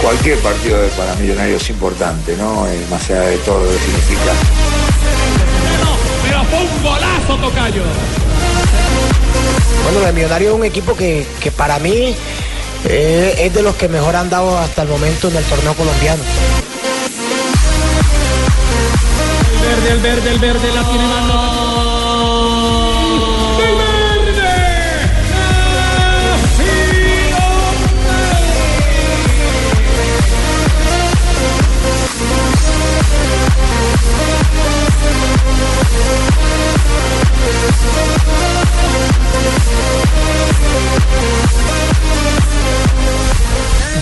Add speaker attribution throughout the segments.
Speaker 1: cualquier partido de para Millonarios es importante, ¿no? Eh, más allá de todo lo que significa.
Speaker 2: Pero fue un golazo, Tocayo.
Speaker 3: Bueno, el Millonario es un equipo que, que para mí eh, es de los que mejor han dado hasta el momento en el torneo colombiano.
Speaker 2: El verde, el verde, el verde, la tiene Mando. ¡El verde! ¡Ha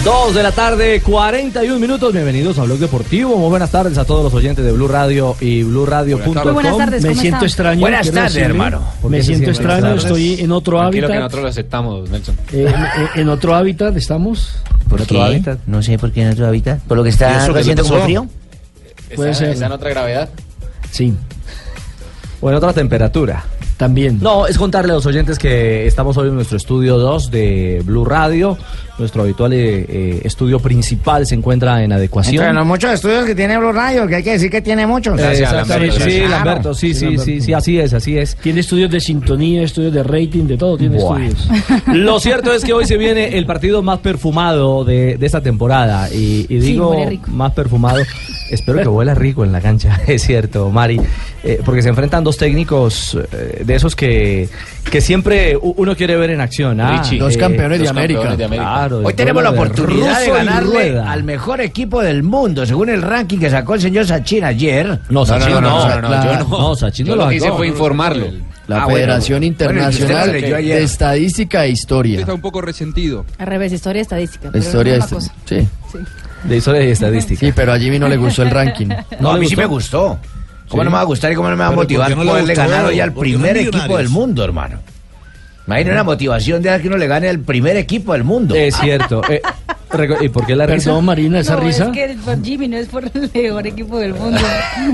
Speaker 4: Dos de la tarde, 41 minutos. Bienvenidos a Blog Deportivo. Muy buenas tardes a todos los oyentes de Blue Radio y BlueRadio.com.
Speaker 5: Muy buenas tardes,
Speaker 6: Me
Speaker 5: ¿cómo
Speaker 6: siento
Speaker 5: está?
Speaker 6: extraño.
Speaker 7: Buenas
Speaker 6: quiero
Speaker 7: tardes,
Speaker 6: decirle.
Speaker 7: hermano.
Speaker 4: ¿Por qué
Speaker 6: Me
Speaker 4: se
Speaker 6: siento
Speaker 4: siente?
Speaker 6: extraño,
Speaker 4: Buenas tardes.
Speaker 6: estoy en otro
Speaker 8: Tranquilo que
Speaker 6: hábitat.
Speaker 8: nosotros lo aceptamos, Nelson.
Speaker 6: Eh, en- en otro hábitat estamos.
Speaker 4: ¿En
Speaker 7: ¿Por
Speaker 4: otro
Speaker 7: qué?
Speaker 4: hábitat?
Speaker 7: No sé por qué en otro hábitat. ¿Por lo que
Speaker 6: ¿Y
Speaker 7: está
Speaker 6: eso qué le
Speaker 7: haciendo como
Speaker 6: pasó?
Speaker 7: frío?
Speaker 6: Puede
Speaker 8: ¿Está,
Speaker 6: ser.
Speaker 8: está en otra gravedad?
Speaker 6: Sí,
Speaker 4: O en otra temperatura.
Speaker 6: también.
Speaker 4: No, es contarle a los oyentes que estamos hoy en nuestro estudio 2 de Blue Radio. Nuestro habitual eh, eh, estudio principal se encuentra en adecuación.
Speaker 7: Entre los muchos estudios que tiene Blue Radio, que hay que decir que tiene muchos.
Speaker 4: Eh,
Speaker 8: Gracias,
Speaker 4: exactamente,
Speaker 8: Lamberto,
Speaker 4: Sí,
Speaker 8: gracias.
Speaker 4: Lamberto, sí, sí, sí, sí, así es, así es.
Speaker 6: Tiene estudios de sintonía, estudios de rating, de todo. Tiene
Speaker 4: Bueno.
Speaker 6: estudios.
Speaker 4: Lo cierto es que hoy se viene el partido más perfumado de, de esta temporada. Y, y
Speaker 5: Sí,
Speaker 4: digo
Speaker 5: huele rico.
Speaker 4: más perfumado. Espero que huela rico en la cancha, es cierto, Mari. Eh, porque se enfrentan dos técnicos eh, de esos que, que siempre u- uno quiere ver en acción. Ah,
Speaker 8: Richie.
Speaker 4: eh,
Speaker 8: Los
Speaker 6: campeones
Speaker 8: de América. de América.
Speaker 4: Claro,
Speaker 7: Hoy
Speaker 4: el
Speaker 7: tenemos la
Speaker 4: duelo de
Speaker 7: oportunidad de
Speaker 4: Russo y
Speaker 7: ganarle
Speaker 4: Rueda.
Speaker 7: al mejor equipo del mundo, según el ranking que sacó el señor Sachin ayer.
Speaker 4: No, Sachin
Speaker 8: no,
Speaker 4: no.
Speaker 8: no, no, no,
Speaker 4: claro.
Speaker 8: yo no.
Speaker 4: No, Sachin no
Speaker 8: Yo
Speaker 4: lo
Speaker 8: lo que hice
Speaker 4: sacó.
Speaker 8: fue informarlo.
Speaker 9: La
Speaker 7: Ah, bueno,
Speaker 9: Federación
Speaker 7: bueno. Bueno, y usted
Speaker 9: Internacional
Speaker 7: lo leyó ayer.
Speaker 9: de Estadística e Historia.
Speaker 10: está un poco resentido.
Speaker 5: Al revés, historia estadística. pero
Speaker 9: Historia
Speaker 5: es
Speaker 9: est-
Speaker 5: una cosa.
Speaker 9: sí.
Speaker 4: De historia y estadística.
Speaker 9: sí, pero a Jimmy no le gustó el ranking.
Speaker 7: No,
Speaker 4: ¿No
Speaker 7: a
Speaker 4: le
Speaker 7: mí sí
Speaker 4: gustó?
Speaker 7: me gustó. ¿Cómo
Speaker 4: Sí.
Speaker 7: no me va a gustar y cómo no me va a
Speaker 11: Pero ¿por
Speaker 7: motivar
Speaker 11: qué no le
Speaker 7: poderle
Speaker 11: gustó?
Speaker 7: ganar hoy al
Speaker 11: ¿Por qué no
Speaker 7: primer
Speaker 11: Millonarios?
Speaker 7: equipo del mundo, hermano? Imagina una motivación de que uno le gane al primer equipo del mundo.
Speaker 4: Es cierto. Eh, reco- ¿Y por qué la risa?
Speaker 6: Perdón, Marina, esa
Speaker 5: no,
Speaker 6: risa.
Speaker 5: es que es por Jimmy, no es por el mejor equipo del mundo.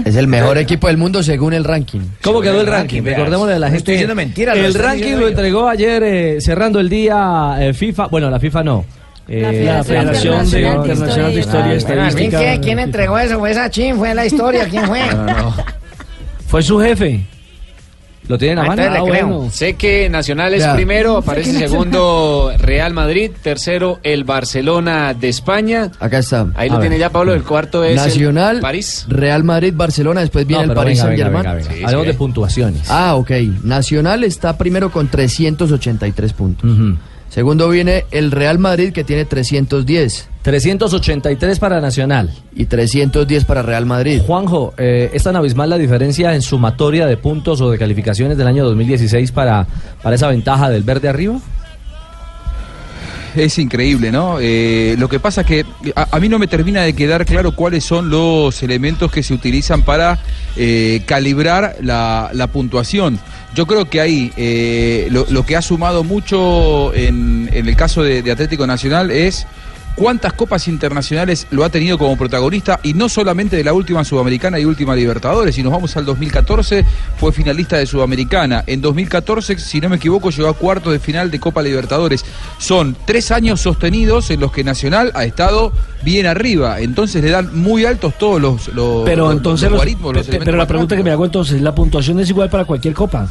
Speaker 9: Es el mejor equipo del mundo según el ranking.
Speaker 4: ¿Cómo
Speaker 7: Sobre
Speaker 4: quedó el
Speaker 7: el
Speaker 4: ranking?
Speaker 7: ranking, veas.
Speaker 4: Recordémosle a
Speaker 7: No
Speaker 4: la gente.
Speaker 7: estoy diciendo mentira, lo
Speaker 4: el
Speaker 7: estoy
Speaker 4: ranking
Speaker 7: diciendo
Speaker 4: lo
Speaker 7: yo.
Speaker 4: entregó ayer eh, cerrando el día eh, FIFA. Bueno, la FIFA no. Eh,
Speaker 6: La Federación de Internacional de Historia y
Speaker 7: Ah, Bueno, al fin,
Speaker 6: Estadística.
Speaker 7: ¿qué? ¿Quién entregó eso? ¿Fue Sachin? ¿Fue la historia? ¿Quién fue?
Speaker 6: Fue su jefe.
Speaker 4: Lo tienen a
Speaker 7: Ah,
Speaker 4: mano.
Speaker 7: entonces le creo.
Speaker 6: bueno.
Speaker 8: Sé que Nacional es
Speaker 9: Ya.
Speaker 8: primero, aparece segundo Real Madrid, tercero el Barcelona de España.
Speaker 9: Acá está.
Speaker 8: Ahí lo
Speaker 4: A ver.
Speaker 8: tiene ya Pablo, el cuarto es el
Speaker 9: Nacional,
Speaker 8: París.
Speaker 9: Real Madrid, Barcelona, después
Speaker 4: No,
Speaker 9: viene
Speaker 4: pero
Speaker 9: el Paris
Speaker 4: venga, venga,
Speaker 9: Saint-Germain.
Speaker 4: venga, venga.
Speaker 8: Sí,
Speaker 4: Hablemos
Speaker 8: sí.
Speaker 4: de puntuaciones.
Speaker 9: Ah, ok. Nacional está primero con 383 puntos.
Speaker 4: Ujú.
Speaker 9: Segundo viene el Real Madrid que tiene 310
Speaker 4: 383 para Nacional.
Speaker 9: y 310 para Real Madrid.
Speaker 4: Juanjo, eh, ¿es tan abismal la diferencia en sumatoria de puntos o de calificaciones del año 2016 para, para esa ventaja del verde arriba?
Speaker 10: Es increíble, ¿no? Eh, lo que pasa es que a, a mí no me termina de quedar claro cuáles son los elementos que se utilizan para eh, calibrar la, la puntuación. Yo creo que ahí eh, lo, lo que ha sumado mucho en, en el caso de, de Atlético Nacional es cuántas copas internacionales lo ha tenido como protagonista y no solamente de la última Sudamericana y última Libertadores, si nos vamos al 2014 fue finalista de Sudamericana, en 2014 si no me equivoco llegó a cuartos de final de Copa Libertadores, son tres años sostenidos en los que Nacional ha estado bien arriba, entonces le dan muy altos todos los, los-
Speaker 6: Pero
Speaker 10: los-
Speaker 6: entonces,
Speaker 10: los
Speaker 6: los-
Speaker 10: guarismos, los
Speaker 6: pe- pe- pero
Speaker 10: elementos
Speaker 6: la pregunta que me
Speaker 10: matemáticos.
Speaker 6: hago entonces, la puntuación es igual para cualquier copa.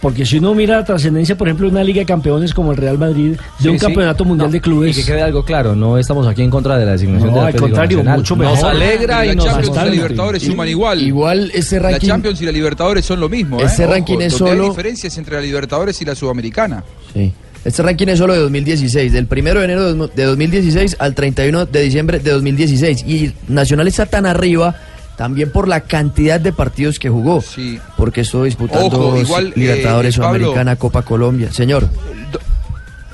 Speaker 6: Porque si uno mira la trascendencia, por ejemplo, de una liga de campeones como el Real Madrid, de
Speaker 4: Sí,
Speaker 6: un
Speaker 4: sí.
Speaker 6: campeonato mundial
Speaker 4: No,
Speaker 6: de
Speaker 4: Y que
Speaker 6: clubes.
Speaker 4: quede algo claro, no estamos aquí en contra de la designación
Speaker 6: No,
Speaker 4: de
Speaker 6: al
Speaker 4: Atlético
Speaker 6: contrario,
Speaker 4: Nacional.
Speaker 6: mucho
Speaker 4: Nos
Speaker 6: mejor.
Speaker 4: alegra y
Speaker 10: la
Speaker 4: nos
Speaker 10: Champions y la
Speaker 6: bastante.
Speaker 10: Libertadores suman igual.
Speaker 9: Igual ese
Speaker 10: La
Speaker 9: ranking.
Speaker 10: Champions y la Libertadores son lo mismo.
Speaker 9: Ese
Speaker 10: ¿eh?
Speaker 9: ranking es
Speaker 10: donde hay
Speaker 9: solo-
Speaker 10: diferencias entre la Libertadores y la Sudamericana.
Speaker 9: Sí. Este ranking es solo de 2016, del 1 de enero de de 2016 al 31 de diciembre de 2016. Y Nacional está tan arriba también por la cantidad de partidos que jugó.
Speaker 10: Sí.
Speaker 9: Porque estuvo disputando
Speaker 10: Ojo, igual,
Speaker 9: Libertadores
Speaker 10: eh, Pablo-
Speaker 9: Sudamericana, Copa Colombia. Señor,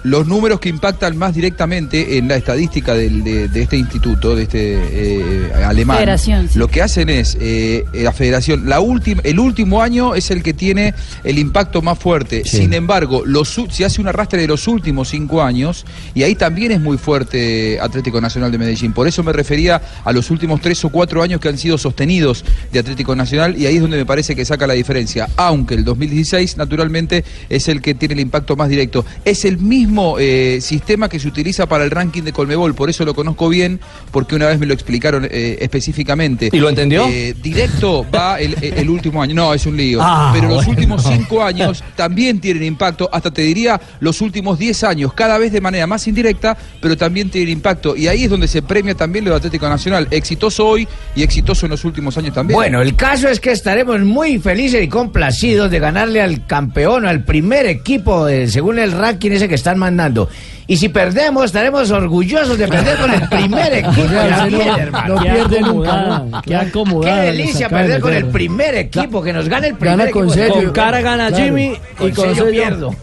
Speaker 10: Los números que impactan más directamente en la estadística del- de, de este instituto, de este eh, alemán,
Speaker 5: Federación, sí.
Speaker 10: lo que hacen es, eh, la federación, la última, el último año es el que tiene el impacto más fuerte.
Speaker 9: Sí.
Speaker 10: Sin embargo, los, u- se hace un arrastre de los últimos cinco años y ahí también es muy fuerte Atlético Nacional de Medellín. Por eso me refería a los últimos tres o cuatro años que han sido sostenidos de Atlético Nacional y ahí es donde me parece que saca la diferencia. Aunque el 2016, naturalmente, es el que tiene el impacto más directo. Es el mismo mismo eh, sistema que se utiliza para el ranking de Colmebol, por eso lo conozco bien, porque una vez me lo explicaron eh, específicamente.
Speaker 4: ¿Y lo entendió?
Speaker 10: Eh, directo va el, eh, el último año. No, es un lío.
Speaker 4: Ah,
Speaker 10: Pero los
Speaker 4: bueno.
Speaker 10: últimos cinco años también tienen impacto, hasta te diría los últimos diez años, cada vez de manera más indirecta, pero también tienen impacto. Y ahí es donde se premia también lo de Atlético Nacional. Exitoso hoy y exitoso en los últimos años también.
Speaker 7: Bueno, el caso es que estaremos muy felices y complacidos de ganarle al campeón, al primer equipo, eh, según el ranking ese que están mandando. Y si perdemos, estaremos orgullosos de perder con el primer equipo. también, hermano.
Speaker 6: No pierde nunca. ¿no? Qué
Speaker 7: Qué
Speaker 6: acomodada. les
Speaker 7: delicia
Speaker 6: acaba de
Speaker 7: perder con
Speaker 6: meter.
Speaker 7: el primer equipo, que nos gane el primer
Speaker 9: Gana
Speaker 7: equipo.
Speaker 9: con sello.
Speaker 6: Con cara gana
Speaker 9: Claro.
Speaker 6: Jimmy y
Speaker 7: Con
Speaker 6: con
Speaker 7: sello
Speaker 6: sello
Speaker 7: pierdo.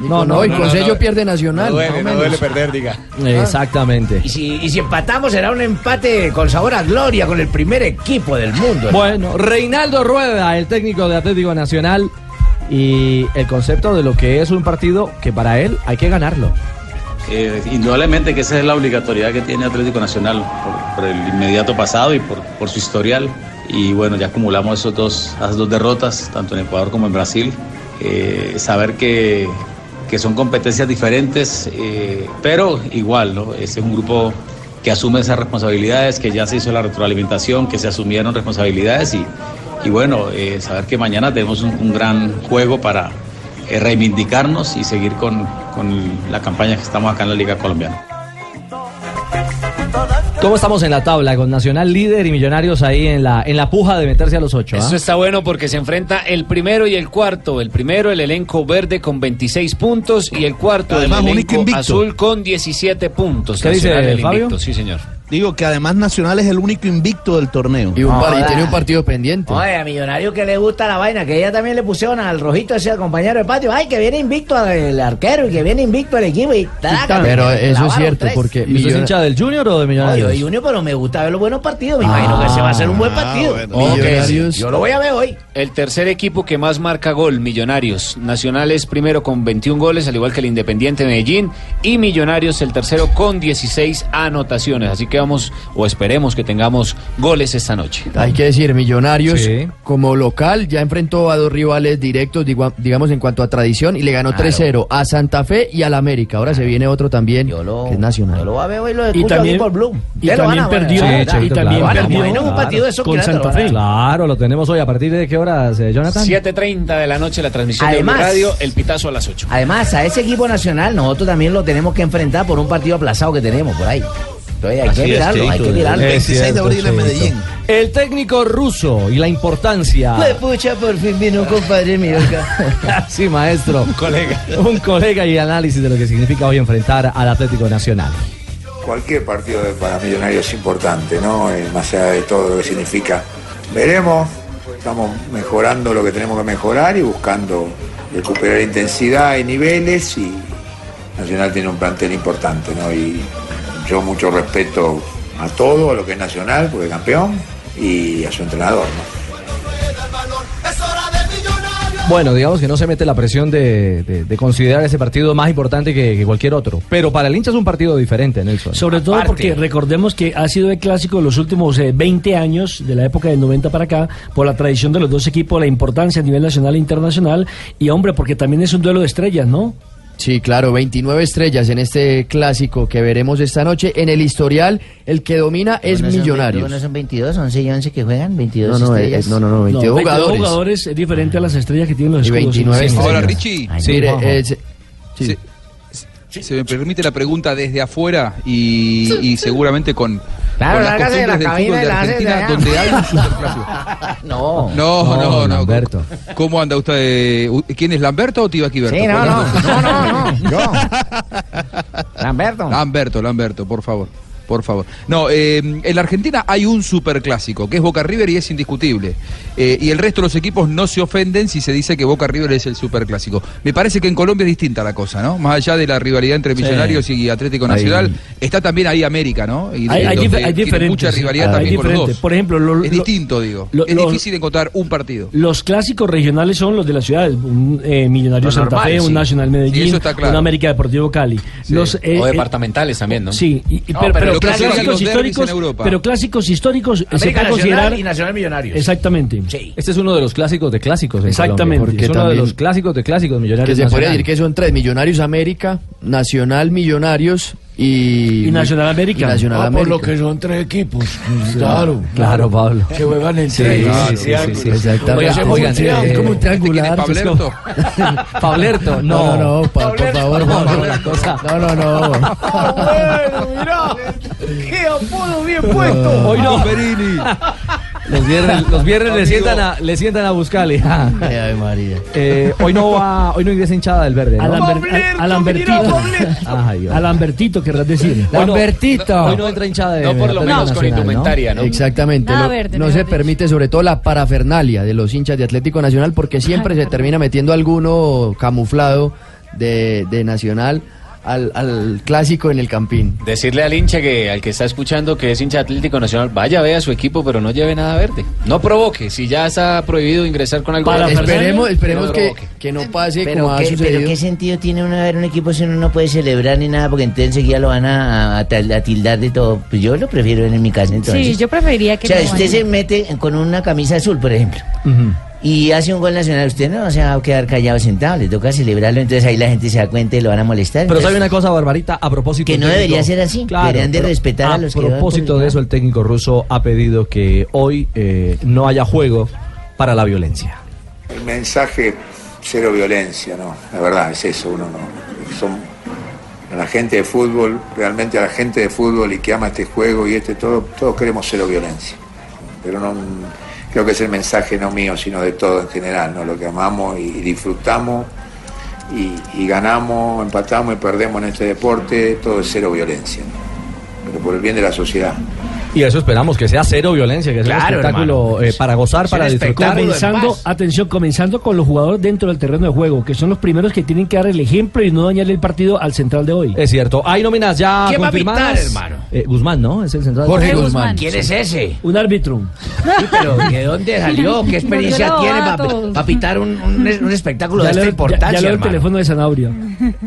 Speaker 9: No, no, y con sello pierde Nacional. más o menos.
Speaker 1: perder, diga.
Speaker 4: Exactamente.
Speaker 7: Y si, y si empatamos, será un empate con sabor a gloria con el primer equipo del
Speaker 6: Ah.
Speaker 7: mundo. hermano.
Speaker 4: Bueno, Reinaldo Rueda, el técnico de Atlético Nacional, y el concepto de lo que es un partido que para él hay que ganarlo.
Speaker 11: Eh, indudablemente que esa es la obligatoriedad que tiene Atlético Nacional por, por el inmediato pasado y por, por su historial. Y bueno, ya acumulamos esos dos, esas dos derrotas, tanto en Ecuador como en Brasil. Eh, saber que, que son competencias diferentes, eh, pero igual, ¿no? Ese es un grupo que asume esas responsabilidades, que ya se hizo la retroalimentación, que se asumieron responsabilidades y, y bueno, eh, saber que mañana tenemos un- un gran juego para, eh, reivindicarnos y seguir con, con la campaña que estamos acá en la Liga Colombiana.
Speaker 4: ¿Cómo estamos en la tabla con Nacional líder y Millonarios ahí en la, en la puja de meterse a los ocho? ah?
Speaker 8: Esto está bueno porque se enfrenta el primero y el cuarto. El primero, el elenco verde con 26 puntos y el cuarto,
Speaker 12: Además,
Speaker 8: el
Speaker 12: único
Speaker 8: elenco
Speaker 12: invicto.
Speaker 8: azul con 17 puntos.
Speaker 4: ¿Qué dice,
Speaker 8: Nacional, el
Speaker 4: Fabio?
Speaker 8: invicto, sí, señor.
Speaker 12: Digo que además Nacional es el único invicto del torneo.
Speaker 9: Y, un
Speaker 10: Ah,
Speaker 9: par- y
Speaker 7: Ahora.
Speaker 9: tiene un partido pendiente.
Speaker 7: Oye, a Millonario que le gusta la vaina, que ella también le pusieron al rojito ese al compañero de patio. Ay, que viene invicto el arquero y que viene invicto el equipo. Y traca,
Speaker 9: Pero
Speaker 7: que le
Speaker 9: eso es
Speaker 7: clavaron
Speaker 9: cierto,
Speaker 7: tres.
Speaker 9: porque
Speaker 4: ¿Y usted es
Speaker 9: Millona-
Speaker 4: hincha del Junior o de
Speaker 7: Oye,
Speaker 4: Millonarios?
Speaker 7: oye, Junior, pero me gusta ver los buenos partidos. Me imagino que se va a hacer un buen
Speaker 12: Ah,
Speaker 7: partido.
Speaker 12: bueno.
Speaker 7: Ok,
Speaker 9: Ah, Millonarios-
Speaker 7: Yo lo voy a ver hoy.
Speaker 8: El tercer equipo que más marca gol, Millonarios. Nacionales primero con 21 goles, al igual que el Independiente Medellín. Y Millonarios el tercero con 16 anotaciones. Así que vamos o esperemos que tengamos goles esta noche.
Speaker 9: Hay que decir, Millonarios
Speaker 4: Sí.
Speaker 9: como local ya enfrentó a dos rivales directos, digua- digamos en cuanto a tradición, y le ganó
Speaker 7: Claro.
Speaker 9: 3-0 a Santa Fe y al América. Ahora se viene otro también,
Speaker 7: Yo lo,
Speaker 9: que es Nacional.
Speaker 7: yo lo voy a ver hoy. Lo
Speaker 6: Y
Speaker 7: escucho
Speaker 6: también,
Speaker 7: aquí por Bloom.
Speaker 6: y
Speaker 7: Ustedes lo van
Speaker 6: también
Speaker 7: a ver,
Speaker 6: perdió.
Speaker 4: Sí,
Speaker 7: ¿verdad?
Speaker 4: Chavito,
Speaker 6: y también
Speaker 4: claro.
Speaker 6: perdió.
Speaker 7: Bueno, un partido de esos
Speaker 6: con
Speaker 7: que era
Speaker 6: Santa Fe.
Speaker 7: otro,
Speaker 4: Claro, lo tenemos hoy. ¿A partir de qué horas, eh, Jonathan?
Speaker 8: 7.30 de la noche la transmisión
Speaker 7: Además-
Speaker 8: de Blue Radio, el pitazo a las 8.
Speaker 7: Además, a ese equipo nacional nosotros también lo tenemos que enfrentar por un partido aplazado que tenemos por ahí. Entonces hay
Speaker 12: Así
Speaker 7: que
Speaker 12: es,
Speaker 7: mirarlo, hay
Speaker 12: Cheito,
Speaker 7: que mirarlo.
Speaker 12: el 26 de abril en
Speaker 4: eh, Cheito.
Speaker 12: Medellín.
Speaker 4: El técnico ruso y la importancia.
Speaker 7: Pues pucha, por fin vino un compadre mío acá.
Speaker 4: sí, maestro. Un colega. Un colega y análisis de lo que significa hoy enfrentar al Atlético Nacional.
Speaker 1: Cualquier partido de- para Millonarios es importante, ¿no? Eh, más allá de todo lo que significa. Veremos, estamos mejorando lo que tenemos que mejorar y buscando recuperar intensidad y niveles y Nacional tiene un plantel importante, ¿no? Y yo mucho respeto a todo, a lo que es Nacional, porque es campeón, y a su entrenador, ¿no?
Speaker 4: Bueno, digamos que no se mete la presión de, de- de considerar ese partido más importante que, que cualquier otro. Pero para el hincha es un partido diferente, Nelson.
Speaker 6: Sobre todo
Speaker 8: Aparte.
Speaker 6: porque recordemos que ha sido el clásico de los últimos eh, 20 años, de la época del 90 para acá, por la tradición de los dos equipos, la importancia a nivel nacional e internacional. Y hombre, porque también es un duelo de estrellas, ¿no?
Speaker 9: Sí, claro, 29 estrellas en este clásico que veremos esta noche. En el historial, el que domina es
Speaker 7: Unos son
Speaker 9: Millonarios.
Speaker 7: 21, No son 22, 11 y 11 que juegan, 22
Speaker 9: No, no, eh,
Speaker 7: estrellas.
Speaker 9: no, no, no, 22 jugadores.
Speaker 6: jugadores es diferente a las estrellas que tienen los
Speaker 9: Y
Speaker 6: escudos.
Speaker 9: 29
Speaker 6: encima.
Speaker 9: estrellas.
Speaker 10: Ahora, Richie.
Speaker 7: Ay,
Speaker 4: Sí,
Speaker 9: Mire,
Speaker 4: Juanjo.
Speaker 9: eh, se- sí.
Speaker 10: Se- se- Se me permite la pregunta desde afuera y, y seguramente con,
Speaker 7: Claro,
Speaker 10: con
Speaker 7: la
Speaker 10: las
Speaker 7: casa de la
Speaker 10: costumbres del
Speaker 7: cabina
Speaker 10: fútbol
Speaker 7: y
Speaker 10: de
Speaker 7: la haces de
Speaker 10: Argentina,
Speaker 7: allá.
Speaker 10: donde hay un superclásico.
Speaker 7: No.
Speaker 10: No,
Speaker 4: No,
Speaker 10: no, no.
Speaker 4: Lamberto.
Speaker 10: ¿Cómo anda usted? U- ¿Quién es Lamberto o Tibaquiberto?
Speaker 7: Sí, no,
Speaker 10: Perdón.
Speaker 7: no, no, no, no, yo. Lamberto.
Speaker 10: Lamberto, Lamberto, por favor. Por favor. No, eh, en la Argentina hay un superclásico, que es Boca River y es indiscutible. Eh, y el resto de los equipos no se ofenden si se dice que Boca River es el superclásico. Me parece que en Colombia es distinta la cosa, ¿no? Más allá de la rivalidad entre Millonarios y Atlético Nacional, Está también ahí América, ¿no? Y
Speaker 6: Hay- hay
Speaker 10: donde
Speaker 6: dif- hay
Speaker 10: tiene
Speaker 6: diferentes,
Speaker 10: mucha
Speaker 6: sí.
Speaker 10: rivalidad
Speaker 6: Hay
Speaker 10: también con los
Speaker 6: diferentes.
Speaker 10: dos.
Speaker 6: Por ejemplo, lo-
Speaker 10: es
Speaker 6: lo-
Speaker 10: distinto, digo.
Speaker 6: lo-
Speaker 10: es
Speaker 6: lo-
Speaker 10: difícil encontrar un partido.
Speaker 6: Los clásicos regionales son los de las ciudades, un eh, Millonario
Speaker 8: Los
Speaker 6: Santa Fe,
Speaker 8: normales,
Speaker 6: un
Speaker 8: sí.
Speaker 6: Nacional
Speaker 8: Sí,
Speaker 6: Medellín,
Speaker 8: eso está claro.
Speaker 6: un América Deportivo Cali. Los, eh,
Speaker 8: o
Speaker 6: eh,
Speaker 8: departamentales también, ¿no?
Speaker 6: Sí, y- y-
Speaker 8: No,
Speaker 6: pero, pero
Speaker 8: lo que hacen
Speaker 6: clásicos
Speaker 8: los derbis en
Speaker 6: históricos,
Speaker 8: Europa.
Speaker 6: pero clásicos históricos eh, se
Speaker 7: América
Speaker 6: puede
Speaker 7: Nacional
Speaker 6: considerar
Speaker 7: y Nacional Millonarios.
Speaker 6: exactamente.
Speaker 4: Este es uno de los clásicos de clásicos. en
Speaker 6: Exactamente.
Speaker 4: Colombia, porque es
Speaker 6: Que
Speaker 4: uno de
Speaker 6: también-
Speaker 4: los clásicos de clásicos
Speaker 9: Que
Speaker 4: millonarios.
Speaker 9: se podría
Speaker 4: Nacional.
Speaker 9: decir que son tres, Millonarios América, Nacional Millonarios y...
Speaker 4: Y Nacional América.
Speaker 9: y Nacional
Speaker 4: Ah, por
Speaker 9: América.
Speaker 4: lo que
Speaker 9: son tres equipos,
Speaker 4: claro. Claro, Pablo.
Speaker 9: Que juegan
Speaker 4: Sí, sí, sí, sí, sí, exactamente. Oigan, eh,
Speaker 9: triangular.
Speaker 4: ¿quién es Pablerto? Pablerto, no.
Speaker 9: No, no, no, pa- por favor, Juanjo, la cosa- No, no, no.
Speaker 7: ¡Qué apodo bien puesto!
Speaker 4: Hoy no. Los viernes, los viernes le sientan a, le sientan a buscarle. Eh, hoy no va, hoy no ingresa hinchada del verde. ¿no?
Speaker 6: Al Amber- al- al Lambertito.
Speaker 4: Ay, Dios.
Speaker 6: Al Lambertito, querrás decir.
Speaker 4: Hoy no- Hoy no entra hinchada de de Nacional, ¿no?
Speaker 9: Exactamente.
Speaker 5: Nada
Speaker 9: lo-
Speaker 5: verde,
Speaker 9: no
Speaker 5: mejor
Speaker 9: se permite sobre todo la parafernalia de los hinchas de Atlético Nacional porque siempre se termina metiendo alguno camuflado de, de Nacional al, al clásico en el Campín.
Speaker 8: Decirle al hincha que al que está escuchando que es hincha de Atlético Nacional, vaya, vea su equipo, pero no lleve nada verde. No provoque, si ya está prohibido ingresar con algo verde, no
Speaker 9: esperemos esperemos que,
Speaker 8: provoque.
Speaker 9: que no pase
Speaker 13: Pero,
Speaker 9: como ha
Speaker 13: qué, pero
Speaker 9: sucedido.
Speaker 13: qué sentido tiene uno ver un equipo si uno no puede celebrar ni nada porque entonces enseguida lo van a, a tal- a tildar de todo. Pues yo lo prefiero ver en mi casa entonces.
Speaker 5: Sí, yo preferiría que.
Speaker 13: o sea,
Speaker 5: no
Speaker 13: usted
Speaker 5: vayan.
Speaker 13: se mete en- con una camisa azul, por ejemplo, y hace un gol nacional, usted no se va a quedar callado sentado, le toca celebrarlo, entonces ahí la gente se da cuenta y lo van a molestar.
Speaker 4: Pero
Speaker 13: entonces-
Speaker 4: sabe una cosa, Barbarita, a propósito...
Speaker 13: Que
Speaker 4: del
Speaker 13: no
Speaker 4: técnico-
Speaker 13: debería ser así, deberían de
Speaker 4: pero
Speaker 13: respetar a los que van
Speaker 4: propósito de eso, el técnico ruso ha pedido que hoy eh, no haya juego para la violencia.
Speaker 1: El mensaje cero violencia, ¿no? La verdad es eso, uno no. Son a la gente de fútbol, realmente a la gente de fútbol y que ama este juego y este todo, todos queremos cero violencia. Pero no creo que es el mensaje no mío, sino de todo en general, ¿no? Lo que amamos y disfrutamos y, y ganamos, empatamos y perdemos en este deporte, todo es cero violencia, ¿no? Pero por el bien de la sociedad.
Speaker 4: Y eso esperamos, que sea cero violencia, que sea
Speaker 1: Claro,
Speaker 4: un espectáculo eh, para gozar, para disfrutar.
Speaker 6: Comenzando, atención, comenzando con los jugadores dentro del terreno de juego, que son los primeros que tienen que dar el ejemplo y no dañarle el partido al central de hoy.
Speaker 4: Es cierto. Hay nóminas ya
Speaker 6: ¿Quién va a
Speaker 4: confirmadas.
Speaker 6: pitar, hermano?
Speaker 4: Eh, Guzmán, ¿no? Es el central.
Speaker 6: Jorge Jorge Guzmán. Guzmán.
Speaker 7: ¿Quién es ese?
Speaker 6: Un árbitro.
Speaker 7: Sí, pero ¿de dónde salió? ¿Qué experiencia
Speaker 6: Los
Speaker 7: tiene
Speaker 6: novatos.
Speaker 7: para pitar un, un, un espectáculo
Speaker 6: Ya
Speaker 7: de esta
Speaker 6: leo-
Speaker 7: importancia,
Speaker 6: ya- ya leo el
Speaker 7: hermano?
Speaker 6: teléfono de Zanabria.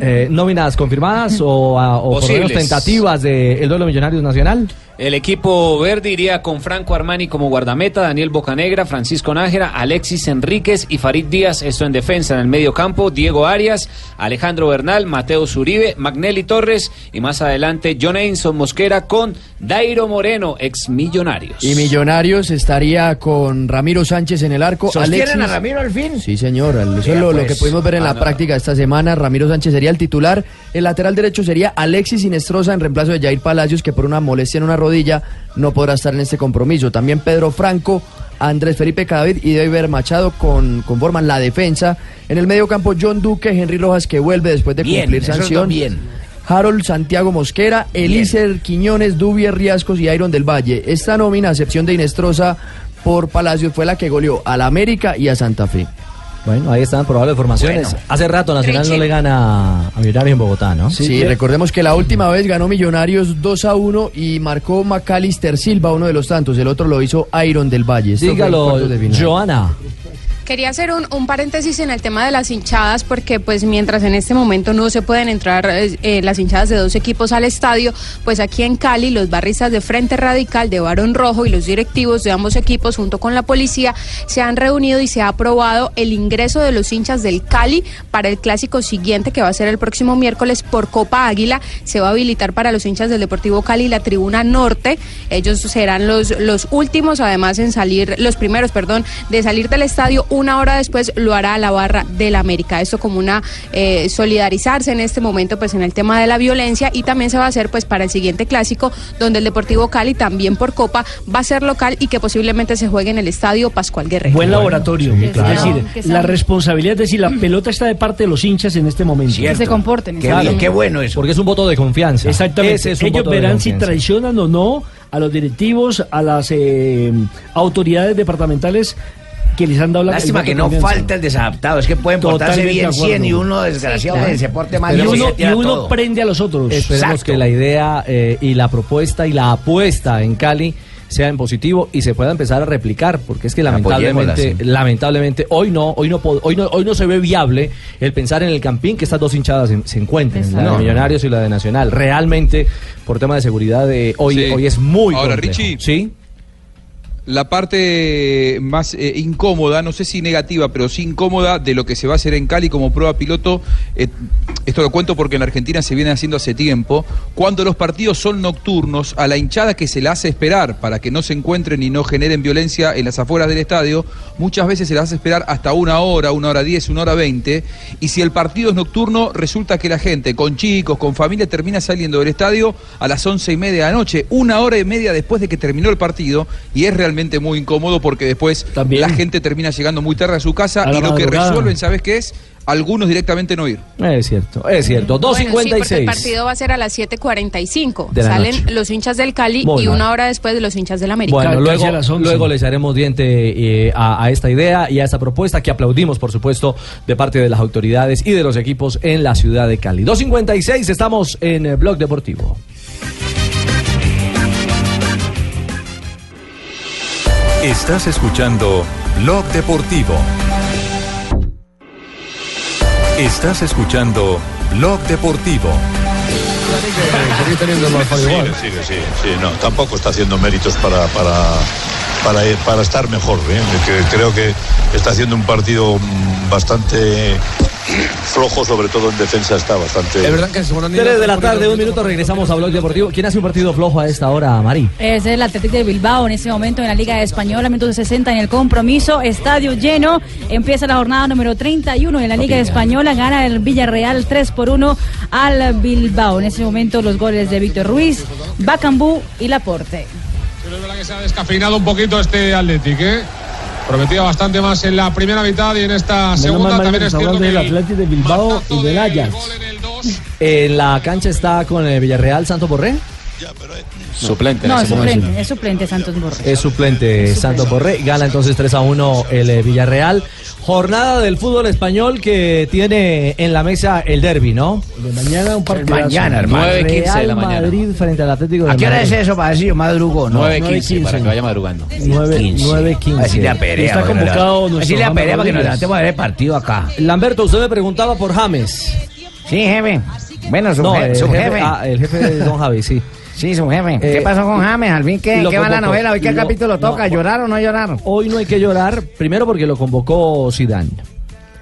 Speaker 4: Eh, nóminas confirmadas o, a- o por lo menos
Speaker 8: Posibles.
Speaker 4: tentativas del duelo Millonarios Nacional.
Speaker 8: El equipo verde iría con Franco Armani como guardameta, Daniel Bocanegra, Francisco Nájera, Alexis Enríquez y Farid Díaz. Esto en defensa en el medio campo. Diego Arias, Alejandro Bernal, Mateo Zuribe, Magnelli Torres y más adelante John Einson Mosquera con Dairo Moreno, ex millonario.
Speaker 9: Y Millonarios estaría con Ramiro Sánchez en el arco.
Speaker 7: ¿Sostienen a
Speaker 9: Alexis-
Speaker 7: Ramiro al fin?
Speaker 9: Sí, señor. Eso
Speaker 7: Vea,
Speaker 9: es lo, lo
Speaker 7: pues.
Speaker 9: que pudimos ver en la
Speaker 7: Ah, no.
Speaker 9: práctica esta semana. Ramiro Sánchez sería el titular. El lateral derecho sería Alexis Inestrosa en reemplazo de Jair Palacios, que por una molestia en una rodilla no podrá estar en este compromiso. También Pedro Franco, Andrés Felipe Cadavid y David Machado con, conforman la defensa. En el medio campo, John Duque, Henry Rojas, que vuelve después de
Speaker 7: Bien,
Speaker 9: cumplir
Speaker 7: esos dos
Speaker 9: sanción.
Speaker 7: bien.
Speaker 9: Harold Santiago Mosquera, Elícer Quiñones, Dubier Riascos y Iron del Valle. Esta nómina, a excepción de Inestrosa por Palacios, fue la que goleó al América y a Santa Fe.
Speaker 4: Bueno, ahí están probables formaciones.
Speaker 9: Bueno.
Speaker 4: Hace rato Nacional no
Speaker 9: Richie.
Speaker 4: le gana a Millonarios en Bogotá, ¿no?
Speaker 9: Sí, recordemos que la última vez ganó Millonarios 2 a 1 y marcó Macalister Silva, uno de los tantos. El otro lo hizo Iron del Valle. Esto fue en
Speaker 4: Dígalo,
Speaker 9: cuartos de final.
Speaker 4: Joana.
Speaker 14: Quería hacer un, un paréntesis en el tema de las hinchadas, porque pues mientras en este momento no se pueden entrar eh, eh, las hinchadas de dos equipos al estadio, pues aquí en Cali los barristas de Frente Radical, de Barón Rojo y los directivos de ambos equipos junto con la policía se han reunido y se ha aprobado el ingreso de los hinchas del Cali para el clásico siguiente que va a ser el próximo miércoles por Copa Águila. Se va a habilitar para los hinchas del Deportivo Cali la tribuna norte. Ellos serán los, los últimos, además, en salir, los primeros, perdón, de salir del estadio. Una hora después lo hará la barra del América. Esto como una eh, solidarizarse en este momento, pues en el tema de la violencia. Y también se va a hacer, pues, para el siguiente clásico, donde el Deportivo Cali también por Copa va a ser local y que posiblemente se juegue en el estadio Pascual Guerrero.
Speaker 6: Buen laboratorio.
Speaker 14: sí, claro.
Speaker 6: Es
Speaker 14: Que
Speaker 6: decir,
Speaker 14: sea-
Speaker 6: la responsabilidad es decir, la pelota está de parte de los hinchas en este momento.
Speaker 14: Que se comporten, Qué exacto. bien, qué bueno
Speaker 6: eso.
Speaker 4: Porque es un voto de confianza.
Speaker 6: Exactamente.
Speaker 4: Ese es un
Speaker 6: Ellos
Speaker 4: voto de
Speaker 6: verán si
Speaker 4: confianza.
Speaker 6: traicionan o no a los directivos, a las eh, autoridades departamentales que les han dado la
Speaker 7: Lástima
Speaker 6: el voto
Speaker 7: que no
Speaker 6: de confianza.
Speaker 7: falta el desadaptado. Es que pueden portarse
Speaker 6: Totalmente
Speaker 7: bien
Speaker 6: de acuerdo.
Speaker 7: 100 y uno desgraciado
Speaker 6: Sí, claro.
Speaker 7: se porte mal.
Speaker 6: Y
Speaker 7: no se
Speaker 6: uno, y
Speaker 7: tira
Speaker 6: uno
Speaker 7: todo.
Speaker 6: prende a los otros.
Speaker 4: Esperemos que la idea eh, y la propuesta y la apuesta en Cali sea en positivo y se pueda empezar a replicar, porque es que
Speaker 7: Apoyémosla,
Speaker 4: lamentablemente,
Speaker 7: sí.
Speaker 4: lamentablemente hoy no, hoy no, pod- hoy no, hoy no se ve viable el pensar en el campín que estas dos hinchadas se, se encuentren, la
Speaker 10: Exacto.
Speaker 4: de
Speaker 10: No.
Speaker 4: Millonarios y la de Nacional. Realmente, por tema de seguridad, eh, hoy,
Speaker 10: Sí.
Speaker 4: hoy es muy
Speaker 10: Ahora,
Speaker 4: complejo.
Speaker 10: Richie.
Speaker 4: ¿Sí?
Speaker 10: La parte más eh, incómoda, no sé si negativa, pero sí incómoda de lo que se va a hacer en Cali como prueba piloto, eh, esto lo cuento porque en la Argentina se viene haciendo hace tiempo, cuando los partidos son nocturnos, a la hinchada que se la hace esperar para que no se encuentren y no generen violencia en las afueras del estadio, muchas veces se la hace esperar hasta una hora, una hora diez, una hora veinte, y si el partido es nocturno, resulta que la gente con chicos, con familia, termina saliendo del estadio a las once y media de la noche, una hora y media después de que terminó el partido, y es realmente muy incómodo porque después la gente termina llegando muy tarde a su casa
Speaker 4: A la
Speaker 10: y lo que
Speaker 4: madrugada.
Speaker 10: resuelven, ¿sabes qué es? Algunos directamente no ir.
Speaker 4: Es cierto, es cierto.
Speaker 14: Bueno, sí, porque el
Speaker 4: 2.56.
Speaker 14: partido va a ser a las 7.45.
Speaker 4: De la
Speaker 14: Salen
Speaker 4: noche.
Speaker 14: los hinchas del Cali
Speaker 4: Muy
Speaker 14: y
Speaker 4: mal.
Speaker 14: una hora después de los hinchas del América.
Speaker 4: Bueno, luego, luego le echaremos diente eh, a, a esta idea y a esta propuesta que aplaudimos, por supuesto, de parte de las autoridades y de los equipos en la ciudad de Cali. 2.56, estamos en eh, Blog Deportivo.
Speaker 15: Estás escuchando Blog Deportivo. Estás escuchando Blog Deportivo.
Speaker 16: Sí, sí, sí, sí, no, tampoco está haciendo méritos para, para, para, para estar mejor. ¿eh? Que creo que está haciendo un partido mm, bastante flojo, sobre todo en defensa está bastante.
Speaker 4: Tres de la tarde, un minuto, regresamos a Blog Deportivo. ¿Quién hace un partido flojo a esta hora, Mari?
Speaker 5: Es el Atlético de Bilbao en ese momento en la Liga Española, minuto 60 en el compromiso, estadio lleno. Empieza la jornada número 31 en la Liga Española, gana el Villarreal 3 por 1 al Bilbao. En ese momento los goles de Víctor Ruiz, Bacambú y Laporte.
Speaker 17: que se ha descafeinado un poquito este Athletic, ¿eh? Prometía bastante más en la primera mitad y en esta
Speaker 6: Menos
Speaker 17: segunda
Speaker 6: mal, Mario,
Speaker 17: también
Speaker 6: que
Speaker 17: es
Speaker 6: se habla
Speaker 17: cierto que
Speaker 6: del
Speaker 17: el-
Speaker 6: Atlético de Bilbao y del Ajax.
Speaker 4: En la cancha está con el Villarreal Santo Borré.
Speaker 8: Suplente.
Speaker 5: No, es suplente, es suplente Santos Borges.
Speaker 4: Es suplente Santo Borré. Gana entonces 3 a 1 el eh, Villarreal. Jornada del fútbol español que tiene en la mesa el derby, ¿no?
Speaker 6: De mañana un partido.
Speaker 4: Mañana, hermano. 9:15 de la mañana. Madrid frente al Atlético de
Speaker 7: ¿A qué hora es
Speaker 4: Madrid.
Speaker 7: eso para decir madrugón? No,
Speaker 8: 9.15 para que vaya madrugando.
Speaker 4: 9.15.
Speaker 7: Así le aperea.
Speaker 4: Está convocado nuestro
Speaker 7: Así le
Speaker 4: James
Speaker 7: aperea para que nos
Speaker 4: Rodríguez.
Speaker 7: levantemos a ver el partido acá.
Speaker 4: Lamberto, usted me preguntaba por James.
Speaker 7: Sí, jefe. Bueno, su,
Speaker 4: No,
Speaker 7: je-
Speaker 4: el
Speaker 7: su
Speaker 4: jefe-
Speaker 7: jefe.
Speaker 4: ah, el jefe es don Javi, sí.
Speaker 7: Sí, su jefe. ¿Qué
Speaker 4: Eh,
Speaker 7: pasó con James? Al fin, ¿qué,
Speaker 4: lo
Speaker 7: qué va la
Speaker 4: convocó.
Speaker 7: novela? ¿Hoy qué
Speaker 4: Lo-
Speaker 7: capítulo toca? ¿Llorar o no llorar?
Speaker 4: Hoy no hay que llorar, primero porque lo convocó Zidane.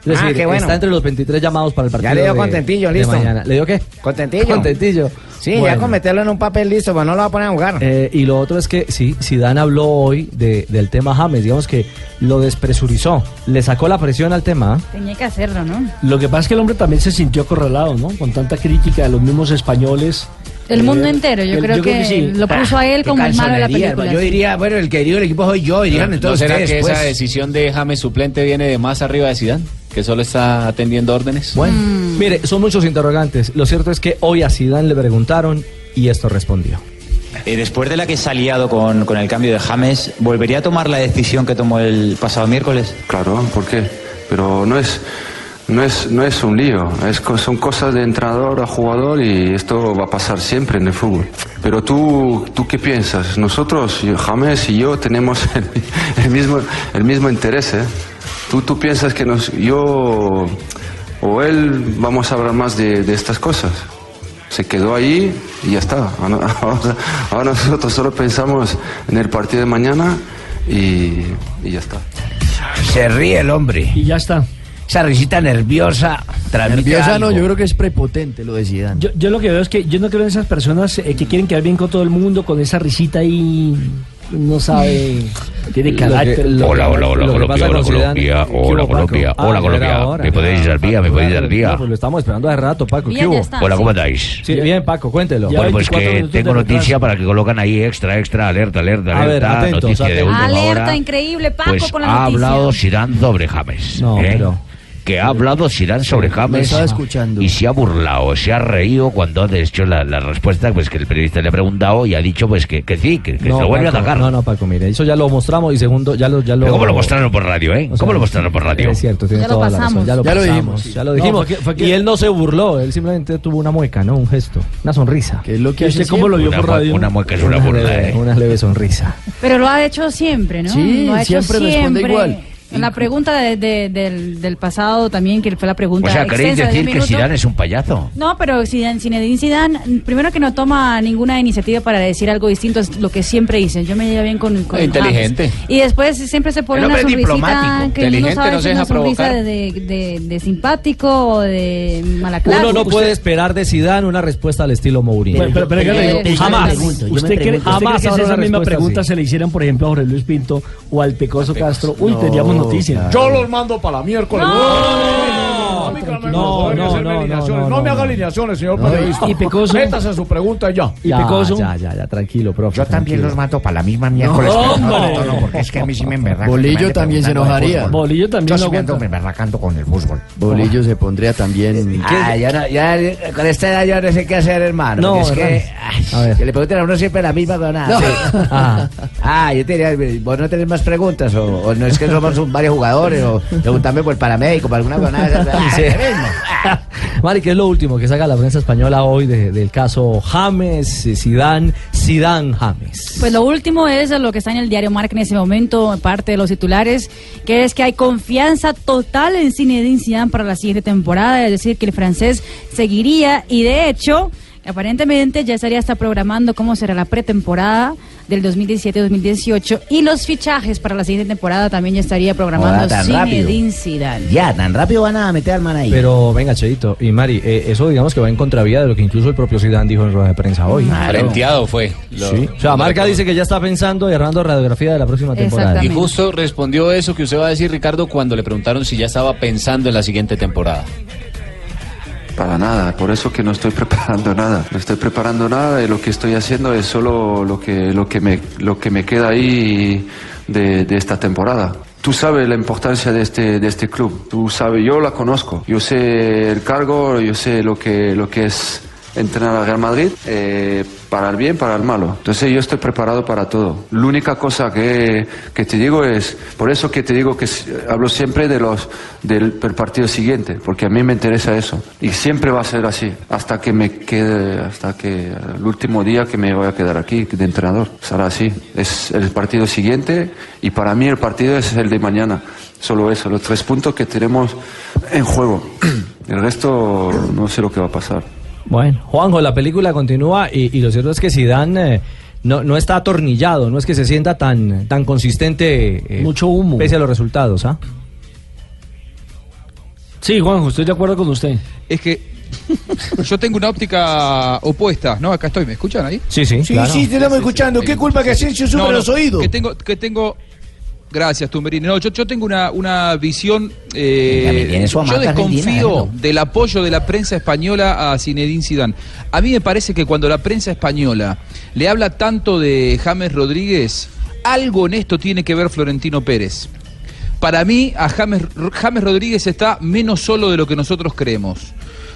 Speaker 4: Es
Speaker 7: Ah,
Speaker 4: decir,
Speaker 7: qué bueno.
Speaker 4: está entre los 23 llamados para el partido.
Speaker 7: Ya le dio
Speaker 4: de-
Speaker 7: contentillo,
Speaker 4: de
Speaker 7: listo.
Speaker 4: mañana. ¿Le dio qué?
Speaker 7: Contentillo.
Speaker 4: Contentillo.
Speaker 7: Sí, ya
Speaker 4: Bueno.
Speaker 7: con meterlo en un papel listo, pues no lo va a poner a jugar.
Speaker 4: Eh, y lo otro es que sí, Zidane habló hoy de- del tema James, digamos que lo despresurizó, le sacó la presión al tema. ¿eh?
Speaker 5: Tenía que hacerlo, ¿no?
Speaker 6: Lo que pasa es que el hombre también se sintió acorralado, ¿no? Con tanta crítica de los mismos españoles.
Speaker 5: El
Speaker 6: Eh,
Speaker 5: mundo entero, yo
Speaker 6: el-
Speaker 5: creo que
Speaker 6: sí.
Speaker 5: lo puso a él
Speaker 6: qué
Speaker 5: como el malo de la
Speaker 6: calzonería,
Speaker 5: película.
Speaker 7: Yo
Speaker 5: sí.
Speaker 7: diría, bueno, el querido del equipo soy yo, y digan
Speaker 8: ¿No
Speaker 7: entonces
Speaker 8: será que
Speaker 7: ustedes, pues.
Speaker 8: esa decisión de James suplente viene de más arriba de Zidane? Que solo está atendiendo órdenes.
Speaker 4: Bueno,
Speaker 13: Mm.
Speaker 4: mire, son muchos interrogantes. Lo cierto es que hoy a Zidane le preguntaron y esto respondió.
Speaker 18: Eh, después de la que se ha liado con, con el cambio de James, ¿volvería a tomar la decisión que tomó el pasado miércoles?
Speaker 19: Claro, ¿por qué? Pero no es, no es, no es un lío, es, co- son cosas de entrenador a jugador y esto va a pasar siempre en el fútbol. Pero tú, ¿tú qué piensas? Nosotros, yo- James y yo, tenemos el, mi- el mismo, el mismo interés. ¿eh? ¿Tú, ¿Tú piensas que nos, yo o él vamos a hablar más de, de estas cosas? Se quedó ahí y ya está. Ahora ahora nosotros solo pensamos en el partido de mañana y- y ya está.
Speaker 7: Se ríe el hombre. Y
Speaker 6: ya está.
Speaker 7: Esa risita nerviosa. transmite
Speaker 9: Nerviosa no,
Speaker 7: algo.
Speaker 9: yo creo que es prepotente lo de Zidane.
Speaker 6: Yo, yo lo que veo es que yo no creo en esas personas eh, que quieren quedar bien con todo el mundo, con esa risita ahí. No sabe. Tiene
Speaker 4: Lo
Speaker 6: carácter.
Speaker 4: que- lo-
Speaker 20: Hola, hola, hola,
Speaker 4: lo que
Speaker 20: Colombia,
Speaker 4: pasa
Speaker 20: hola,
Speaker 4: con Zidane-
Speaker 20: Colombia,
Speaker 4: ¿Qué hubo,
Speaker 20: hola,
Speaker 4: Paco?
Speaker 20: Colombia,
Speaker 4: Ah,
Speaker 20: hola,
Speaker 4: ya era
Speaker 20: Colombia.
Speaker 4: hora,
Speaker 20: ¿Me
Speaker 4: ya
Speaker 20: podéis
Speaker 4: era
Speaker 20: dar vía? ¿Me
Speaker 4: hora.
Speaker 20: podéis dar vía?
Speaker 4: No, pues lo estamos esperando hace rato, Paco.
Speaker 20: Vía
Speaker 4: ¿Qué
Speaker 20: ya
Speaker 4: hubo?
Speaker 20: está, Hola, ¿cómo sí. andáis?
Speaker 4: Sí, bien, Paco, cuéntelo.
Speaker 20: Bueno, pues que tengo noticia para que colocan ahí extra, extra, alerta, alerta,
Speaker 4: A ver,
Speaker 20: alerta,
Speaker 4: atentos,
Speaker 20: noticia de
Speaker 4: atentos.
Speaker 20: última
Speaker 5: Alerta,
Speaker 20: hora.
Speaker 5: increíble, Paco
Speaker 20: Pues
Speaker 5: con la
Speaker 20: ha
Speaker 5: noticia.
Speaker 20: hablado Zidane doble James.
Speaker 4: No,
Speaker 20: ¿eh?
Speaker 4: pero-
Speaker 20: que ha hablado Sirán sobre James.
Speaker 9: Me estaba escuchando.
Speaker 20: Y se ha burlado, se ha reído cuando ha hecho la, la respuesta pues, que el periodista le ha preguntado y ha dicho pues que, que sí, que, que se lo vuelve a
Speaker 4: Paco,
Speaker 20: atacar.
Speaker 4: No, no, Paco, mire, eso ya lo mostramos y segundo, ya lo... Ya lo
Speaker 20: Pero ¿Cómo lo mostraron por radio, eh? ¿Cómo lo mostraron por radio?
Speaker 4: Es cierto, tiene
Speaker 20: Ya lo
Speaker 4: toda la razón.
Speaker 20: pasamos.
Speaker 4: Ya lo
Speaker 20: Ya lo
Speaker 4: pasamos,
Speaker 20: dijimos, sí.
Speaker 4: ya lo dijimos.
Speaker 20: No, fue que- fue que-
Speaker 4: Y él no se burló, él simplemente tuvo una mueca, ¿no? Un gesto, una sonrisa. ¿Qué es lo
Speaker 20: que ¿Y hace usted cómo lo vio siempre? por radio? Una mueca es una burla,
Speaker 4: leve,
Speaker 20: ¿eh?
Speaker 4: Una leve sonrisa.
Speaker 5: Pero lo ha hecho siempre, ¿no?
Speaker 4: Sí,
Speaker 5: Lo ha hecho
Speaker 4: siempre responde
Speaker 5: siempre.
Speaker 4: igual.
Speaker 5: La pregunta de- de- del, del pasado también, que fue la pregunta
Speaker 20: O sea, queréis
Speaker 5: extensa de
Speaker 20: decir
Speaker 5: 10
Speaker 20: que
Speaker 5: minutos.
Speaker 20: Sirán es un payaso.
Speaker 5: No, pero Zidane, Zinedine Zidane, primero que no toma ninguna iniciativa para decir algo distinto, es lo que siempre dicen. Yo me llevo bien con, con
Speaker 8: Inteligente.
Speaker 5: James. Y después siempre se pone
Speaker 8: El
Speaker 5: una
Speaker 8: hombre es
Speaker 5: sonrisita
Speaker 8: diplomático,
Speaker 5: que uno
Speaker 8: inteligente,
Speaker 5: sabe
Speaker 8: no
Speaker 5: si
Speaker 8: se
Speaker 5: es una
Speaker 8: deja
Speaker 5: sonrisa de,
Speaker 8: provocar.
Speaker 5: de- de- de simpático o de mala clase.
Speaker 4: Uno no puede esperar de Zidane una respuesta al estilo Mourinho.
Speaker 6: Pero, pero, pero, pero, pero,
Speaker 4: jamás.
Speaker 6: ¿Usted, cree, usted cree que si
Speaker 4: habrá
Speaker 6: esa
Speaker 4: una
Speaker 6: misma
Speaker 4: respuesta
Speaker 6: pregunta
Speaker 4: así?
Speaker 6: se le hicieran, por ejemplo, a Jorge Luis Pinto o al Pecoso Castro? Uy, tendríamos noticias.
Speaker 21: Yo los mando para la miércoles. No, no, no, no, me haga alineaciones, señor periodista.
Speaker 6: y Pecoso.
Speaker 21: Métase a su pregunta y ya.
Speaker 6: Y
Speaker 4: Ya,
Speaker 6: Pecoso.
Speaker 4: Ya, ya, ya, tranquilo, profe.
Speaker 21: Yo también
Speaker 4: los
Speaker 20: mato para la misma
Speaker 21: miércoles,
Speaker 20: pero no,
Speaker 21: no, no, porque es que a mí sí me emberraca
Speaker 9: Bolillo
Speaker 21: que me ande
Speaker 9: también se
Speaker 21: preguntando de
Speaker 9: enojaría.
Speaker 21: fútbol.
Speaker 6: Bolillo también
Speaker 21: Yo
Speaker 6: lo
Speaker 21: sí me ando
Speaker 6: aguanta.
Speaker 21: emberracando con el fútbol.
Speaker 9: Bolillo se pondría también.
Speaker 7: Ah, ya, no- ya eh, con esta edad yo no sé qué hacer, hermano.
Speaker 9: No,
Speaker 7: porque es
Speaker 9: hermano.
Speaker 7: que, ay, que le pregunten a uno siempre la misma cosa. nada. Ah, ah, yo te diría, vos no tenés más preguntas, o, o no es que somos un- varios jugadores, o preguntarme por el paramédico, por alguna cosa.
Speaker 4: Sí. Mari, ¿qué es lo último que saca la prensa española hoy de- del caso James, Sidán, Sidán James?
Speaker 5: Pues lo último es lo que está en el diario Marca en ese momento, parte de los titulares, que es que hay confianza total en Zinedine Zidane para la siguiente temporada, es decir, que el francés seguiría y de hecho, aparentemente ya estaría hasta programando cómo será la pretemporada del 2017-2018 y los fichajes para la siguiente temporada también ya estaría programando
Speaker 4: Joda, tan rápido.
Speaker 5: Zinedine Zidane.
Speaker 7: Ya, tan rápido van a meter al man ahí.
Speaker 4: Pero venga, Cheito y Mari, eh, eso digamos que va en contravía de lo que incluso el propio Zidane dijo en rueda de prensa hoy.
Speaker 8: Frenteado fue. Lo-
Speaker 4: Sí. O sea,
Speaker 8: lo
Speaker 4: Marca
Speaker 8: reconoce.
Speaker 4: dice que ya está pensando y errando radiografía de la próxima temporada.
Speaker 8: Y justo respondió eso que usted va a decir, Ricardo, cuando le preguntaron si ya estaba pensando en la siguiente temporada.
Speaker 19: Para nada, por eso que no estoy preparando nada. No estoy preparando nada y lo que estoy haciendo es solo lo que, lo que, me, lo que me queda ahí de, de esta temporada. Tú sabes la importancia de este, de este club, tú sabes, yo la conozco, yo sé el cargo, yo sé lo que, lo que es entrenar al Real Madrid, eh, para el bien, para el malo. Entonces yo estoy preparado para todo. La única cosa que, que te digo es, por eso que te digo que s- hablo siempre de los, del, del partido siguiente, porque a mí me interesa eso. Y siempre va a ser así, hasta que me quede, hasta que el último día que me voy a quedar aquí de entrenador. Será así. Es el partido siguiente y para mí el partido es el de mañana. Solo eso, los tres puntos que tenemos en juego. El resto no sé lo que va a pasar.
Speaker 4: Bueno, Juanjo, la película continúa y, y lo cierto es que Zidane eh, no, no está atornillado, no es que se sienta tan, tan consistente. Mucho humo. Pese a los resultados, ¿ah?
Speaker 6: Sí, Juanjo, estoy de acuerdo con usted.
Speaker 10: Es que yo tengo una óptica opuesta, ¿no? Acá estoy, ¿me escuchan ahí?
Speaker 4: Sí, sí.
Speaker 10: Sí, claro. sí, te estamos escuchando. ¿Qué
Speaker 12: culpa que Asensio
Speaker 10: No,
Speaker 7: Pues,
Speaker 10: no, Que tengo, que tengo. Gracias, Tumberini. No, yo, yo tengo una, una visión. eh,
Speaker 7: Venga, me tiene su
Speaker 10: yo
Speaker 7: hamaca argentina,
Speaker 10: desconfío
Speaker 7: déjalo.
Speaker 10: del apoyo de la prensa española a Zinedine Zidane. A mí me parece que cuando la prensa española le habla tanto de James Rodríguez, algo en esto tiene que ver Florentino Pérez. Para mí, a James, James Rodríguez está menos solo de lo que nosotros creemos.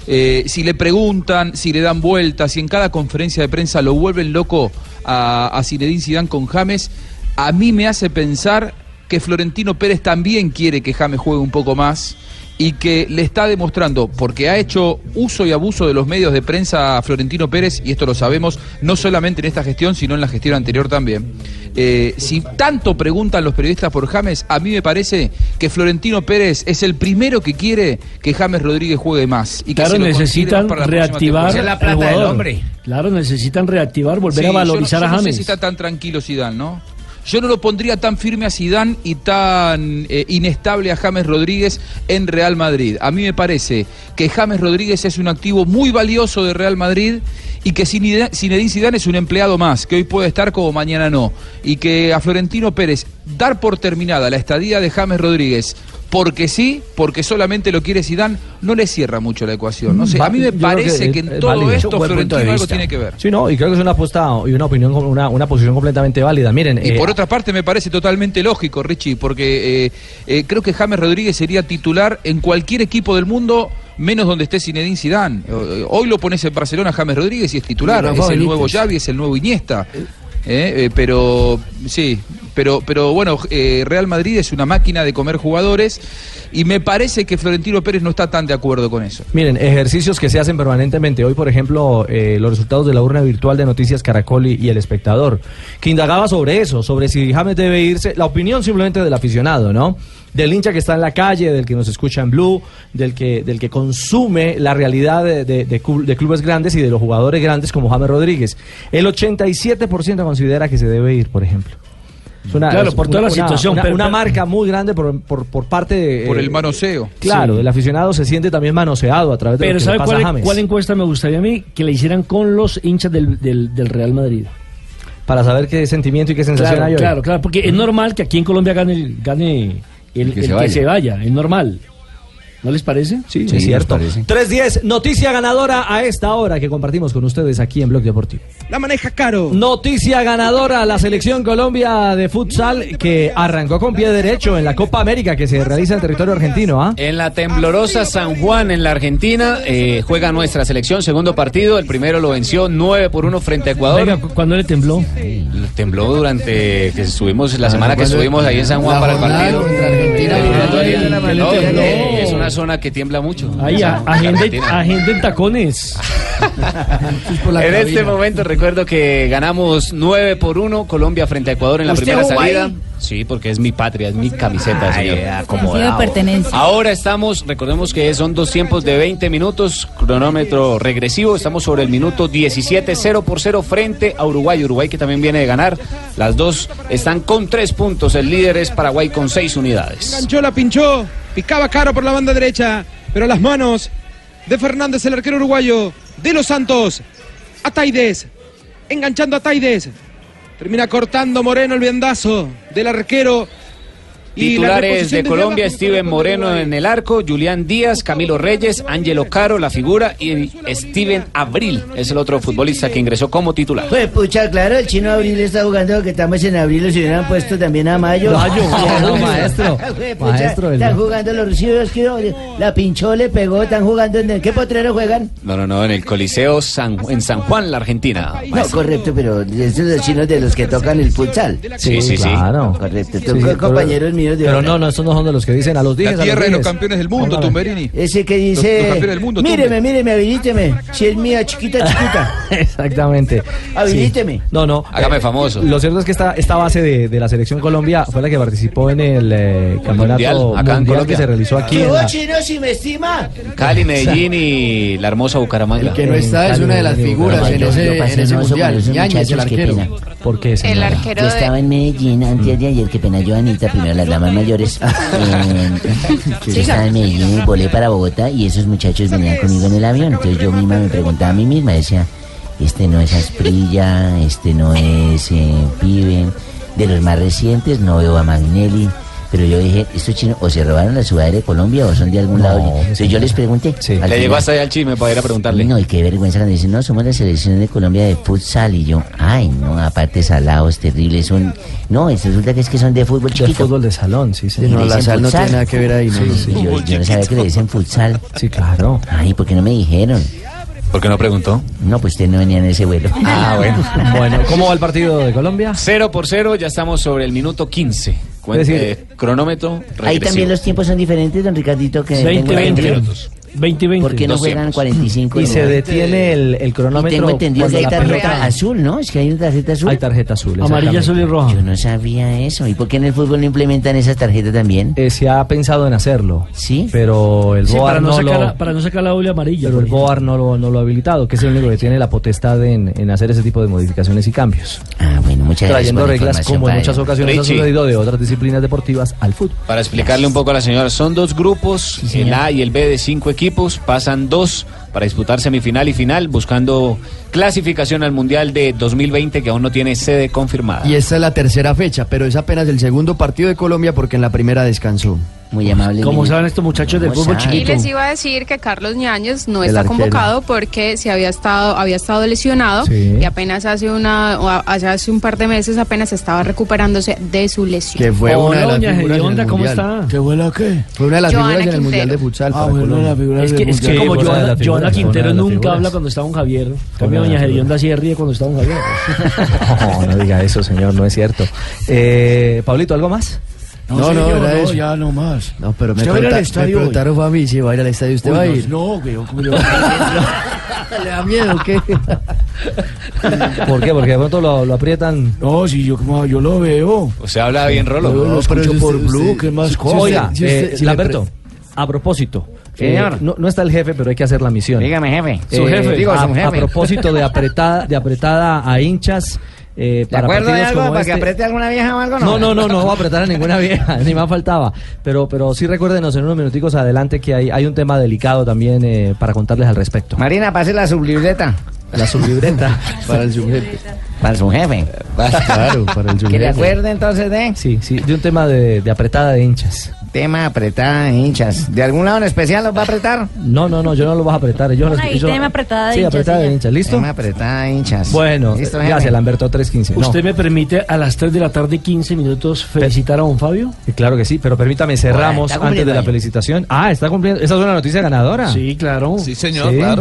Speaker 10: Eh, si le preguntan, si le dan vueltas, si en cada conferencia de prensa lo vuelven loco a, a Zinedine Zidane con James, a mí me hace pensar que Florentino Pérez también quiere que James juegue un poco más y que le está demostrando, porque ha hecho uso y abuso de los medios de prensa a Florentino Pérez, y esto lo sabemos, no solamente en esta gestión, sino en la gestión anterior también. Eh, si tanto preguntan los periodistas por James, a mí me parece que Florentino Pérez es el primero que quiere que James Rodríguez juegue más. Y que
Speaker 6: Claro,
Speaker 10: se lo considere
Speaker 6: necesitan
Speaker 10: más para la próxima
Speaker 6: reactivar
Speaker 10: temporada.
Speaker 6: al jugador. Claro, necesitan reactivar, volver
Speaker 10: Sí,
Speaker 6: a
Speaker 10: yo no-
Speaker 6: valorizar
Speaker 10: yo
Speaker 6: a
Speaker 10: no sé
Speaker 6: James.
Speaker 10: si está tan tranquilo Zidane, ¿no? Yo no lo pondría tan firme a Zidane y tan eh, inestable a James Rodríguez en Real Madrid. A mí me parece que James Rodríguez es un activo muy valioso de Real Madrid y que Zinedine Zinedine Zidane es un empleado más, que hoy puede estar como mañana no. Y que a Florentino Pérez dar por terminada la estadía de James Rodríguez porque sí, porque solamente lo quiere Zidane, no le cierra mucho la ecuación. No sé,
Speaker 4: Mm, Va-
Speaker 10: a mí
Speaker 4: yo
Speaker 10: me
Speaker 4: creo
Speaker 10: parece
Speaker 4: es-
Speaker 10: que en
Speaker 4: es
Speaker 10: todo
Speaker 4: válido.
Speaker 10: esto Florentino algo tiene que ver.
Speaker 4: Sí, no, y creo que es una apuesta y una opinión, una, una posición completamente válida. Miren,
Speaker 10: Y
Speaker 4: eh,
Speaker 10: por otra parte me parece totalmente lógico, Richie, porque eh, eh, creo que James Rodríguez sería titular en cualquier equipo del mundo, menos donde esté Zinedine Zidane. Eh, Hoy lo pones en Barcelona James Rodríguez y es titular,
Speaker 3: Y Rafa
Speaker 10: es el
Speaker 3: Benítez.
Speaker 10: nuevo Xavi, es el nuevo Iniesta. Eh, eh, pero sí, pero pero bueno, eh, Real Madrid es una máquina de comer jugadores y me parece que Florentino Pérez no está tan de acuerdo con eso.
Speaker 4: Miren, ejercicios que se hacen permanentemente. Hoy, por ejemplo, eh, los resultados de la urna virtual de Noticias Caracol y, y El Espectador, que indagaba sobre eso, sobre si James debe irse, la opinión simplemente del aficionado, ¿no? Del hincha que está en la calle, del que nos escucha en Blue, del que, del que consume la realidad de, de- de cul- de clubes grandes y de los jugadores grandes como James Rodríguez. El 87% considera que se debe ir, por ejemplo. Es una-
Speaker 6: Claro,
Speaker 4: es
Speaker 6: por toda la
Speaker 4: una-
Speaker 6: situación,
Speaker 4: Una,
Speaker 6: pero-
Speaker 4: una
Speaker 6: pero-
Speaker 4: marca muy grande por, por- por parte de. eh,
Speaker 10: Por el manoseo.
Speaker 4: Claro,
Speaker 6: Sí.
Speaker 4: el aficionado se siente también manoseado a través de lo
Speaker 6: Pero
Speaker 4: que le
Speaker 6: ¿sabe
Speaker 4: pasa a
Speaker 6: cuál,
Speaker 4: James.
Speaker 6: cuál encuesta me gustaría a mí? Que le hicieran con los hinchas del, del- del Real Madrid.
Speaker 4: Para saber qué sentimiento y qué sensación
Speaker 6: Claro,
Speaker 4: hay hoy.
Speaker 6: claro, claro, porque es normal que aquí en Colombia gane, el- gane el, el que,
Speaker 4: se
Speaker 6: se
Speaker 4: vaya.
Speaker 6: vaya, es normal. ¿No les parece?
Speaker 4: Sí, es cierto. 3-10, noticia ganadora a esta hora que compartimos con ustedes aquí en Blog Deportivo.
Speaker 22: La maneja caro.
Speaker 4: Noticia ganadora la selección Colombia de futsal que arrancó con pie derecho en la Copa América que se realiza en territorio argentino. ¿ah?
Speaker 8: En la temblorosa San Juan, en la Argentina, eh, juega nuestra selección, segundo partido. El primero lo venció 9 por 1 frente a Ecuador.
Speaker 6: Venga, cu- ¿cuándo le tembló?
Speaker 8: Tembló durante que estuvimos, la semana que
Speaker 6: ¿cuándo?
Speaker 8: estuvimos ahí en San Juan
Speaker 6: Ah, La
Speaker 8: para el partido. Eliminatoria.
Speaker 6: Argentina, Argentina,
Speaker 8: No,
Speaker 6: Argentina.
Speaker 8: eh, es una zona que tiembla mucho.
Speaker 6: Ahí, a-
Speaker 8: San Juan,
Speaker 6: agenda,
Speaker 8: Argentina.
Speaker 6: agenda en tacones.
Speaker 8: En este
Speaker 6: cabina.
Speaker 8: momento recuerdo que ganamos 9 por 1 Colombia frente a Ecuador en la
Speaker 6: ¿Usted
Speaker 8: primera
Speaker 6: jugó
Speaker 8: salida.
Speaker 6: ahí?
Speaker 8: Sí, porque es mi patria, es mi camiseta, señor.
Speaker 5: acomodado. Sí, de pertenencia.
Speaker 8: Ahora estamos, recordemos que son dos tiempos de 20 minutos, cronómetro regresivo, estamos sobre el minuto 17, 0 por 0 frente a Uruguay. Uruguay que también viene de ganar. Las dos están con 3 puntos, el líder es Paraguay con 6 unidades.
Speaker 22: Enganchó, la pinchó. Picaba caro por la banda derecha. Pero las manos de Fernández, el arquero uruguayo. De los Santos. A Taides. Enganchando a Taides. Termina cortando Moreno el vendazo del arquero. Y la
Speaker 8: Titulares
Speaker 22: reposición
Speaker 8: de
Speaker 22: desde
Speaker 8: Colombia,
Speaker 22: abajo.
Speaker 8: Steven Moreno en el arco, Julián Díaz, Camilo Reyes, Ángelo Caro, la figura, y Steven Abril es el otro futbolista que ingresó como titular.
Speaker 13: Pues pucha, claro, el chino Abril está jugando que estamos en abril, si hubieran puesto también a Mayo.
Speaker 4: Mayo, no, maestro,
Speaker 13: Pues, pucha,
Speaker 4: maestro, el-
Speaker 13: Están jugando los recibos, que la pinchó, le pegó, están jugando en el... ¿Qué potrero juegan?
Speaker 8: No, no, no, en el Coliseo San, en San Juan, la Argentina.
Speaker 13: No, correcto, pero esos son los chinos de los que tocan el futsal.
Speaker 8: Sí, sí, sí.
Speaker 4: Claro.
Speaker 13: Correcto,
Speaker 4: Sí, sí,
Speaker 13: son compañeros
Speaker 4: pero-
Speaker 13: míos de...
Speaker 4: Pero no, no, estos no son de los que dicen a los dijes. a los dijes. Póngame.
Speaker 13: Ese que
Speaker 4: Los- los
Speaker 13: dice,
Speaker 4: campeones del mundo,
Speaker 13: míreme, míreme, habilíteme. Si es mía, chiquita, chiquita.
Speaker 4: Exactamente.
Speaker 12: Ah,
Speaker 13: Habilíteme.
Speaker 4: Sí. No, no.
Speaker 8: Hágame famoso.
Speaker 4: Lo cierto es que esta, esta base de, de la selección Colombia fue la que participó en el eh, campeonato
Speaker 8: Mundial, acá en
Speaker 4: mundial,
Speaker 8: Colombia.
Speaker 4: que se realizó aquí.
Speaker 13: ¿Qué
Speaker 4: en
Speaker 13: vos,
Speaker 4: la-
Speaker 13: chino, si me estima?
Speaker 8: Cali, Medellín y la hermosa Bucaramanga.
Speaker 9: Que no está, es una de las figuras en ese, en ese mundial. Ñañez, el arquero.
Speaker 4: ¿Por qué,
Speaker 9: señora?
Speaker 13: Yo estaba en Medellín antes de ayer, que pena yo, Anita, primero las damas mayores. Eh, yo estaba en Medellín, volé para Bogotá y esos muchachos venían conmigo en el avión. Entonces yo misma me preguntaba a mí misma, decía, este no es Asprilla, este no es eh, Pibe. De los más recientes no veo a Magnelli. Pero yo dije, estos chinos o se robaron la sudadera de Colombia o son de algún lado. Entonces yo les pregunté. al
Speaker 8: Le llegó
Speaker 13: final,
Speaker 8: hasta allá el chisme para ir a preguntarle.
Speaker 13: no, y qué vergüenza cuando dicen, no, somos la selección de Colombia de futsal. Y yo, ay, no, aparte salados, terribles, son... No, es- resulta que es que son de fútbol chiquito.
Speaker 4: fútbol de salón, sí,
Speaker 13: Y
Speaker 4: señor.
Speaker 13: le
Speaker 4: No, la
Speaker 13: dicen
Speaker 4: sal no
Speaker 13: futsal.
Speaker 4: tiene nada que ver ahí, ¿no?
Speaker 13: Sí,
Speaker 4: Sí.
Speaker 13: y yo, yo no sabía que le dicen futsal.
Speaker 4: Sí, claro.
Speaker 13: Ay, ¿por qué no me dijeron?
Speaker 8: ¿Por qué no preguntó?
Speaker 13: No, pues usted no venía en ese vuelo.
Speaker 8: Ah, bueno.
Speaker 4: Bueno, ¿cómo va el partido de Colombia?
Speaker 8: 0 por 0, ya estamos sobre el minuto 15. Cuen-
Speaker 4: Es decir,
Speaker 8: eh, cronómetro regresivo.
Speaker 13: Ahí también los tiempos son diferentes, don Ricardito, que...
Speaker 8: 20,
Speaker 13: tengo
Speaker 8: 20
Speaker 13: entendido.
Speaker 8: minutos.
Speaker 6: 20 20.
Speaker 13: ¿Por qué no
Speaker 8: Dos
Speaker 13: juegan
Speaker 8: tiempos.
Speaker 13: 45?
Speaker 4: Y
Speaker 13: no?
Speaker 4: se detiene el, el cronómetro.
Speaker 13: Y tengo entendido que
Speaker 4: cuando
Speaker 13: hay
Speaker 4: la
Speaker 13: tarjeta
Speaker 4: pelota-
Speaker 13: azul, ¿no? Es que hay una tarjeta azul.
Speaker 4: Hay tarjeta azul.
Speaker 13: y roja. Yo no sabía eso. ¿Y por qué en el fútbol no implementan esas tarjetas también?
Speaker 4: Eh, se ha pensado en hacerlo.
Speaker 13: Sí.
Speaker 4: Pero el
Speaker 6: Sí,
Speaker 4: BOAR
Speaker 6: para, no
Speaker 4: no,
Speaker 6: sacar
Speaker 4: lo.
Speaker 6: la, para no sacar la doble amarilla.
Speaker 4: Pero
Speaker 6: por
Speaker 4: el BOAR no lo, no lo ha habilitado, que es el único que tiene la potestad en, en hacer ese tipo de modificaciones y cambios.
Speaker 13: Ah, bueno, muchas gracias
Speaker 4: Trayendo
Speaker 13: por la
Speaker 4: reglas
Speaker 13: información,
Speaker 4: como en
Speaker 13: padre.
Speaker 4: muchas ocasiones ha
Speaker 8: Richie.
Speaker 4: sucedido de otras disciplinas deportivas al fútbol.
Speaker 8: Para explicarle un poco a la señora, son dos grupos, el A y el B de cinco equipos, pasan dos para disputar semifinal y final, buscando clasificación al Mundial de 2020 que aún no tiene sede confirmada.
Speaker 9: Y esta es la tercera fecha, pero es apenas el segundo partido de Colombia porque en la primera descansó.
Speaker 13: Muy amable.
Speaker 6: ¿Cómo
Speaker 13: mire.
Speaker 6: saben estos muchachos del
Speaker 13: ¿Cómo
Speaker 6: fútbol
Speaker 13: saben?
Speaker 14: Y
Speaker 6: chiquito?
Speaker 14: les iba a decir que Carlos Ñáñez no
Speaker 6: El
Speaker 14: está
Speaker 6: arquero.
Speaker 14: convocado porque se había estado había estado lesionado
Speaker 9: Sí.
Speaker 14: y apenas hace una o a- hace, hace un par de meses apenas estaba recuperándose de su lesión.
Speaker 9: Que fue una de las
Speaker 6: doña
Speaker 9: figuras
Speaker 6: Gedionda,
Speaker 9: en el
Speaker 6: ¿cómo
Speaker 9: mundial.
Speaker 6: está?
Speaker 9: ¿Qué fue la qué? Fue una de las
Speaker 14: Joana
Speaker 9: figuras en el
Speaker 14: Quintero.
Speaker 9: mundial de futsal.
Speaker 6: Ah,
Speaker 9: para
Speaker 6: bueno,
Speaker 9: Colombia.
Speaker 6: la figura
Speaker 9: Es que- es que como
Speaker 6: como
Speaker 9: Joana-
Speaker 6: Joana,
Speaker 9: Joana
Speaker 6: Quintero nunca habla cuando está un Javier. Cambio doña Gedionda sí ríe cuando está un Javier.
Speaker 4: No, no diga eso, señor, no es cierto. Eh, Pablito, ¿algo más?
Speaker 12: No, no, era eso. ya no más.
Speaker 9: No, pero me,
Speaker 12: ¿Usted va a ir al
Speaker 9: pregunta-
Speaker 12: estadio
Speaker 9: me
Speaker 12: hoy?
Speaker 9: preguntaron fue a mí si va a ir al estadio. ¿Usted
Speaker 12: Uy,
Speaker 9: va a
Speaker 12: no,
Speaker 9: ir?
Speaker 12: No, que yo como yo.
Speaker 9: ¿Le da miedo o qué?
Speaker 4: ¿Por qué? Porque de pronto lo, lo aprietan.
Speaker 12: No, si yo como yo lo veo.
Speaker 8: O sea, habla bien Rolo.
Speaker 12: Yo lo escucho por Blue, ¿qué más cosa?
Speaker 4: Oiga,
Speaker 12: Si
Speaker 4: eh,
Speaker 12: usted- si me
Speaker 4: Lamberto, a propósito.
Speaker 12: Señor.
Speaker 4: eh, no, no está el jefe, pero hay que hacer la misión.
Speaker 12: Dígame, jefe.
Speaker 4: Eh,
Speaker 12: Su jefe. Digo,
Speaker 4: a,
Speaker 12: su jefe.
Speaker 4: a propósito de apretada, de apretada a hinchas. Eh,
Speaker 7: ¿Te
Speaker 4: para
Speaker 7: acuerdas de
Speaker 4: partidos
Speaker 7: algo
Speaker 4: como
Speaker 7: para que
Speaker 4: este.
Speaker 7: apriete alguna vieja o algo?
Speaker 4: No, no, no, no voy a apretar a ninguna vieja, ni más faltaba. Pero, pero sí recuérdenos en unos minuticos adelante que hay, hay un tema delicado también eh, para contarles al respecto.
Speaker 7: Marina, pase la sublibreta.
Speaker 4: La sublibreta.
Speaker 9: para el sujeto.
Speaker 4: Para el sujefe.
Speaker 9: Claro, para el
Speaker 7: Que le
Speaker 4: sujeto.
Speaker 7: acuerde entonces de.
Speaker 4: Sí, sí, de un tema de, de apretada de hinchas.
Speaker 7: Tema apretada de hinchas. ¿De algún lado en especial los va a apretar?
Speaker 4: No, no, no, yo no lo vas a apretar. Yo,
Speaker 7: Ay,
Speaker 4: yo-
Speaker 7: tema apretada de
Speaker 4: sí,
Speaker 7: hinchas,
Speaker 4: apretada de
Speaker 7: señor.
Speaker 4: hinchas, ¿listo?
Speaker 7: Tema apretada de hinchas.
Speaker 4: Bueno, eh,
Speaker 7: Listo, jefe.
Speaker 4: gracias, Lamberto, 315. No.
Speaker 6: ¿Usted me permite a las 3 de la tarde, 15 minutos, felicitar a don Fabio?
Speaker 4: Eh, Claro que sí, pero permítame, cerramos
Speaker 6: Hola, está
Speaker 4: antes de la
Speaker 6: cumpliendo.
Speaker 4: felicitación. Ah, está cumpliendo. Esa es una noticia ganadora.
Speaker 6: Sí, claro.
Speaker 4: Sí,
Speaker 6: Sí.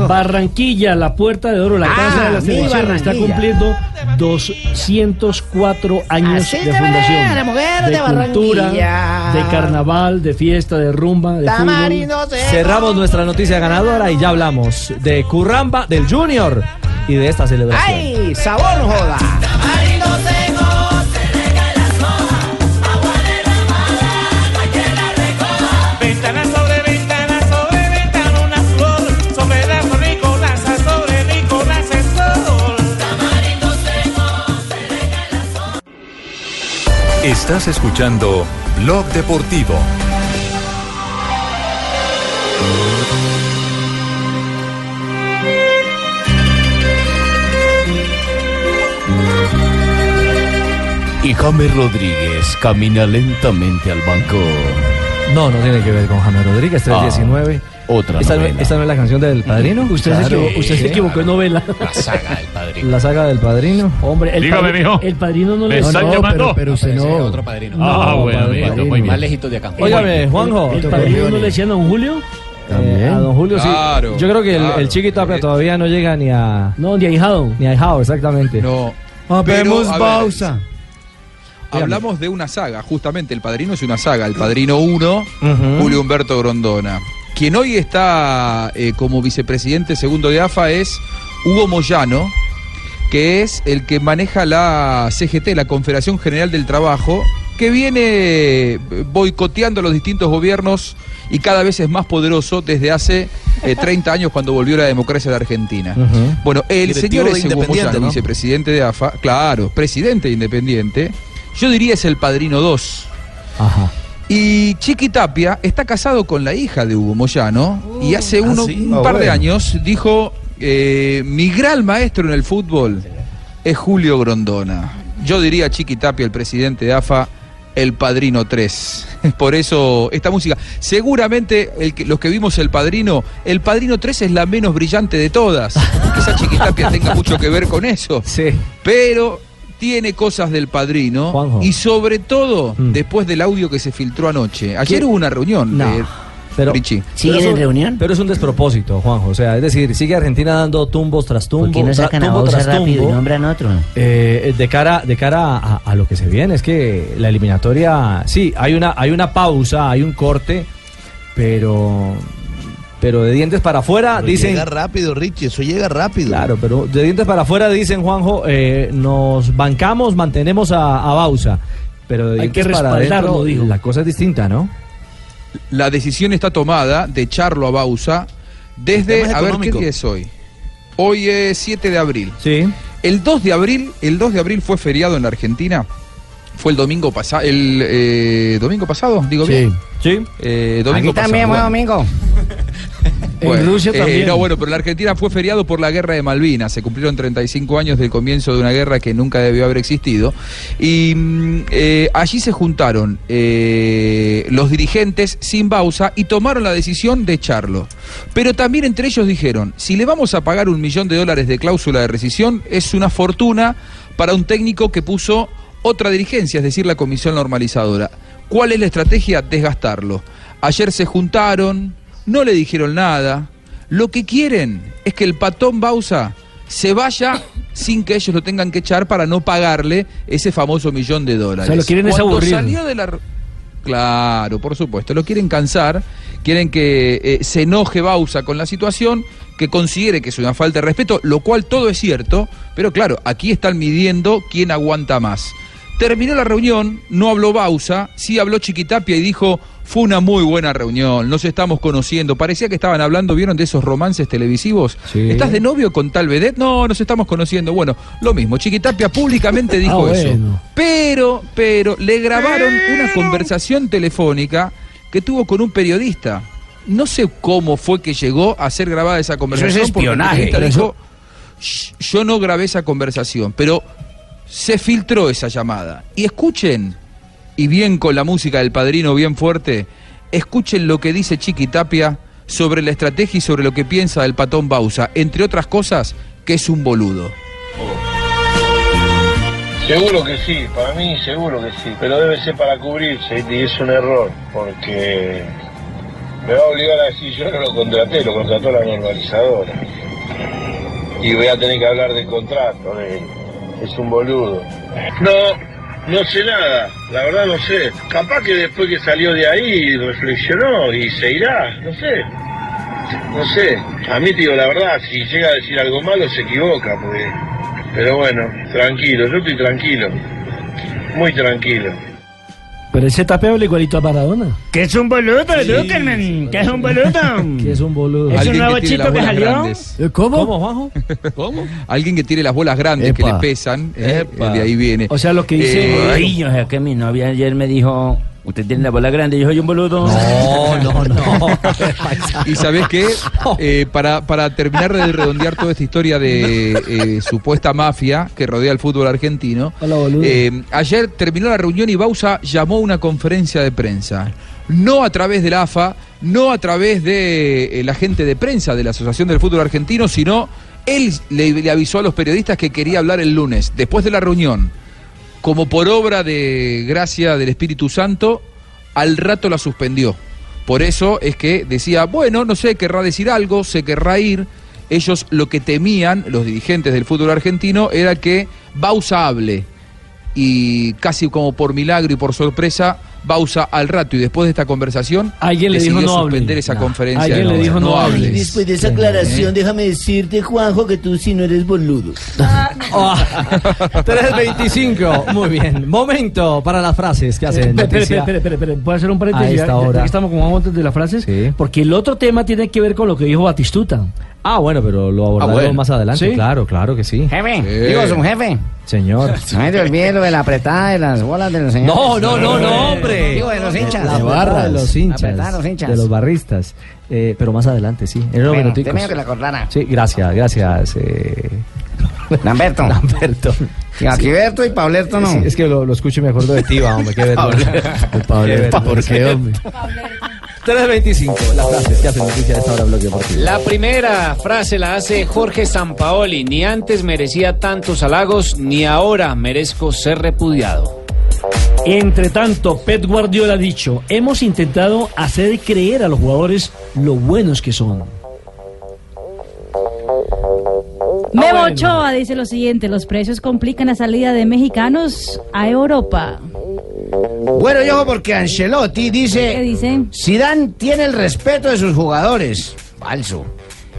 Speaker 6: Barranquilla, la puerta de oro, la
Speaker 4: Ah,
Speaker 6: casa de las
Speaker 4: mi
Speaker 6: televisiones, está
Speaker 4: Barranquilla.
Speaker 6: cumpliendo 204 años
Speaker 7: Así
Speaker 6: de
Speaker 7: deberá,
Speaker 6: fundación.
Speaker 7: la mujer
Speaker 6: de,
Speaker 7: de
Speaker 6: cultura,
Speaker 7: Barranquilla.
Speaker 6: de carnaval, de fiesta, de rumba, de
Speaker 7: Tamarindo
Speaker 6: fútbol.
Speaker 4: Cerramos nuestra noticia ganadora y ya hablamos de Curramba, del Junior y de esta celebración.
Speaker 7: ¡Ay! ¡Sabor no joda!
Speaker 2: Ventana sobre ventana sobre ventana una flor sobre la ricoraza sobre ricoraza el sol. Tamarindo
Speaker 15: Estás escuchando Blog Deportivo.
Speaker 3: Y James Rodríguez camina lentamente al banco.
Speaker 4: No, no tiene que ver con James Rodríguez, 319.
Speaker 3: Ah, Otra
Speaker 4: ¿Esta, no-
Speaker 3: novela.
Speaker 4: esta no es la canción del padrino?
Speaker 6: Usted, se,
Speaker 4: Claro.
Speaker 6: equivocó, usted se
Speaker 4: Sí.
Speaker 6: equivocó en novela.
Speaker 3: La saga del padrino.
Speaker 4: La saga del padrino.
Speaker 6: Hombre, el
Speaker 3: Dígame,
Speaker 6: padrino,
Speaker 3: mijo.
Speaker 6: El padrino no
Speaker 3: ¿Me
Speaker 6: le
Speaker 3: están
Speaker 6: no,
Speaker 3: llamando?
Speaker 6: Pero, pero usted no. Otro
Speaker 3: padrino.
Speaker 6: No,
Speaker 3: Ah, bueno,
Speaker 6: padrino.
Speaker 3: bien, muy bien. Más lejitos de acá. Óigame, Juanjo.
Speaker 6: El padrino no le decían a don Julio.
Speaker 4: Eh, a don Julio,
Speaker 6: Claro,
Speaker 4: sí. Yo creo que el-
Speaker 6: claro.
Speaker 4: el, Chiqui Tapia todavía no llega ni a.
Speaker 6: No, ni a Hijado.
Speaker 4: Ni a Hijado, exactamente. No.
Speaker 10: Habemos Pero, a ver, Bausa. Hablamos de una saga, justamente El Padrino es una saga, El Padrino 1, Julio Humberto Grondona. Quien hoy está eh, como vicepresidente segundo de AFA es Hugo Moyano, que es el que maneja la CGT, la Confederación General del Trabajo, que viene eh, boicoteando a los distintos gobiernos y cada vez es más poderoso desde hace eh, 30 años cuando volvió la democracia de Argentina. Bueno, el
Speaker 3: Directivo
Speaker 10: señor
Speaker 3: de
Speaker 10: es Hugo
Speaker 3: Independiente,
Speaker 10: Moyano,
Speaker 3: ¿no?
Speaker 10: vicepresidente de AFA, claro, presidente de Independiente, yo diría es el padrino 2.
Speaker 4: Ajá.
Speaker 10: Y Chiqui Tapia está casado con la hija de Hugo Moyano y hace
Speaker 3: ¿Ah,
Speaker 10: uno-
Speaker 3: sí?
Speaker 10: un
Speaker 3: Ah,
Speaker 10: par de
Speaker 3: bueno.
Speaker 10: años dijo, eh, mi gran maestro en el fútbol es Julio Grondona. Yo diría Chiqui Tapia, el presidente de AFA, el Padrino 3. Por eso esta música. Seguramente el que- los que vimos El Padrino, El Padrino 3 es la menos brillante de todas. Quizá Chiqui Tapia tenga mucho que ver con eso. Pero tiene cosas del Padrino y sobre todo después del audio que se filtró anoche. Ayer
Speaker 4: Mm. ¿Qué?
Speaker 10: hubo una reunión
Speaker 4: No.
Speaker 10: de
Speaker 4: Pero,
Speaker 10: Richie.
Speaker 4: pero es un- Pero es un despropósito, Juanjo. O sea, es decir, sigue Argentina dando tumbos tras tumbo.
Speaker 13: ¿Por qué no
Speaker 4: tra-
Speaker 13: sacan a
Speaker 4: tumbo
Speaker 13: Bosa
Speaker 4: tras
Speaker 13: rápido y
Speaker 4: tumbo.
Speaker 13: nombran otro?
Speaker 4: Eh, eh, de cara, de cara a, a lo que se viene, es que la eliminatoria, sí, hay una, hay una pausa, hay un corte, pero, pero de dientes para afuera
Speaker 12: Pero
Speaker 4: dicen.
Speaker 12: Llega rápido, Richie, eso llega rápido.
Speaker 4: Claro, pero de dientes para afuera dicen, Juanjo, eh, nos bancamos, mantenemos a, a Bausa. Pero de
Speaker 6: Hay
Speaker 4: dientes
Speaker 6: que
Speaker 4: para adentro,
Speaker 6: respaldarlo, dijo.
Speaker 4: la cosa es distinta, ¿no?
Speaker 10: La decisión está tomada de echarlo a Bausa
Speaker 4: El
Speaker 10: desde,
Speaker 4: tema es
Speaker 10: a ver, ¿qué
Speaker 4: económico.
Speaker 10: día es hoy? Hoy es 7 de abril.
Speaker 4: Sí.
Speaker 10: El 2 de abril, el 2 de abril fue feriado en la Argentina. Fue el domingo pasado, el eh, domingo pasado, digo bien.
Speaker 9: Sí.
Speaker 10: Eh, domingo
Speaker 7: Aquí también
Speaker 10: pasado,
Speaker 7: fue
Speaker 10: bueno.
Speaker 7: domingo.
Speaker 10: Bueno,
Speaker 6: Rusia
Speaker 10: eh,
Speaker 6: también.
Speaker 10: no, bueno, pero la Argentina fue feriado por la guerra de Malvinas. Se cumplieron 35 años del comienzo de una guerra que nunca debió haber existido. Y mm, eh, allí se juntaron eh, los dirigentes sin pausa y tomaron la decisión de echarlo. Pero también entre ellos dijeron, si le vamos a pagar un millón de dólares de cláusula de rescisión, es una fortuna para un técnico que puso otra dirigencia, es decir, la comisión normalizadora. ¿Cuál es la estrategia? Desgastarlo. Ayer se juntaron, no le dijeron nada. Lo que quieren es que el patón Bausa se vaya sin que ellos lo tengan que echar para no pagarle ese famoso millón de dólares.
Speaker 6: O sea, lo quieren es
Speaker 10: Cuando
Speaker 6: aburrir.
Speaker 10: salió de la- Claro, por supuesto. Lo quieren cansar, quieren que eh, se enoje Bausa con la situación, que considere que es una falta de respeto, lo cual todo es cierto, pero claro, aquí están midiendo quién aguanta más. Terminó la reunión, no habló Bausa, sí habló Chiquitapia y dijo, fue una muy buena reunión, nos estamos conociendo. Parecía que estaban hablando, ¿vieron de esos romances televisivos? ¿Estás de novio con tal vedette? No, nos estamos conociendo. Bueno, lo mismo, Chiquitapia públicamente dijo
Speaker 6: Ah,
Speaker 10: eso.
Speaker 6: bueno.
Speaker 10: Pero, pero, le grabaron una conversación telefónica que tuvo con un periodista. No sé cómo fue que llegó a ser grabada esa conversación. porque el
Speaker 21: espionaje.
Speaker 10: periodista
Speaker 21: Pero
Speaker 10: dijo, "Shh, yo no grabé esa conversación, pero se filtró esa llamada. Y escuchen, y bien con la música del padrino bien fuerte, escuchen lo que dice Chiqui Tapia sobre la estrategia y sobre lo que piensa del patón Bausa, entre otras cosas, que es un boludo.
Speaker 1: Seguro que sí, para mí seguro que sí, pero debe ser para cubrirse y es un error porque me va a obligar a decir yo no lo contraté, lo contrató la normalizadora y voy a tener que hablar de contrato, de él. es un boludo. No, no sé nada, la verdad no sé, capaz que después que salió de ahí reflexionó y se irá, no sé. No sé, a mí te digo la verdad, si llega a decir algo malo se equivoca, porque... pero bueno, tranquilo, yo estoy tranquilo, muy tranquilo.
Speaker 6: Pero ese tapeo habla igualito a Maradona.
Speaker 11: Que es un boludo, Dukerman, que es un boludo.
Speaker 6: Que es un boludo.
Speaker 11: Es un
Speaker 10: Alguien
Speaker 11: nuevo
Speaker 10: que tiene
Speaker 11: chico
Speaker 10: las
Speaker 11: que
Speaker 10: bolas
Speaker 11: salió.
Speaker 10: grandes.
Speaker 6: ¿Cómo? ¿Cómo, Juanjo?
Speaker 10: ¿Cómo? Alguien que tiene las bolas grandes, que
Speaker 11: Epa.
Speaker 10: le pesan, eh, de ahí viene. Eh,
Speaker 11: Ay, o sea, que mi novia ayer me dijo, usted tiene la bola grande, y yo soy un boludo.
Speaker 10: No, no, no. y sabes qué, Eh, para, para terminar de redondear toda esta historia de eh, supuesta mafia que rodea el fútbol argentino, eh, ayer terminó la reunión y Bausa llamó a una conferencia de prensa. No a través del AFA, no a través de eh, la gente de prensa de la Asociación del Fútbol Argentino, sino él le- le avisó a los periodistas que quería hablar el lunes, después de la reunión como por obra de gracia del Espíritu Santo, al rato la suspendió. Por eso es que decía, bueno, no sé, querrá decir algo, se querrá ir. Ellos lo que temían, los dirigentes del fútbol argentino, era que Bausa hable. Y casi como por milagro y por sorpresa, Bausa al rato y después de esta conversación,
Speaker 6: Alguien le dijo,
Speaker 10: decidió
Speaker 6: "No hable".
Speaker 10: suspender esa
Speaker 6: No.
Speaker 10: conferencia.
Speaker 6: Alguien
Speaker 10: de
Speaker 6: le dijo,
Speaker 10: prensa.
Speaker 6: "No hable".
Speaker 10: hables.
Speaker 23: Después de esa aclaración,
Speaker 7: Eh.
Speaker 23: déjame decirte, Juanjo, que tú sí no eres boludo.
Speaker 4: 3.25. Muy bien. Momento para las frases que hacen
Speaker 6: Eh, Espere, espere,
Speaker 4: noticia.
Speaker 6: espere, espere, espere. Voy a hacer un paréntesis.
Speaker 4: A esta
Speaker 6: ya- ya
Speaker 4: hora.
Speaker 6: que estamos con Juan antes de las frases. Porque el otro tema tiene que ver con lo que dijo Batistuta.
Speaker 4: Ah, bueno, pero lo abordaremos
Speaker 6: bueno.
Speaker 4: más adelante.
Speaker 6: ¿Sí?
Speaker 4: Claro, claro que sí.
Speaker 24: Jefe,
Speaker 4: Sí.
Speaker 24: digo, su jefe.
Speaker 4: Señor.
Speaker 24: No se te olvide lo de la apretada de las bolas de los señores.
Speaker 4: No, no, no, no, hombre.
Speaker 24: Digo, de los hinchas.
Speaker 4: La barra de los hinchas.
Speaker 24: Apretada de los hinchas.
Speaker 4: De los barristas. Eh, pero más adelante, sí. En unos
Speaker 24: Bueno,
Speaker 4: minuticos.
Speaker 24: déjeme que la acordara.
Speaker 4: Sí, gracias, gracias. eh.
Speaker 24: Lamberto.
Speaker 4: Lamberto.
Speaker 24: Y Aquiberto y Pablerto no.
Speaker 4: Sí, es que lo, lo escucho y me acuerdo de ti, hombre. Qué vergüenza.
Speaker 24: Pablerto,
Speaker 4: vergüenza.
Speaker 24: ¿por qué, hombre?
Speaker 4: 3.25. Las frases que hacen noticia de esta hora, bloque deportivo.
Speaker 8: La primera frase la hace Jorge Sampaoli. Ni antes merecía tantos halagos, ni ahora merezco ser repudiado.
Speaker 6: Entre tanto, Pep Guardiola ha dicho, hemos intentado hacer creer a los jugadores lo buenos que son.
Speaker 4: Ah,
Speaker 5: Memo Ochoa dice lo siguiente, los precios complican la salida de mexicanos a Europa.
Speaker 7: Bueno, y ojo porque Ancelotti dice,
Speaker 5: ¿Qué dice?
Speaker 7: Zidane tiene el respeto de sus jugadores. Falso.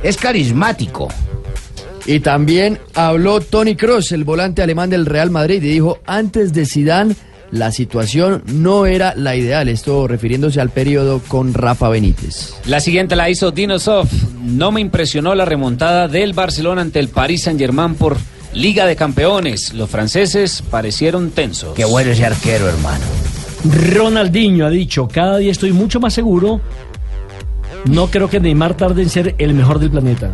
Speaker 7: Es carismático.
Speaker 9: Y también habló Tony Cross, el volante alemán del Real Madrid, y dijo, antes de Zidane, la situación no era la ideal. Esto refiriéndose al periodo con Rafa Benítez.
Speaker 8: La siguiente la hizo Dinosov. No me impresionó la remontada del Barcelona ante el Paris Saint-Germain por Liga de Campeones. Los franceses parecieron tensos. Qué
Speaker 24: bueno ese arquero, hermano.
Speaker 6: Ronaldinho ha dicho, cada día estoy mucho más seguro No creo que Neymar tarde en ser el mejor del planeta.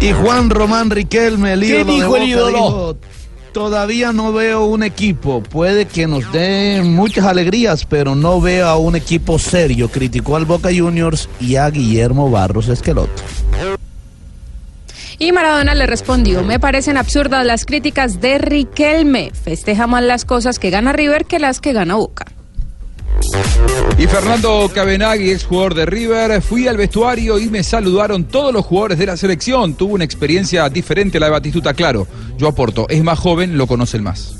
Speaker 7: Y Juan Román Riquelme, el
Speaker 6: ¿Qué
Speaker 7: ídolo de
Speaker 6: dijo
Speaker 7: Boca,
Speaker 6: el ídolo?
Speaker 7: dijo, Todavía no veo un equipo. Puede que nos dé muchas alegrías, pero no veo a un equipo serio. Criticó al Boca Juniors y a Guillermo Barros Esqueloto.
Speaker 14: Y Maradona le respondió, me parecen absurdas las críticas de Riquelme. Festeja más las cosas que gana River que las que gana Boca.
Speaker 10: Y Fernando Cabenagui, ex jugador de River, fui al vestuario y me saludaron todos los jugadores de la selección. Tuvo una experiencia diferente a la de Batistuta, claro. Yo aporto, es más joven, lo conocen más.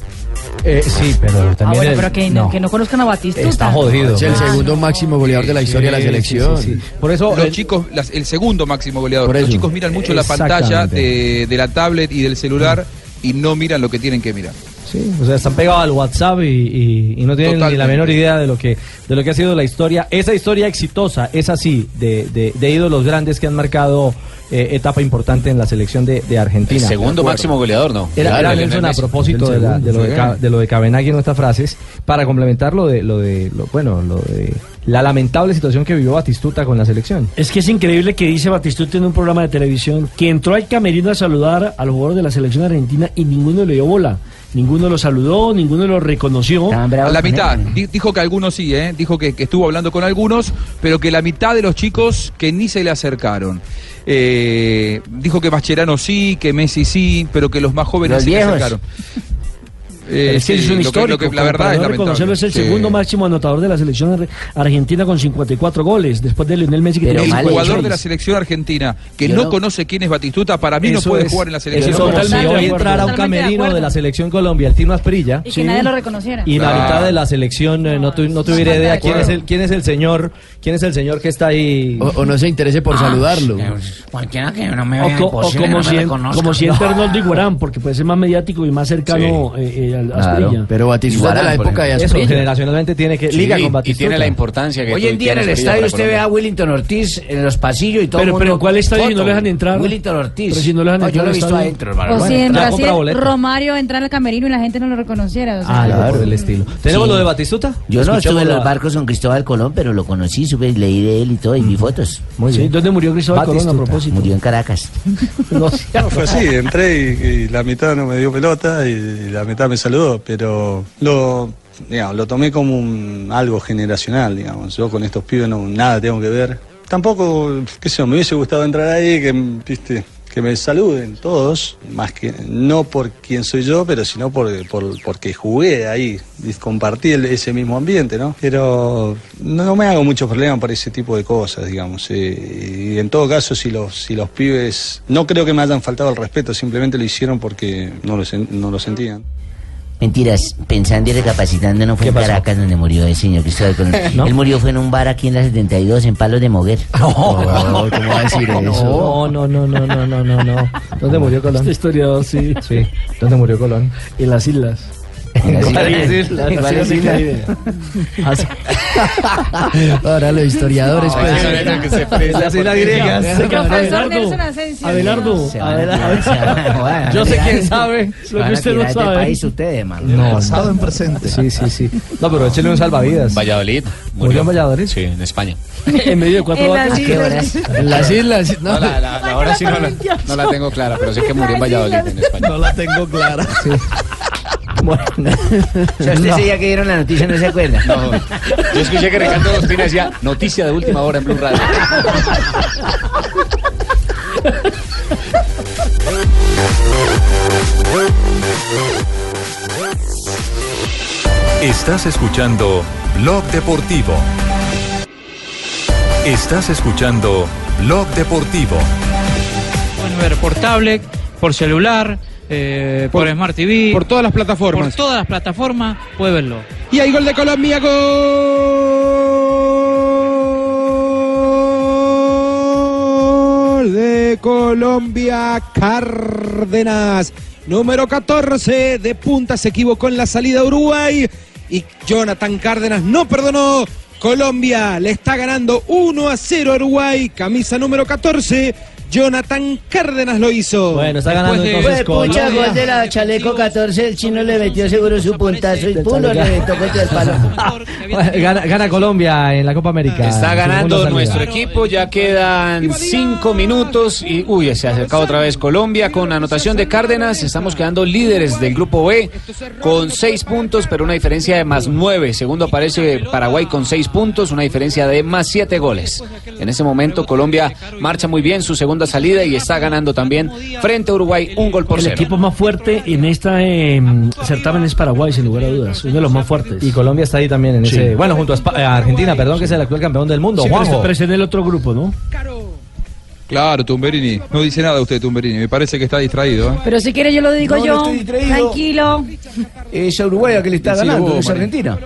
Speaker 4: Eh, sí, pero
Speaker 5: Ah, bueno, pero que no, que no conozcan a Batistuta.
Speaker 4: Está jodido.
Speaker 9: Es el segundo máximo goleador de la historia de la
Speaker 10: Sí,
Speaker 9: selección.
Speaker 10: sí, sí, sí.
Speaker 4: Por eso
Speaker 10: los
Speaker 4: el-
Speaker 10: chicos, las- el segundo máximo goleador.
Speaker 9: Por
Speaker 10: Los
Speaker 9: eso.
Speaker 10: chicos miran mucho la pantalla de, de la tablet y del celular
Speaker 9: Mm.
Speaker 10: y no miran lo que tienen que mirar.
Speaker 4: Sí, o sea, están pegados al WhatsApp y, y- y no tienen ni la
Speaker 10: Totalmente.
Speaker 4: menor idea de lo que de lo que ha sido la historia. Esa historia exitosa es así, de, de, de ídolos grandes que han marcado eh, etapa importante en la selección de, de Argentina.
Speaker 8: El segundo
Speaker 4: De acuerdo.
Speaker 8: máximo goleador, ¿no?
Speaker 4: Era,
Speaker 8: Claro,
Speaker 4: era
Speaker 8: Lionel
Speaker 4: Nelson, a
Speaker 8: Messi.
Speaker 4: propósito de, la- de lo de, Ca- de lo de Cabenagui en nuestras frases, para complementar lo de, lo de lo, bueno, lo de la lamentable situación que vivió Batistuta con la selección.
Speaker 6: Es que es increíble que dice Batistuta en un programa de televisión que entró al camerino a saludar a los jugadores de la selección argentina y ninguno le dio bola. Ninguno lo saludó, ninguno lo reconoció.
Speaker 10: A la mitad. Di- Dijo que algunos sí, ¿eh? dijo que, que estuvo hablando con algunos, pero que la mitad de los chicos que ni se le acercaron. Eh, dijo que Mascherano sí, que Messi sí, pero que los más jóvenes
Speaker 6: Los
Speaker 10: sí
Speaker 6: viejos.
Speaker 10: se acercaron. Eh,
Speaker 6: Pero es que es
Speaker 10: sí,
Speaker 6: un
Speaker 10: lo que- lo
Speaker 6: histórico.
Speaker 10: que la
Speaker 6: como
Speaker 10: verdad
Speaker 6: para
Speaker 10: es
Speaker 6: no
Speaker 10: lamentable.
Speaker 6: reconocerlo, es el
Speaker 10: Sí.
Speaker 6: segundo máximo anotador de la selección ar- argentina con 54 goles, después de Lionel Messi que
Speaker 10: el
Speaker 6: tiene
Speaker 10: jugador
Speaker 6: 56.
Speaker 10: de la selección argentina que
Speaker 6: Yo
Speaker 10: no,
Speaker 6: no-
Speaker 10: conoce quién es Batistuta, para mí no
Speaker 6: Eso
Speaker 10: puede
Speaker 6: es-
Speaker 10: jugar en la
Speaker 6: eso
Speaker 10: selección.
Speaker 4: Es como si hoy entrara a un
Speaker 5: Totalmente de
Speaker 4: camerino de,
Speaker 5: acuerdo.
Speaker 4: la selección Colombia, el Tino Asprilla.
Speaker 5: Y que nadie lo reconociera.
Speaker 4: Y la
Speaker 25: Ah,
Speaker 5: Claro.
Speaker 4: mitad de la selección eh, no, tu- no tuviera idea quién es el quién es el señor, quién es el señor que está ahí
Speaker 9: O, o no se interese por
Speaker 4: Ah,
Speaker 9: saludarlo.
Speaker 13: Cualquiera que no me
Speaker 6: O,
Speaker 13: vea
Speaker 6: co- o
Speaker 13: imposible,
Speaker 6: como,
Speaker 13: no
Speaker 6: si
Speaker 13: me
Speaker 6: en-
Speaker 13: reconozca.
Speaker 6: como si entra
Speaker 13: No.
Speaker 6: Arnoldo Iguarán, porque puede ser más mediático y más cercano eh, eh, al- a
Speaker 9: Claro,
Speaker 6: Asprilla.
Speaker 9: pero Batistuta es de la época de
Speaker 4: Eso,
Speaker 9: Asprilla.
Speaker 4: generacionalmente tiene que
Speaker 9: Sí,
Speaker 4: liga con
Speaker 9: y
Speaker 4: Batistuta.
Speaker 9: tiene la
Speaker 8: importancia
Speaker 25: Hoy en día en el estadio usted ve a Willington Ortiz en los pasillos y todo
Speaker 6: Pero-
Speaker 25: el mundo...
Speaker 6: pero ¿cuál estadio no lo dejan entrar?
Speaker 25: Willington Ortiz.
Speaker 6: Pero si no lo dejan
Speaker 25: No,
Speaker 6: entrar
Speaker 25: Yo lo
Speaker 6: al
Speaker 25: he visto
Speaker 6: estadio.
Speaker 25: adentro, hermano.
Speaker 5: O si en
Speaker 25: Bueno,
Speaker 5: Brasil
Speaker 25: boleto.
Speaker 5: Romario entrara al camerino y la gente no lo reconociera. o sea.
Speaker 4: Ah, claro. del estilo. ¿Tenemos lo de Batistuta?
Speaker 13: Yo no
Speaker 4: Escuchemos
Speaker 13: estuve en
Speaker 4: la-
Speaker 13: los barcos con Cristóbal Colón, pero lo conocí, supe, leí de él y todo, y
Speaker 4: Mm.
Speaker 13: vi fotos.
Speaker 6: Muy Sí, bien. ¿dónde murió Cristóbal Colón, a
Speaker 13: Batistuta.
Speaker 6: propósito?
Speaker 13: Murió en Caracas.
Speaker 16: No, fue así, entré y, y la mitad no me dio pelota y, la mitad me saludó, pero lo, digamos, lo tomé como un, algo generacional, digamos. Yo con estos pibes no, nada tengo que ver. Tampoco, qué sé yo, me hubiese gustado entrar ahí, que, viste, que me saluden todos, más que no por quién soy yo, pero sino por, por- porque jugué ahí, y compartí el- ese mismo ambiente, ¿no? Pero no, no me hago mucho problema por ese tipo de cosas, digamos. eh, y en todo caso, si los, si los pibes, no creo que me hayan faltado el respeto, simplemente lo hicieron porque no lo, sen- no lo sentían.
Speaker 13: Mentiras, pensando y recapacitando, no fue en Caracas donde murió el señor Cristóbal Colón.
Speaker 4: ¿No?
Speaker 13: Él murió fue en un bar aquí en la 72, en Palos de Moguer.
Speaker 4: No, No, no, no, no, no, no, no, no. ¿Dónde murió Colón? Este historiador, sí. Sí. ¿Dónde murió Colón?
Speaker 6: En las islas.
Speaker 4: ¿Cuáles islas?
Speaker 6: ¿Cuáles islas?
Speaker 4: Así-
Speaker 9: Ahora los historiadores.
Speaker 4: No,
Speaker 9: pues.
Speaker 4: eso era que se presa Las islas por- griegas.
Speaker 5: Profesor
Speaker 6: Abelardo,
Speaker 5: Nelson Asensio.
Speaker 6: Abelardo,
Speaker 13: Se van a
Speaker 6: Abelardo. Yo sé quién sabe
Speaker 13: Se
Speaker 6: lo
Speaker 13: van a
Speaker 6: que usted no
Speaker 13: tirar del
Speaker 6: sabe.
Speaker 13: país ustedes, man.
Speaker 4: No,
Speaker 13: Pasado
Speaker 4: en presente. Sí, sí, sí. No, pero échale un salvavidas.
Speaker 8: Valladolid.
Speaker 4: ¿Murió en Valladolid?
Speaker 8: Sí, en España.
Speaker 6: en medio de cuatro
Speaker 8: En las
Speaker 6: vacas.
Speaker 8: islas.
Speaker 9: En las islas. No,
Speaker 8: No, la, la- la hora sí no la, no la tengo clara, pero sé que murió en Valladolid, en España.
Speaker 9: No la tengo clara.
Speaker 13: O sea, usted
Speaker 8: No.
Speaker 13: ese día que dieron la noticia no se acuerda.
Speaker 8: No, yo escuché que Ricardo Agostín decía noticia de última hora en Blue Radio.
Speaker 15: Estás escuchando Blog Deportivo. Estás escuchando Blog Deportivo.
Speaker 22: Pueden ver por tablet, por celular, eh, por, Smart TV. Por
Speaker 10: todas las plataformas.
Speaker 22: Por todas las plataformas, puede verlo.
Speaker 10: Y hay gol de Colombia, gol de Colombia, Cárdenas, número 14 de punta, se equivocó en la salida a Uruguay y Jonathan Cárdenas no perdonó. Colombia le está ganando 1 a 0 a Uruguay, camisa número 14.
Speaker 22: Jonathan Cárdenas lo hizo.
Speaker 4: Bueno, está ganando
Speaker 24: entonces Pues, Pucha
Speaker 22: Colombia.
Speaker 24: gol de la Chaleco 14, el chino le metió seguro su puntazo y pum, lo reventó contra el palo.
Speaker 4: Gana, gana Colombia en la Copa
Speaker 8: Está
Speaker 4: América. en su segunda
Speaker 8: ganando
Speaker 4: salida.
Speaker 8: nuestro equipo, ya quedan cinco minutos y uy, se acerca otra vez Colombia con anotación de Cárdenas. Estamos quedando líderes del grupo B con seis puntos, pero una diferencia de más nueve. Segundo aparece Paraguay con seis puntos, una diferencia de más siete goles. En ese momento Colombia marcha muy bien su segunda salida y está ganando también frente a Uruguay un gol por
Speaker 6: El
Speaker 8: cero.
Speaker 6: equipo más fuerte en esta eh, certamen es Paraguay, sin lugar a dudas. Uno de los más fuertes.
Speaker 4: Y Colombia está ahí también en
Speaker 6: Sí.
Speaker 4: ese. Bueno, junto a, Espa- a Argentina, perdón, que es el actual campeón del mundo.
Speaker 6: Sí, pero
Speaker 4: Juanjo.
Speaker 6: está- pero está Pues en el otro grupo, ¿no?
Speaker 10: Claro, Tumberini. No dice nada usted, Tumberini. Me parece que está distraído. ¿eh?
Speaker 5: Pero si quiere yo lo digo
Speaker 7: No, no
Speaker 5: yo.
Speaker 7: estoy distraído.
Speaker 5: Tranquilo.
Speaker 7: Es a Uruguay a que le está
Speaker 10: Sí,
Speaker 7: ganando,
Speaker 10: vos,
Speaker 7: es
Speaker 10: Marín.
Speaker 7: Argentina.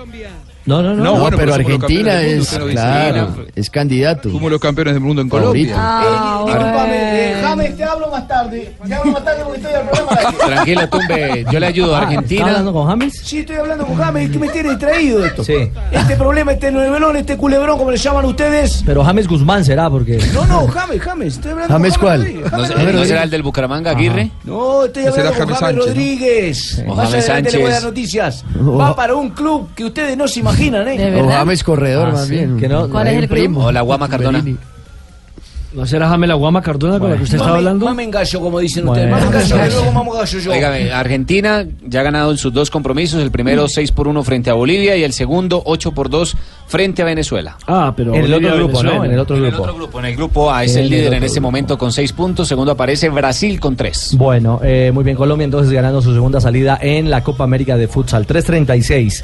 Speaker 4: No,
Speaker 10: no,
Speaker 9: No,
Speaker 10: bueno, pero
Speaker 9: pero
Speaker 10: somos los
Speaker 9: Argentina
Speaker 10: campeones del mundo,
Speaker 9: es,
Speaker 10: usted lo dice.
Speaker 9: claro, es candidato.
Speaker 10: Como los campeones del mundo en Colombia.
Speaker 5: Ah,
Speaker 7: Disculpame, eh, James, te hablo más tarde. Te hablo más tarde porque estoy al programa. de aquí.
Speaker 8: Tranquilo, Tumbe, yo le ayudo a
Speaker 7: ¿Está
Speaker 8: Argentina.
Speaker 7: hablando
Speaker 4: Ah, con James?
Speaker 7: Sí, estoy hablando con James, es que me tiene distraído esto.
Speaker 4: Sí.
Speaker 7: Este problema, este nuevelón, este culebrón, como le llaman ustedes.
Speaker 4: Pero James Guzmán será, porque.
Speaker 7: No, no, James, James, estoy hablando
Speaker 4: ¿James
Speaker 7: con
Speaker 4: cuál?
Speaker 7: Rodríguez,
Speaker 8: ¿No,
Speaker 7: James
Speaker 8: se-
Speaker 7: Rodríguez.
Speaker 8: no será el del Bucaramanga, Aguirre?
Speaker 7: No, estoy
Speaker 8: Ese
Speaker 7: hablando
Speaker 8: era
Speaker 7: con
Speaker 8: James
Speaker 7: James
Speaker 8: Sánchez, ¿no?
Speaker 7: Rodríguez.
Speaker 8: O
Speaker 7: Más
Speaker 8: James
Speaker 7: adelante le voy a dar
Speaker 8: Sánchez. Oh.
Speaker 7: noticias.
Speaker 8: O-
Speaker 7: Va para un club que ustedes no se imaginan, ¿eh?
Speaker 8: Oh,
Speaker 9: O James Corredor,
Speaker 6: Ah,
Speaker 9: más
Speaker 6: sí,
Speaker 9: bien.
Speaker 6: que no- ¿Cuál
Speaker 9: Hay
Speaker 6: es
Speaker 9: un
Speaker 6: el club?
Speaker 9: primo.
Speaker 6: O la
Speaker 8: Guama Cardona.
Speaker 6: ¿No será James la Guama Cardona con la que usted estaba hablando?
Speaker 7: Mamen gallo, como dicen ustedes.
Speaker 8: Bueno.
Speaker 7: Mamen gallo, que luego mamen gallo yo.
Speaker 8: Óigame, Argentina ya ha ganado en sus dos compromisos, el primero 6 por 1 frente a Bolivia y el segundo 8 por 2 frente a Venezuela.
Speaker 6: Ah, pero
Speaker 8: En el
Speaker 6: Bolivia,
Speaker 8: otro grupo,
Speaker 6: Venezuela.
Speaker 8: ¿no? En el otro grupo, en el grupo A es
Speaker 4: En
Speaker 8: el
Speaker 4: el
Speaker 8: líder en
Speaker 4: otro
Speaker 8: este momento con 6 puntos, segundo aparece Brasil con 3.
Speaker 4: Bueno, eh, muy bien, Colombia entonces ganando su segunda salida en la Copa América de Futsal 336.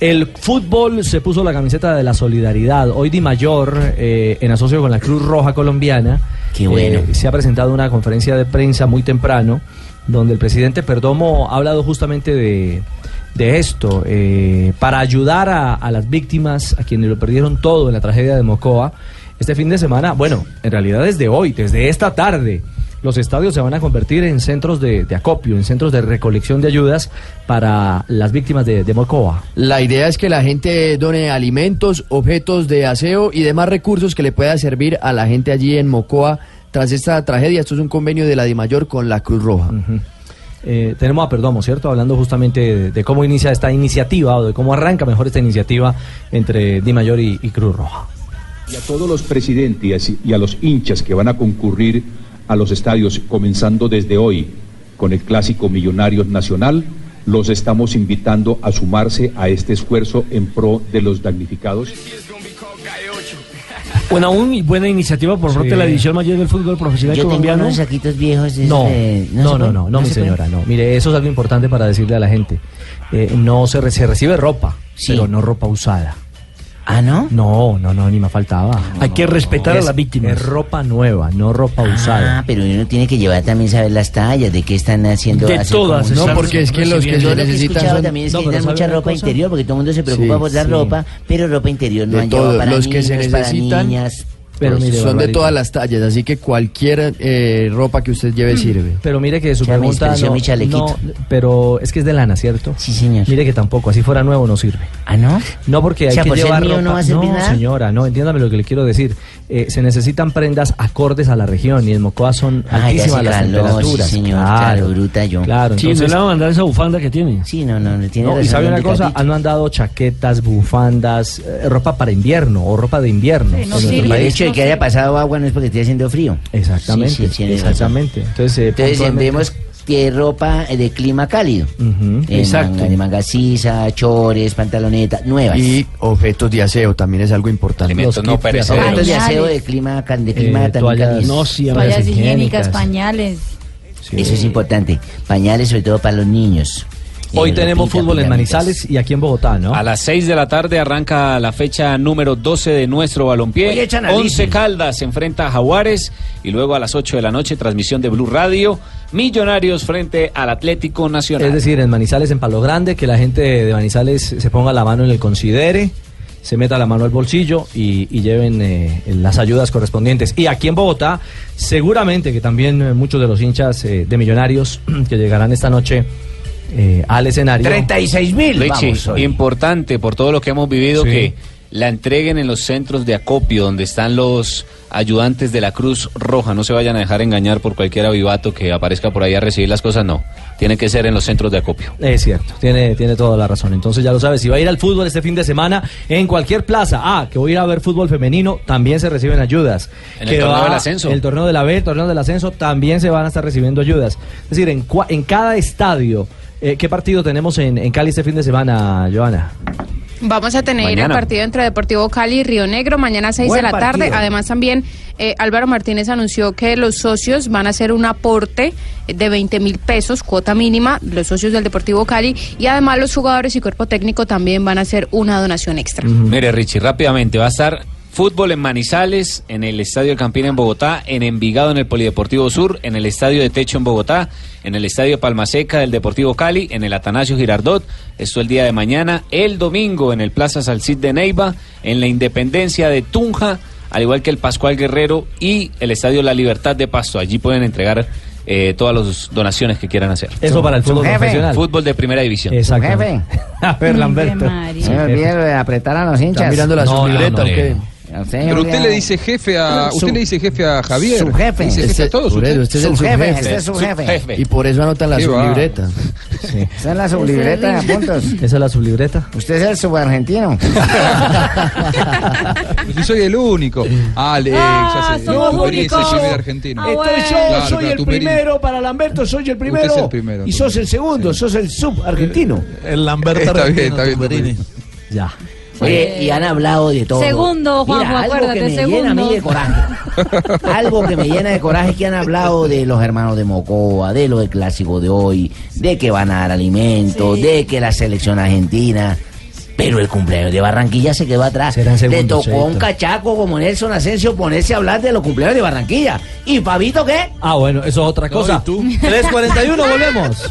Speaker 4: El fútbol se puso la camiseta de la solidaridad. Hoy Di Mayor, eh, en asocio con la Cruz Roja Colombiana,
Speaker 23: Qué bueno.
Speaker 4: eh, se ha presentado una conferencia de prensa muy temprano, donde el presidente Perdomo ha hablado justamente de, de esto, eh, para ayudar a, a las víctimas, a quienes lo perdieron todo en la tragedia de Mocoa. Este fin de semana, bueno, en realidad desde hoy, desde esta tarde, los estadios se van a convertir en centros de, de acopio, en centros de recolección de ayudas para las víctimas de, de Mocoa.
Speaker 9: La idea es que la gente done alimentos, objetos de aseo y demás recursos que le pueda servir a la gente allí en Mocoa tras esta tragedia. Esto es un convenio de la DIMAYOR con la Cruz Roja.
Speaker 4: Eh, tenemos a Perdomo, ¿cierto? Hablando justamente de, de cómo inicia esta iniciativa o de cómo arranca mejor esta iniciativa entre Di Mayor y, y Cruz Roja.
Speaker 2: Y a todos los presidentes y a los hinchas que van a concurrir a los estadios, comenzando desde hoy con el clásico Millonarios Nacional, los estamos invitando a sumarse a este esfuerzo en pro de los damnificados.
Speaker 6: Una muy buena iniciativa por parte de la División Mayor del Fútbol Profesional
Speaker 23: Yo tengo
Speaker 6: Colombiano.
Speaker 23: unos saquitos viejos.
Speaker 4: No,
Speaker 23: este,
Speaker 4: no,
Speaker 23: se
Speaker 4: no,
Speaker 23: puede?
Speaker 4: no, no, mi
Speaker 23: se puede?
Speaker 4: señora, no. Mire, eso es algo importante para decirle a la gente. Eh, no se, re- se recibe ropa, pero no ropa usada.
Speaker 23: ¿Ah, no?
Speaker 4: No, no, no, ni me faltaba.
Speaker 23: Hay que respetar a
Speaker 4: Es-
Speaker 23: las víctimas.
Speaker 4: Es ropa nueva, no ropa
Speaker 23: Ah,
Speaker 4: usada.
Speaker 23: pero uno tiene que llevar también saber las tallas, de qué están haciendo.
Speaker 4: De
Speaker 23: hacer
Speaker 4: todas,
Speaker 23: como-
Speaker 4: están recibiendo.
Speaker 23: Yo lo he
Speaker 4: necesitan
Speaker 23: escuchado
Speaker 4: son-
Speaker 23: también es
Speaker 4: No,
Speaker 23: que
Speaker 4: pero
Speaker 23: dan
Speaker 4: ¿sabe
Speaker 23: mucha
Speaker 4: una
Speaker 23: ropa
Speaker 4: cosa?
Speaker 23: interior, porque todo el mundo se preocupa
Speaker 4: Sí,
Speaker 23: por la
Speaker 4: sí.
Speaker 23: ropa, pero ropa interior no
Speaker 9: De
Speaker 23: hay
Speaker 9: todo,
Speaker 23: llevado para
Speaker 9: los que se
Speaker 23: niños, para
Speaker 9: necesitan
Speaker 23: niñas.
Speaker 4: Pero mire,
Speaker 9: son de
Speaker 4: Barbarita.
Speaker 9: todas las tallas, así que cualquier eh, ropa que usted lleve sirve.
Speaker 4: Pero mire que su
Speaker 9: Ya me
Speaker 4: pregunta
Speaker 9: despreció
Speaker 4: no,
Speaker 9: mi chalequito.
Speaker 4: no, pero es que es de lana, ¿cierto? Sí,
Speaker 23: señor.
Speaker 4: Mire que tampoco, así fuera nuevo no sirve.
Speaker 23: Ah, no.
Speaker 4: No porque hay
Speaker 23: O sea,
Speaker 4: que
Speaker 23: por ser
Speaker 4: llevar
Speaker 23: mío
Speaker 4: ropa.
Speaker 23: no va a servir nada.
Speaker 4: señora, no, entiéndame lo que le quiero decir. Eh, se necesitan prendas acordes a la región y en Mocoa son
Speaker 23: Ah, ya
Speaker 4: altísimas
Speaker 23: se
Speaker 4: las
Speaker 23: caló, sí,
Speaker 4: temperaturas.
Speaker 23: señor, claro, bruta yo.
Speaker 4: Claro,
Speaker 6: Sí, no
Speaker 4: entonces-
Speaker 6: le va a mandar esa bufanda que tiene.
Speaker 23: Sí, no, no, no tiene
Speaker 4: No, y
Speaker 23: razón,
Speaker 4: sabe
Speaker 23: don
Speaker 4: una cosa,
Speaker 23: Ricardito.
Speaker 4: han mandado chaquetas, bufandas, eh, ropa para invierno o ropa de invierno.
Speaker 23: Sí,
Speaker 4: en
Speaker 23: no
Speaker 4: nuestro
Speaker 23: sirve,
Speaker 4: país.
Speaker 23: El hecho de que haya pasado agua no es porque esté haciendo frío.
Speaker 4: Exactamente,
Speaker 23: Sí, sí, tiene razón.
Speaker 4: exactamente. Entonces, eh,
Speaker 23: Entonces
Speaker 4: puntualmente- Mm,
Speaker 23: enviemos que ropa eh, de clima cálido.
Speaker 4: Ujú.
Speaker 23: Eh, manga- de manga sisa, chores, pantaloneta, nuevas.
Speaker 9: Y oh, objetos de aseo también es algo importante.
Speaker 23: Los kits de aseo. Objetos de aseo de clima, cal- de clima
Speaker 9: Eh,
Speaker 23: tan
Speaker 9: toallas,
Speaker 23: caliente.
Speaker 9: no, sí,
Speaker 23: Toallas
Speaker 5: Toallas higiénicas,
Speaker 23: higiénicas.
Speaker 5: pañales.
Speaker 23: Eso es importante. Pañales sobre todo para los niños.
Speaker 4: Hoy
Speaker 23: Eh,
Speaker 4: tenemos
Speaker 23: ropita,
Speaker 4: fútbol en
Speaker 23: pijamitas.
Speaker 4: Manizales y aquí en Bogotá, ¿no?
Speaker 8: A las 6 de la tarde arranca la fecha número 12 de nuestro
Speaker 4: Oye,
Speaker 8: balompié.
Speaker 4: echa narices.
Speaker 8: 11 Caldas se enfrenta a Jaguares y luego a las 8 de la noche transmisión de Blue Radio, Millonarios frente al Atlético Nacional.
Speaker 4: Es decir, en Manizales, en Palo Grande, que la gente de Manizales se ponga la mano en el considere, se meta la mano al bolsillo y, y lleven eh, las ayudas correspondientes. Y aquí en Bogotá, seguramente que también eh, muchos de los hinchas eh, de millonarios que llegarán esta noche eh, al escenario.
Speaker 8: 36.000, Richie,
Speaker 4: vamos hoy.
Speaker 8: importante por todo lo que hemos vivido
Speaker 4: Sí.
Speaker 8: que la entreguen en los centros de acopio donde están los ayudantes de la Cruz Roja. No se vayan a dejar engañar por cualquier avivato que aparezca por ahí a recibir las cosas, no. Tiene que ser en los centros de acopio.
Speaker 4: Es cierto, tiene, tiene toda la razón. Entonces ya lo sabes, si va a ir al fútbol este fin de semana, en cualquier plaza, ah, que voy a ir a ver fútbol femenino, también se reciben ayudas.
Speaker 8: En
Speaker 4: Que
Speaker 8: el torneo
Speaker 4: va-
Speaker 8: del ascenso.
Speaker 4: El torneo de la B, el torneo del ascenso, también se van a estar recibiendo ayudas. Es decir, en, cua- en cada estadio, eh, ¿qué partido tenemos en, en Cali este fin de semana, Joana?
Speaker 14: Vamos a tener
Speaker 4: Mañana.
Speaker 14: el partido entre Deportivo Cali y Río Negro mañana a 6
Speaker 4: Buen
Speaker 14: de la tarde.
Speaker 4: partido.
Speaker 14: Además también eh, Álvaro Martínez anunció que los socios van a hacer un aporte de 20 mil pesos, cuota mínima, los socios del Deportivo Cali y además los jugadores y cuerpo técnico también van a hacer una donación extra.
Speaker 8: Mire, Richie, rápidamente va a estar fútbol en Manizales, en el Estadio del Campín en Bogotá, en Envigado en el Polideportivo Sur, en el Estadio de Techo en Bogotá, en el Estadio de Palma Seca del Deportivo Cali, en el Atanasio Girardot, esto el día de mañana, el domingo en el Plaza Salcid de Neiva, en la Independencia de Tunja, al igual que el Pascual Guerrero y el Estadio La Libertad de Pasto. Allí pueden entregar eh, todas las donaciones que quieran hacer.
Speaker 4: Eso para el fútbol Jefe. profesional.
Speaker 8: Fútbol de primera división.
Speaker 4: Exactamente. A
Speaker 8: ver,
Speaker 4: Lamberto.
Speaker 24: Se me olvidó de apretar a los hinchas.
Speaker 8: mirando la No, sublibreta, no, no, ¿o
Speaker 4: Eh,
Speaker 8: qué?
Speaker 24: A usted,
Speaker 10: Pero usted
Speaker 24: Julián.
Speaker 10: le dice jefe a. Usted
Speaker 24: Su-
Speaker 10: le dice jefe a Javier.
Speaker 24: su jefe.
Speaker 10: Le Dice jefe
Speaker 24: Este-
Speaker 10: a todos.
Speaker 24: por
Speaker 10: usted.
Speaker 24: eso, este es el Subjefe, subjefe. este es su Subjefe. jefe.
Speaker 9: Y por eso anotan la
Speaker 24: Qué va.
Speaker 9: sublibreta.
Speaker 24: Esa es la sublibreta de apuntos.
Speaker 4: Esa es la sublibreta.
Speaker 24: Usted es el subargentino.
Speaker 10: Pero si soy el único. Ah, le,
Speaker 24: Ah,
Speaker 10: ya sé.
Speaker 24: somos
Speaker 10: tú eres el
Speaker 24: únicos. Ah,
Speaker 10: jefe de argentino.
Speaker 7: Este
Speaker 24: Entonces
Speaker 10: Claro,
Speaker 24: yo
Speaker 10: claro,
Speaker 24: soy el
Speaker 10: tú eres-
Speaker 24: primero, para Lamberto soy el primero.
Speaker 10: Usted es el primero,
Speaker 24: y sos el segundo, sos el sub-argentino.
Speaker 12: El Lamberto
Speaker 24: Está bien,
Speaker 12: argentino,
Speaker 24: está bien,
Speaker 12: Tumberini.
Speaker 4: Ya.
Speaker 24: Oye, y han hablado de todo.
Speaker 5: Segundo, Juanjo,
Speaker 24: Mira, algo
Speaker 5: acuérdate,
Speaker 24: que me llena a mí
Speaker 5: segundo.
Speaker 24: de coraje.
Speaker 23: Algo que me llena de coraje es que han hablado de los hermanos de Mocoa, de lo del clásico de hoy, de que van a dar alimentos, de que la selección argentina. Pero el cumpleaños de Barranquilla se quedó atrás.
Speaker 24: Le tocó a un
Speaker 23: Cheito.
Speaker 24: cachaco como Nelson Asensio ponerse a hablar de los cumpleaños de Barranquilla. ¿Y Fabito qué?
Speaker 4: Ah, bueno, eso es otra cosa. 3.41, volvemos.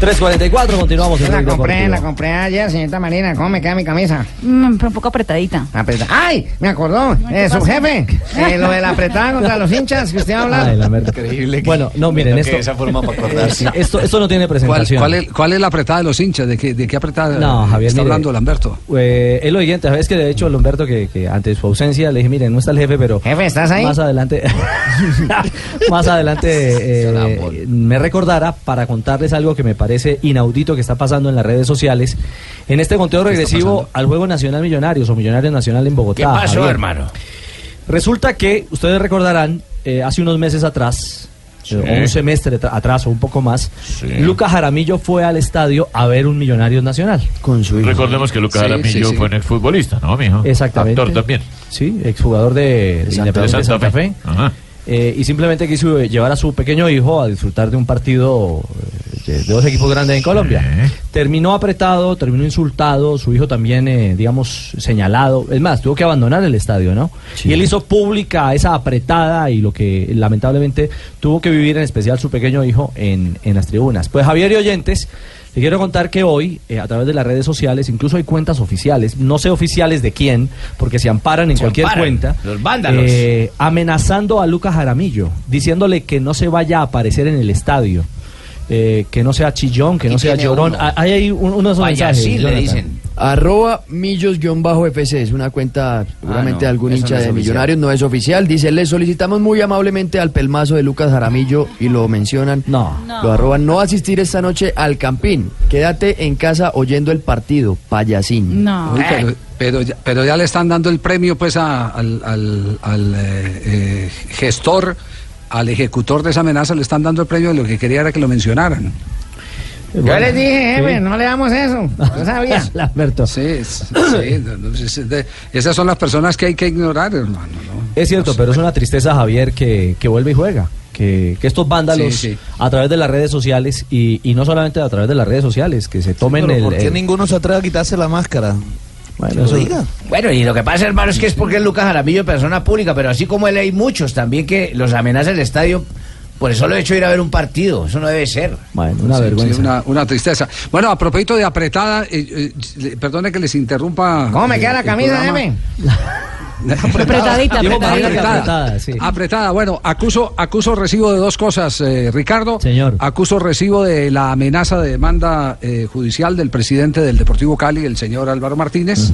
Speaker 4: 3.44, continuamos en
Speaker 24: La
Speaker 4: Blog
Speaker 24: compré, la
Speaker 4: Deportivo.
Speaker 24: compré ayer, señorita Marina. ¿Cómo me queda mi camisa?
Speaker 5: Mm, pero un poco apretadita.
Speaker 24: Apreta- ¡Ay! Me acordó.
Speaker 5: ¿qué
Speaker 24: Eh,
Speaker 5: pasa?
Speaker 24: subjefe, eh, lo de la apretada contra los hinchas que usted ha hablado.
Speaker 4: Ay, Lamberto. Bueno, no, miren, esto,
Speaker 3: acordarse.
Speaker 4: esto, esto no tiene
Speaker 3: ¿Cuál,
Speaker 4: presentación.
Speaker 3: cuál es, cuál es la apretada de los hinchas? ¿De qué, de qué apretada
Speaker 4: No, Javier,
Speaker 3: está
Speaker 4: mire,
Speaker 3: hablando Lamberto?
Speaker 4: Eh, es lo siguiente, es que de hecho Lomberto, que, que ante su ausencia le dije, miren, no está el jefe, pero... Jefe,
Speaker 24: ¿estás ahí?
Speaker 4: Más adelante, más adelante eh, me recordará para contarles algo que me parece inaudito que está pasando en las redes sociales. En este conteo regresivo al Juego Nacional Millonarios o Millonarios Nacional en Bogotá. Javier. Resulta que, ustedes recordarán, eh, hace unos meses atrás, eh, o un semestre tra- atrás o un poco más, Lucas Jaramillo fue al estadio a ver un Millonarios Nacional. Con su
Speaker 18: Recordemos que Lucas
Speaker 4: Sí,
Speaker 18: Aramillo
Speaker 4: sí, sí.
Speaker 18: fue un exfutbolista, ¿no, mijo?
Speaker 4: Exactamente.
Speaker 18: Actor también.
Speaker 4: Sí, exjugador de, de
Speaker 18: Santa
Speaker 4: Independiente
Speaker 18: Fe.
Speaker 4: de Santa Fe.
Speaker 18: Ajá.
Speaker 4: Eh, y simplemente quiso llevar a su pequeño hijo a disfrutar de un partido eh, de, de dos equipos grandes en Colombia. Terminó apretado, terminó insultado, su hijo también, eh, digamos, señalado. Es más, tuvo que abandonar el estadio, ¿no? Y él hizo pública esa apretada y lo que lamentablemente tuvo que vivir en especial su pequeño hijo en, en las tribunas. Pues Javier y oyentes, te quiero contar que hoy, eh, a través de las redes sociales, incluso hay cuentas oficiales, no sé oficiales de quién, porque se amparan en cualquier
Speaker 7: amparan,
Speaker 4: cuenta.
Speaker 7: los vándalos.
Speaker 4: eh, amenazando a Lucas Jaramillo, diciéndole que no se vaya a aparecer en el estadio, eh, que no sea chillón, que
Speaker 9: Aquí
Speaker 4: no sea
Speaker 9: tiene
Speaker 4: llorón.
Speaker 9: uno.
Speaker 4: Ah, Hay ahí un- unos mensajes. Jonathan.
Speaker 9: Arroba millos-fc, es una cuenta seguramente
Speaker 4: Ah, no,
Speaker 9: de algún
Speaker 4: eso
Speaker 9: hincha
Speaker 4: no es
Speaker 9: de
Speaker 4: oficial.
Speaker 9: Millonarios, no es oficial. Dice, le solicitamos muy amablemente al pelmazo de Lucas Jaramillo y lo mencionan. No. Lo arroban, no asistir esta noche al campín. Quédate en casa oyendo el partido, payasín.
Speaker 5: No.
Speaker 3: Uy, pero, pero ya, pero ya le están dando el premio pues a- al, al- al, eh, eh, gestor, al ejecutor de esa amenaza, le están dando el premio de lo que quería era que lo mencionaran.
Speaker 24: Yo les dije, jefe, no le damos eso. No sabía.
Speaker 4: Alberto.
Speaker 3: Sí, es- sí, no, no, es- es de- esas son las personas que hay que ignorar, hermano.
Speaker 4: Es cierto, pero es una tristeza, Javier, que, que vuelve y juega. Que, que estos vándalos
Speaker 3: Sí, sí.
Speaker 4: a través de las redes sociales y, y no solamente a través de las redes sociales, que se tomen
Speaker 12: Pero
Speaker 4: el...
Speaker 12: ¿Por qué
Speaker 4: el-
Speaker 12: ninguno se atreve a quitarse la máscara?
Speaker 4: Bueno,
Speaker 12: eso-
Speaker 7: Bueno, y lo que pasa, hermano, es que es porque es Lucas Jaramillo, persona pública, pero así como él hay muchos
Speaker 24: También que los amenaza el estadio
Speaker 7: Por eso lo he hecho ir a ver un partido. Eso no debe ser.
Speaker 3: Bueno,
Speaker 7: una vergüenza.
Speaker 3: una, una tristeza. Bueno, a propósito de apretada, eh, eh, le- perdone que les interrumpa.
Speaker 7: ¿Cómo me
Speaker 3: eh,
Speaker 7: queda la
Speaker 3: el
Speaker 7: camisa,
Speaker 3: programa.
Speaker 7: Deme?
Speaker 3: Apretadita,
Speaker 7: Digo,
Speaker 3: apretada,
Speaker 7: Marina,
Speaker 3: apretada.
Speaker 7: apretada, sí.
Speaker 3: Apretada. Bueno, acuso, acuso recibo de dos cosas, eh, Ricardo. Señor. Acuso recibo de la amenaza de demanda eh, judicial del presidente del Deportivo Cali, el señor Álvaro Martínez.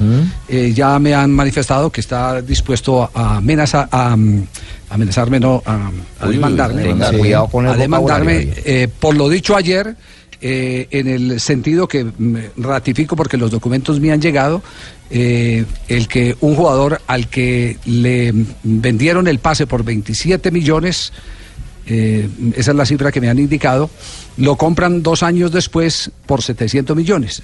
Speaker 3: Eh, ya me han manifestado que está dispuesto a amenazar, a, mm, amenazarme, no, a, a
Speaker 7: Uy,
Speaker 3: demandarme.
Speaker 7: tenga cuidado con el
Speaker 3: a demandarme
Speaker 7: vocabulario.
Speaker 3: eh, por lo dicho ayer. eh, en el sentido que mm, ratifico porque los documentos me han llegado, eh, el que un jugador al que le mm, vendieron el pase por 27 millones, eh, esa es la cifra que me han indicado, lo compran dos años después por 700 millones.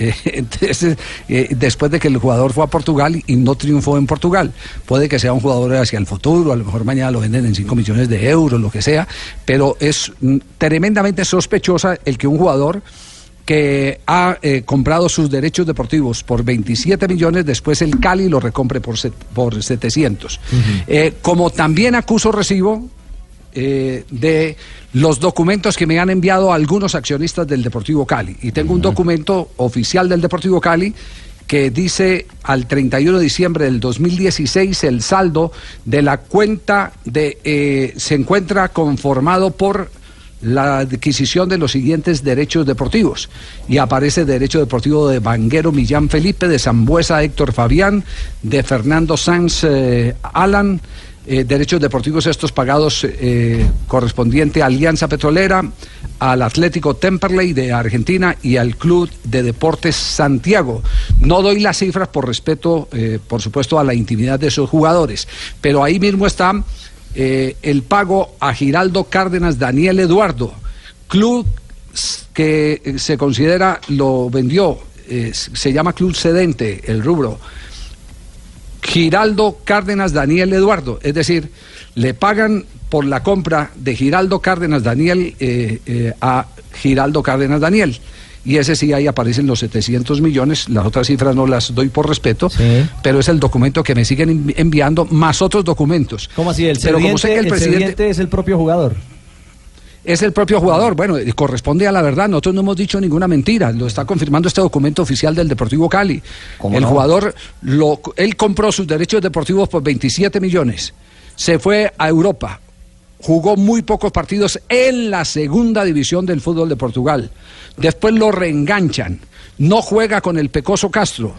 Speaker 3: Eh, entonces, eh, después de que el jugador fue a Portugal y no triunfó en Portugal, puede que sea un jugador hacia el futuro, a lo mejor mañana lo venden en 5 millones de euros, lo que sea, pero es mm, tremendamente sospechosa el que un jugador que ha eh, comprado sus derechos deportivos por 27 millones, después el Cali lo recompre por, set- por 700. Eh, como también acuso recibo eh, de los documentos que me han enviado algunos accionistas del Deportivo Cali. Y tengo un documento oficial del Deportivo Cali que dice al 31 de diciembre del 2016 el saldo de la cuenta de eh, se encuentra conformado por la adquisición de los siguientes derechos deportivos. Y aparece derecho deportivo de Banguero Millán Felipe, de Zambuesa Héctor Fabián, de Fernando Sanz eh, Alan, eh, derechos deportivos estos pagados eh, correspondiente a Alianza Petrolera, al Atlético Temperley de Argentina y al Club de Deportes Santiago. No doy las cifras por respeto, eh, por supuesto, a la intimidad de esos jugadores, pero ahí mismo está eh, el pago a Giraldo Cárdenas Daniel Eduardo, club s- que eh, se considera lo vendió, eh, s- se llama club cedente el rubro. Giraldo Cárdenas Daniel Eduardo, es decir, le pagan por la compra de Giraldo Cárdenas Daniel eh, eh, a Giraldo Cárdenas Daniel. Y ese sí, ahí aparecen los 700 millones, las otras cifras no las doy por respeto, pero es el documento que me siguen envi- enviando, más otros documentos.
Speaker 4: ¿Cómo así? El
Speaker 3: Pero como sé
Speaker 4: sediente-
Speaker 3: que el presidente-
Speaker 4: sediente es el propio jugador.
Speaker 3: es el propio jugador. Bueno, eh, corresponde a la verdad. Nosotros no hemos dicho ninguna mentira. Lo está confirmando este documento oficial del Deportivo Cali.
Speaker 13: ¿Cómo
Speaker 3: El
Speaker 13: no?
Speaker 3: jugador, lo, él compró sus derechos deportivos por 27 millones. Se fue a Europa. Jugó muy pocos partidos en la segunda división del fútbol de Portugal. Después lo reenganchan. No juega con el Pecoso Castro.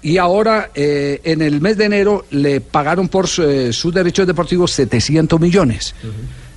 Speaker 3: Y ahora, eh, en el mes de enero, le pagaron por eh, sus derechos deportivos 700 millones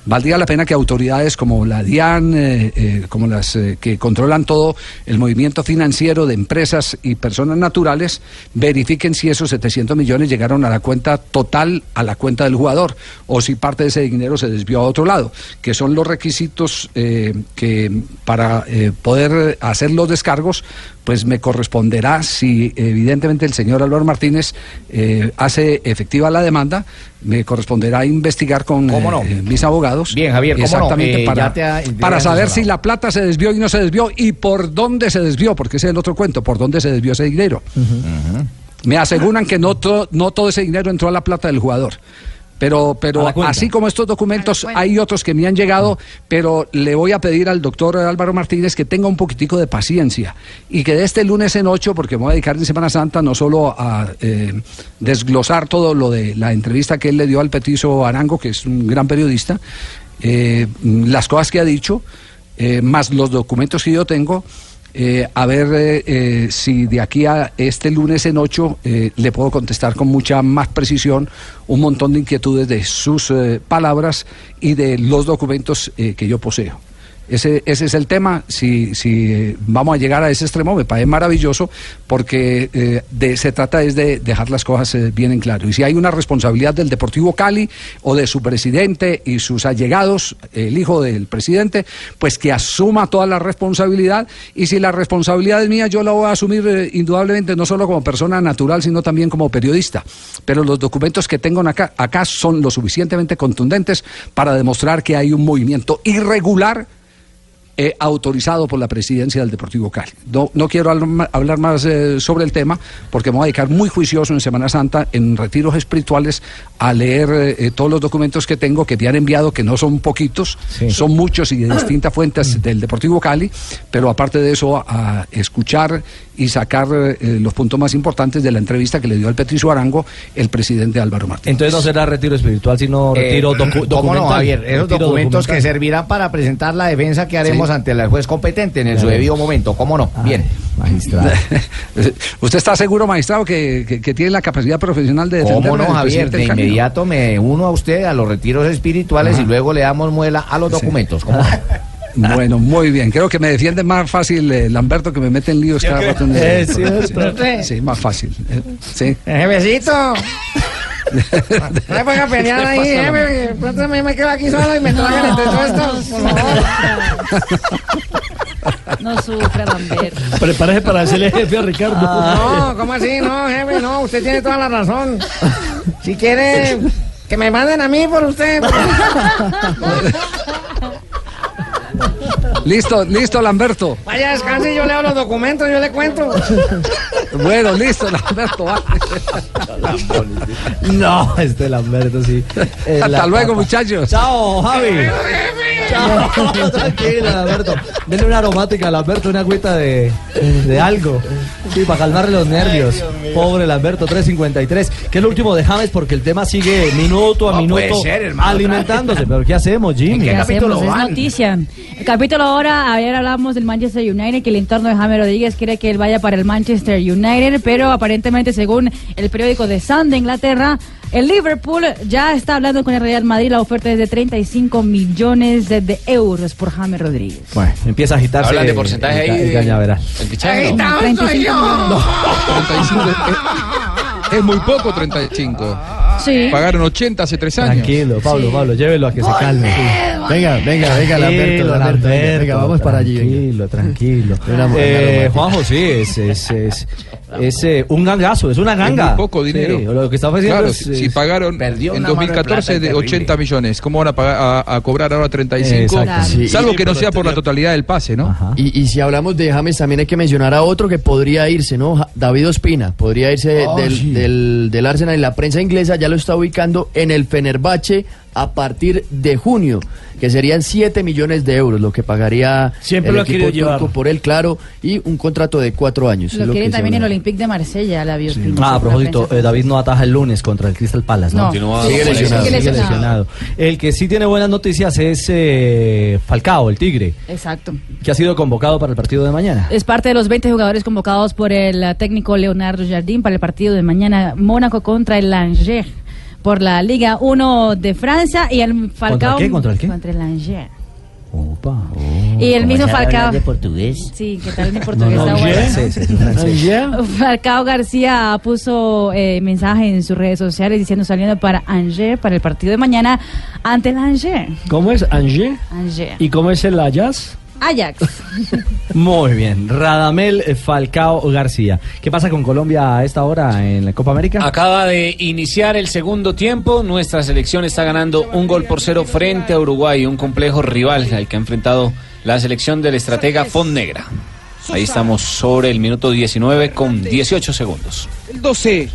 Speaker 3: valdría la pena que autoridades como la DIAN, eh, eh, como las eh, que controlan todo el movimiento financiero de empresas y personas naturales, verifiquen si esos 700 millones llegaron a la cuenta total, a la cuenta del jugador, o si parte de ese dinero se desvió a otro lado, que son los requisitos eh, que para eh, poder hacer los descargos, pues me corresponderá si evidentemente el señor Álvaro Martínez eh, hace efectiva la demanda, me corresponderá investigar con
Speaker 7: ¿Cómo
Speaker 3: eh,
Speaker 7: no?
Speaker 3: eh, mis abogados.
Speaker 7: Bien, Javier, ¿cómo no?
Speaker 3: Exactamente,
Speaker 7: Eh,
Speaker 3: para,
Speaker 7: ya te ha- ya
Speaker 3: para
Speaker 7: has
Speaker 3: saber
Speaker 7: asesorado.
Speaker 3: si la plata se desvió y no se desvió y por dónde se desvió, porque ese es el otro cuento, por dónde se desvió ese dinero. Me aseguran que no, to- no todo ese dinero entró a la plata del jugador. Pero,
Speaker 18: A
Speaker 3: pero
Speaker 18: la cuenta.
Speaker 3: así como estos documentos, hay otros que me han llegado, pero le voy a pedir al doctor Álvaro Martínez que tenga un poquitico de paciencia y que de este lunes en ocho, porque me voy a dedicar en Semana Santa no solo a eh, desglosar todo lo de la entrevista que él le dio al petiso Arango, que es un gran periodista, eh, las cosas que ha dicho, eh, más los documentos que yo tengo, eh, a ver eh, eh, si de aquí a este lunes en 8 le puedo contestar con mucha más precisión un montón de inquietudes de sus eh, palabras y de los documentos eh, que yo poseo. Ese, ese es el tema, si, si eh, vamos a llegar a ese extremo, me parece maravilloso, porque eh, de- se trata es de dejar las cosas eh, bien en claro. Y si hay una responsabilidad del Deportivo Cali o de su presidente y sus allegados, el hijo del presidente, pues que asuma toda la responsabilidad. Y si la responsabilidad es mía, yo la voy a asumir eh, indudablemente no solo como persona natural, sino también como periodista. Pero los documentos que tengo acá, acá son lo suficientemente contundentes para demostrar que hay un movimiento irregular eh, autorizado por la presidencia del Deportivo Cali. No, no quiero al- hablar más eh, sobre el tema porque me voy a dedicar muy juicioso en Semana Santa, en retiros espirituales, a leer eh, eh, todos los documentos que tengo, que me han enviado, que no son poquitos, son muchos y de distintas fuentes del Deportivo Cali, pero aparte de eso, a, a escuchar y sacar eh, los puntos más importantes de la entrevista que le dio al Patricio Arango el presidente Álvaro Martínez.
Speaker 26: Entonces no será retiro espiritual, sino
Speaker 3: Eh,
Speaker 26: retiro docu-
Speaker 27: ¿Cómo
Speaker 26: documental.
Speaker 27: no, Javier? Esos
Speaker 26: Retiro
Speaker 27: documentos
Speaker 26: documental.
Speaker 27: que servirán para presentar la defensa que haremos ante el juez competente en el su
Speaker 3: Claro.
Speaker 27: debido momento. ¿Cómo no? Bien.
Speaker 26: Magistrado.
Speaker 3: ¿Usted está seguro, magistrado, que, que- que tiene la capacidad profesional de defender
Speaker 27: ¿Cómo no, Javier? De inmediato me uno a usted a los retiros espirituales y luego le damos muela a los documentos. ¿Cómo no?
Speaker 3: Bueno, muy bien. Creo que me defiende más fácil eh, Lamberto que me mete en líos cada rato. en el-
Speaker 7: Eh, sí, profe.
Speaker 3: Sí, más fácil. Eh, Sí.
Speaker 7: Jefecito. No me ponga a pelear ahí, eh, jefe. que Pronto me, me quedo aquí solo y me tragan entre todos estos. Por favor.
Speaker 5: No sufra, Lambert.
Speaker 6: Prepárese para hacerle jefe a
Speaker 9: Ah.
Speaker 6: Ricardo.
Speaker 7: No, ¿cómo así? No, jefe, no. Usted tiene toda la razón. Si quiere, que me manden a mí por usted.
Speaker 3: Listo, listo, Lamberto.
Speaker 7: Vaya, descanse, yo leo los documentos, yo le cuento.
Speaker 3: Bueno, listo, Lamberto. va.
Speaker 4: No, este Lamberto sí. Eh, la
Speaker 3: Hasta luego,
Speaker 4: papa.
Speaker 3: muchachos.
Speaker 4: Chao, Javi. Chao, tranquilo, Lamberto. Denle una aromática a Lamberto, una agüita de, de algo. Sí, para calmarle los nervios. Pobre Lamberto, 353. Que es lo último de James porque el tema sigue minuto a
Speaker 27: No
Speaker 4: minuto
Speaker 27: puede ser, hermano.
Speaker 4: alimentándose. Pero ¿qué hacemos, Jimmy?
Speaker 5: ¿Qué hacemos? Es noticia. El capítulo ahora, ayer hablamos del Manchester United, que el entorno de James Rodríguez quiere que él vaya para el Manchester United, pero aparentemente, según el periódico The Sun de Inglaterra, el Liverpool ya está hablando con el Real Madrid, la oferta es de 35 millones de, de euros por James Rodríguez.
Speaker 4: Bueno, empieza a agitarse.
Speaker 8: Hablan de
Speaker 4: el-
Speaker 8: porcentaje
Speaker 4: el
Speaker 8: ahí
Speaker 4: ca- el
Speaker 8: de-
Speaker 4: cañaveral.
Speaker 8: El fichaje,
Speaker 5: Ah,
Speaker 8: ¿no?
Speaker 7: Agitado ¡Ah, soy yo.
Speaker 5: No.
Speaker 10: 35 es, es muy poco 35.
Speaker 5: Sí.
Speaker 10: Pagaron 80 hace 3 años.
Speaker 4: Tranquilo, Pablo, Pablo, llévelo a que se calme. sí.
Speaker 10: Venga, venga, venga, Lamberto,
Speaker 4: Tranquilo,
Speaker 10: Lamberto, venga, venga, vamos para allí,
Speaker 4: Tranquilo, tranquilo.
Speaker 10: una
Speaker 4: Eh,
Speaker 10: romántica.
Speaker 4: Juanjo, sí, es, es, es, es, eh, un gangazo, es una ganga.
Speaker 10: Es muy poco dinero.
Speaker 4: Sí, lo que está ofreciendo
Speaker 10: Claro,
Speaker 4: es-
Speaker 10: si,
Speaker 4: es-
Speaker 10: si pagaron
Speaker 4: Perdió
Speaker 10: en
Speaker 4: una mano de
Speaker 10: 2014
Speaker 4: plata
Speaker 10: de
Speaker 4: terrible.
Speaker 10: 80 millones, ¿cómo van a, pagar, a, a cobrar ahora 35?
Speaker 9: Exacto. Sí.
Speaker 10: Salvo
Speaker 9: Sí,
Speaker 10: que no
Speaker 9: pero
Speaker 10: sea por la totalidad del pase, ¿no?
Speaker 9: Y, y si hablamos de James, también hay que mencionar a otro que podría irse, ¿no? Ja- David Ospina, podría irse
Speaker 4: Ah,
Speaker 9: del,
Speaker 4: sí.
Speaker 9: del, del Arsenal y la prensa inglesa ya lo está ubicando en el Fenerbahce a partir de junio, que serían 7 millones de euros lo que pagaría
Speaker 6: Siempre
Speaker 9: el
Speaker 6: lo ha
Speaker 9: equipo
Speaker 6: querido llevar.
Speaker 9: turco por él, claro, y un contrato de 4 años.
Speaker 5: Lo,
Speaker 9: es
Speaker 5: quieren
Speaker 9: que se
Speaker 5: también en
Speaker 9: habla.
Speaker 5: el Olympique de Marsella, la vio.
Speaker 4: Ah, a propósito, eh, David no ataja el lunes contra el Crystal Palace, ¿no?
Speaker 5: No. Continúa Sigue con lesionado.
Speaker 4: Sigue
Speaker 5: lesionado.
Speaker 4: lesionado. El que sí tiene buenas noticias es eh, Falcao, el Tigre,
Speaker 5: Exacto.
Speaker 4: que ha sido convocado para el partido de mañana.
Speaker 5: Es parte de los 20 jugadores convocados por el eh, técnico Leonardo Jardín para el partido de mañana Mónaco contra el Angers por la Liga 1 de Francia y el Falcao
Speaker 13: qué? ¿Contra el qué?
Speaker 5: el Angers. Y el mismo Falcao.
Speaker 13: de portugués?
Speaker 5: Sí, ¿qué tal mi portugués
Speaker 13: No, no,
Speaker 5: está
Speaker 13: Angers.
Speaker 5: bueno?
Speaker 13: Sí, sí, sí, francés.
Speaker 5: Falcao García puso eh, mensaje en sus redes sociales diciendo saliendo para Angers para el partido de mañana ante el Angers.
Speaker 6: ¿Cómo es Angers?
Speaker 5: Angers.
Speaker 6: ¿Y cómo es el Ayas?
Speaker 5: Ajax.
Speaker 4: Muy bien, Radamel Falcao García. ¿Qué pasa con Colombia a esta hora en la Copa América?
Speaker 8: Acaba de iniciar el segundo tiempo. Nuestra selección está ganando un gol por cero frente a Uruguay, un complejo rival al que ha enfrentado la selección del estratega Fonnegra. Ahí estamos sobre el minuto 19 con 18 segundos.
Speaker 22: El 12.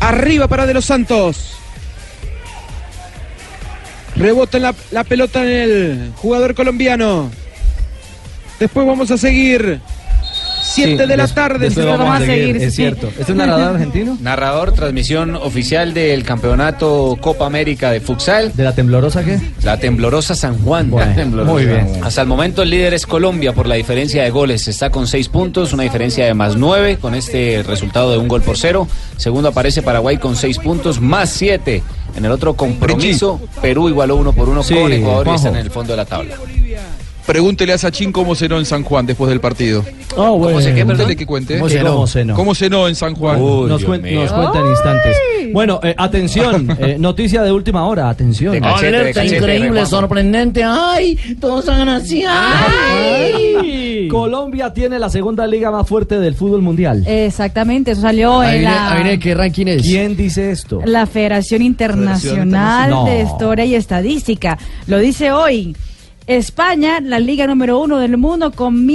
Speaker 22: Arriba para De los Santos. Rebota en la, la pelota en el jugador colombiano. Después vamos a seguir. 7 de la tarde.
Speaker 4: argentino?
Speaker 8: Narrador, transmisión oficial del campeonato Copa América de Futsal.
Speaker 4: ¿De la temblorosa qué?
Speaker 8: La temblorosa San Juan.
Speaker 4: Bueno,
Speaker 8: La temblorosa
Speaker 4: muy bien.
Speaker 8: San Juan. Hasta el momento el líder es Colombia por la diferencia de goles. Está con seis puntos, una diferencia de más nueve con este resultado de un gol por cero. Segundo aparece Paraguay con seis puntos, más siete. En el otro compromiso, Perú igualó uno por uno
Speaker 10: Sí,
Speaker 8: con Ecuador y
Speaker 10: Juanjo.
Speaker 8: está en el fondo de la tabla.
Speaker 10: Pregúntele a Sachin cómo cenó en San Juan después del partido.
Speaker 4: bueno.
Speaker 10: se
Speaker 4: ¿Cómo
Speaker 10: Pregúntele
Speaker 4: se-
Speaker 10: que cuente.
Speaker 4: cómo cenó? ¿Cómo cenó?
Speaker 10: ¿Cómo cenó en San Juan?
Speaker 4: nos, cuen- nos cuenta en instantes. Bueno, eh, atención, eh, noticia de última hora, atención.
Speaker 7: Alerta increíble, sorprendente. Ay, todos hagan así. Ay.
Speaker 4: Colombia tiene la segunda liga más fuerte del fútbol mundial.
Speaker 5: Exactamente, eso salió en
Speaker 4: Adivine-
Speaker 5: la...
Speaker 4: adivine
Speaker 9: ¿Qué ranking es?
Speaker 4: ¿Quién dice esto?
Speaker 5: La Federación Internacional
Speaker 4: Internacional.
Speaker 5: de
Speaker 4: No.
Speaker 5: Historia y Estadística. Lo dice hoy. España, la liga número uno del mundo con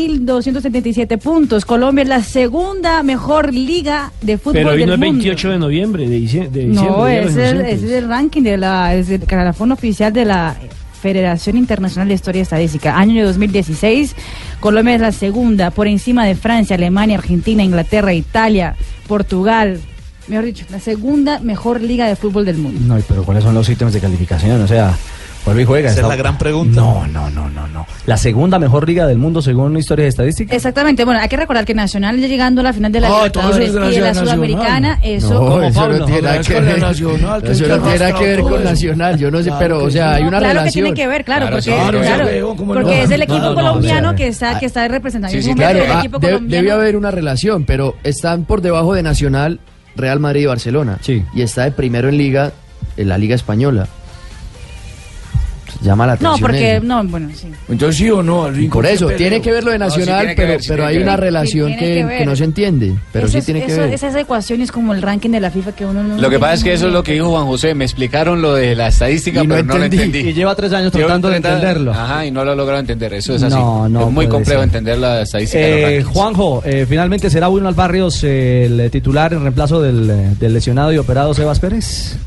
Speaker 5: 1.277 puntos. Colombia es la segunda mejor liga de fútbol
Speaker 6: Pero hoy
Speaker 5: del
Speaker 6: no es
Speaker 5: mundo.
Speaker 6: 28 de noviembre, de dicie- de diciembre.
Speaker 5: No,
Speaker 6: Día de los
Speaker 5: es el,
Speaker 6: Inocentes.
Speaker 5: es el ranking de la, es el calafón oficial de la Federación Internacional de Historia y Estadística. Año 2016, Colombia es la segunda, por encima de Francia, Alemania, Argentina, Inglaterra, Italia, Portugal. Mejor dicho, la segunda mejor liga de fútbol del mundo.
Speaker 13: No, y pero ¿cuáles son los ítems de calificación? O sea, vuelve y juega.
Speaker 18: Esa es
Speaker 13: está-
Speaker 18: la gran pregunta.
Speaker 13: No, no, no, no, no.
Speaker 4: La segunda mejor liga del mundo según historias estadísticas.
Speaker 5: Exactamente, bueno, hay que recordar que Nacional ya llegando a la final de la
Speaker 4: Oh,
Speaker 9: Ah,
Speaker 5: Libertadores
Speaker 4: todo eso es
Speaker 5: y de la
Speaker 4: gracias a
Speaker 5: Sudamericana, eso
Speaker 9: No,
Speaker 5: como
Speaker 9: eso
Speaker 5: Pablo.
Speaker 9: no tiene nada
Speaker 5: es
Speaker 9: que
Speaker 5: con la
Speaker 9: ver.
Speaker 5: Nacional, que
Speaker 9: Eso
Speaker 5: hay que
Speaker 9: no tiene nada que
Speaker 5: arrastrar
Speaker 9: ver
Speaker 5: todo
Speaker 9: con
Speaker 5: eso.
Speaker 9: Nacional. Yo no sé, pero, o sea, hay
Speaker 5: No,
Speaker 9: una
Speaker 5: claro que
Speaker 9: relación.
Speaker 5: tiene que ver, claro,
Speaker 9: Claro,
Speaker 5: porque,
Speaker 9: sí, claro,
Speaker 5: claro,
Speaker 9: huevón, cómo no.
Speaker 5: porque es el
Speaker 9: No,
Speaker 5: equipo
Speaker 9: no, no,
Speaker 5: colombiano
Speaker 9: o sea,
Speaker 5: que está que está representando en este
Speaker 9: claro,
Speaker 5: momento el
Speaker 9: ah,
Speaker 5: equipo
Speaker 9: de-
Speaker 5: colombiano.
Speaker 9: debe haber una relación, pero están por debajo de Nacional, Real Madrid y Barcelona. Y está de primero en Liga, en la Liga Española. Llama la
Speaker 5: No,
Speaker 9: atención.
Speaker 5: porque
Speaker 9: eso.
Speaker 5: no, bueno, sí.
Speaker 18: Entonces sí o no.
Speaker 9: Y por eso, tiene que ver lo de
Speaker 5: No, sí
Speaker 9: Nacional,
Speaker 5: tiene que
Speaker 9: pero,
Speaker 5: ver, sí
Speaker 9: pero
Speaker 5: tiene
Speaker 9: hay
Speaker 5: que
Speaker 9: una
Speaker 5: ver.
Speaker 9: relación
Speaker 5: Sí, tiene
Speaker 9: que,
Speaker 5: que ver.
Speaker 9: que no se entiende. Pero sí
Speaker 5: Esas-
Speaker 9: tiene que
Speaker 5: eso-
Speaker 9: ver.
Speaker 5: Esas ecuaciones como el ranking de la FIFA que uno no
Speaker 8: Lo que pasa es que eso es lo que dijo Juan José. Me explicaron lo de la estadística, pero no lo entendí.
Speaker 13: Y lleva tres años
Speaker 8: Llevo
Speaker 13: tratando de
Speaker 8: 30
Speaker 13: entenderlo.
Speaker 8: Ajá, y no lo he logrado entender. Eso es así.
Speaker 13: No, no
Speaker 8: es muy
Speaker 13: puede
Speaker 8: complejo
Speaker 13: ser.
Speaker 8: entender la estadística. de los
Speaker 17: Eh,
Speaker 8: rankings.
Speaker 17: Juanjo, eh, finalmente será Wilmar Barrios eh, el titular en reemplazo del, eh, del lesionado y operado Sebas Pérez.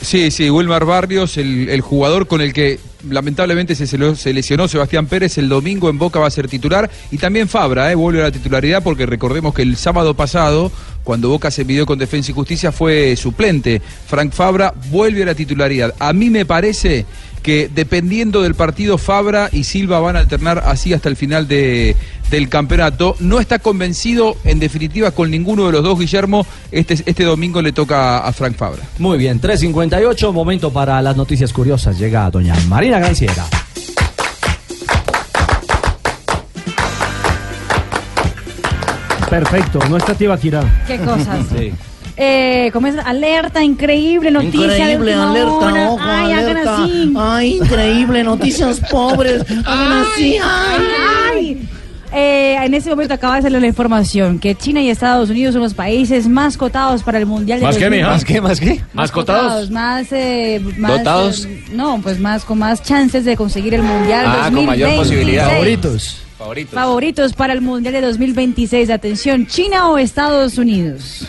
Speaker 10: Sí, sí, Wilmar Barrios, el, el jugador con el que lamentablemente se, selo- se lesionó Sebastián Pérez, el domingo en Boca va a ser titular y también Fabra, eh, vuelve a la titularidad porque recordemos que el sábado pasado, cuando Boca se midió con Defensa y Justicia, fue suplente. Frank Fabra vuelve a la titularidad. A mí me parece que dependiendo del partido, Fabra y Silva van a alternar así hasta el final de- del campeonato. No está convencido, en definitiva, con ninguno de los dos, Guillermo. Este, este domingo le toca a Frank Fabra.
Speaker 17: Muy bien, 3.58, momento para las noticias curiosas. Llega doña Marina Granciera.
Speaker 6: Perfecto, no está Tibaquirá.
Speaker 5: Qué cosas. Eh, ¿Cómo es? Alerta, increíble noticia. de
Speaker 23: Increíble,
Speaker 5: última
Speaker 23: alerta,
Speaker 5: hora.
Speaker 23: ojo,
Speaker 5: Ay, hagan
Speaker 23: alerta.
Speaker 5: así.
Speaker 23: Ay, increíble, noticias pobres. Hagan así, ay,
Speaker 5: ay. Eh, en ese momento acaba de salir la información que China y Estados Unidos son los países más cotados para el Mundial. de 2020.
Speaker 8: más qué.
Speaker 5: Más cotados, más, eh, más,
Speaker 8: ¿Dotados?
Speaker 5: eh, no, pues más con más chances de conseguir el mundial.
Speaker 8: Ah, con mayor
Speaker 5: 2026.
Speaker 8: posibilidad.
Speaker 5: Favoritos. Favoritos para el mundial de 2026. Atención, China o Estados Unidos.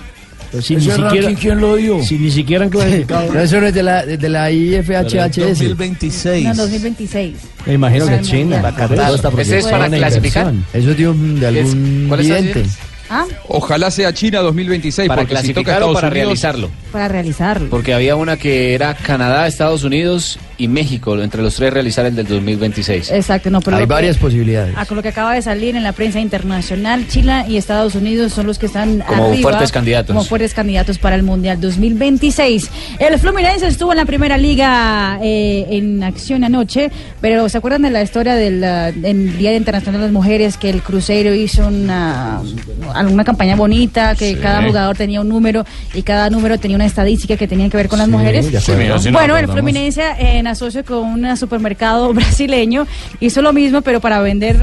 Speaker 6: Pues si ni
Speaker 9: Ese
Speaker 6: siquiera,
Speaker 9: ranking,
Speaker 6: ¿Quién lo dio? Si ni siquiera han
Speaker 5: Pues,
Speaker 6: clasificado.
Speaker 9: No, eso no es de la, de la IFHHS.
Speaker 5: No, 2026.
Speaker 17: Me imagino
Speaker 5: Para
Speaker 17: que
Speaker 5: el
Speaker 17: China.
Speaker 5: Mundial.
Speaker 17: Qatar.
Speaker 9: Toda esta
Speaker 17: Ese es
Speaker 9: proyección
Speaker 17: para
Speaker 9: e
Speaker 17: clasificar.
Speaker 9: inversión. Eso es de, un, de algún
Speaker 10: ¿Cuál es esa
Speaker 9: vidente.
Speaker 5: Ah,
Speaker 10: Ojalá sea China 2026
Speaker 8: Para
Speaker 10: porque si toca
Speaker 8: clasificar o
Speaker 10: Estados
Speaker 8: para
Speaker 10: Unidos-
Speaker 8: realizarlo.
Speaker 5: para realizarlo.
Speaker 8: Porque había una que era Canadá, Estados Unidos y México. Entre los tres realizar el del 2026.
Speaker 5: Exacto, no, pero lo que-
Speaker 8: posibilidades.
Speaker 5: Ah, con lo que acaba de salir en la prensa internacional, China y Estados Unidos son los que están
Speaker 8: Como
Speaker 5: arriba,
Speaker 8: fuertes candidatos.
Speaker 5: como fuertes candidatos para el Mundial 2026. El Fluminense estuvo en la primera liga eh, en acción anoche, pero ¿se acuerdan de la historia del ah, en Día Internacional de las Mujeres que el Cruzeiro hizo una, alguna campaña bonita, que
Speaker 19: Sí.
Speaker 5: cada jugador tenía un número y cada número tenía una estadística que tenía que ver con las
Speaker 19: Sí,
Speaker 5: mujeres?
Speaker 19: de acuerdo. Sí, mira, sí nos
Speaker 5: bueno, el
Speaker 19: acordamos.
Speaker 5: Fluminense Francia, en asocio con un supermercado brasileño hizo lo mismo pero para vender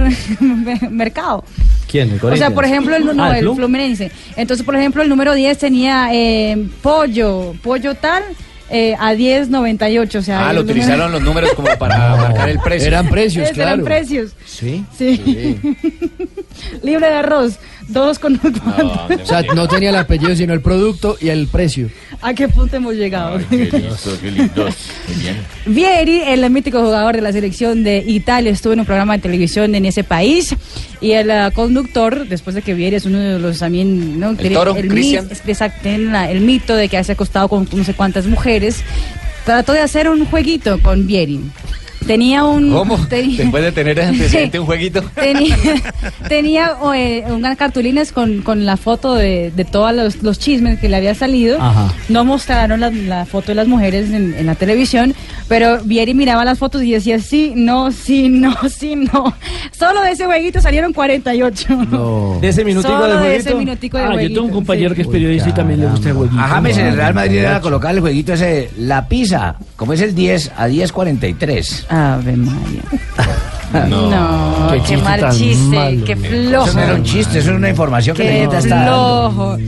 Speaker 5: mercado.
Speaker 17: ¿Quién?
Speaker 5: O sea, por ejemplo,
Speaker 4: Ah,
Speaker 5: el, no,
Speaker 17: número
Speaker 5: el Fluminense. Entonces, por ejemplo, el número 10 tenía eh, pollo, pollo tal eh, a 10.98, o sea,
Speaker 8: Ah, lo
Speaker 5: el número-
Speaker 8: utilizaron los números como para marcar el precio.
Speaker 9: Eran precios,
Speaker 5: Esos eran
Speaker 9: claro.
Speaker 5: precios.
Speaker 9: Sí.
Speaker 5: Sí. Libre de arroz, dos con
Speaker 8: Ah,
Speaker 9: O sea, no tenía el apellido, sino el producto y el precio.
Speaker 5: ¿A qué punto hemos llegado?
Speaker 8: Ah,
Speaker 9: qué lindo. bien.
Speaker 5: Vieri, el mítico jugador de la selección de Italia, estuvo en un programa de televisión en ese país y el ah, conductor, después de que Vieri es uno de los también, ¿no? Tiene
Speaker 8: toro,
Speaker 5: mi-
Speaker 8: Cristian.
Speaker 5: es que sa- tiene la- el mito de que se ha acostado con no sé cuántas mujeres, trató de hacer un jueguito con Vieri. Tenía un...
Speaker 8: ¿Cómo?
Speaker 5: tenía-
Speaker 8: Después de tener antecedente un jueguito.
Speaker 5: Tenía, tenía, eh, unas cartulinas con, con la foto de, de todos los, los chismes que le había salido.
Speaker 17: Ajá.
Speaker 5: No mostraron la, la foto de las mujeres en, en la televisión, pero Vieri miraba las fotos y decía sí, no, sí, no, sí, no. Solo de ese jueguito salieron 48.
Speaker 17: De ese minutico
Speaker 5: Solo
Speaker 17: de
Speaker 5: de
Speaker 17: jueguito.
Speaker 5: ese minutico de
Speaker 6: Ah, yo
Speaker 5: jueguito,
Speaker 6: tengo un compañero
Speaker 5: sí.
Speaker 6: que es periodista y también le gusta el jueguito.
Speaker 7: A James en el Real Madrid era colocar el jueguito ese, la pizza, como es el 10 a 10.43.
Speaker 5: Ave María. No, qué, mal chiste, qué flojo.
Speaker 7: Eso no era un chiste, eso es una información que
Speaker 5: Qué
Speaker 7: la gente está dando.
Speaker 5: flojo.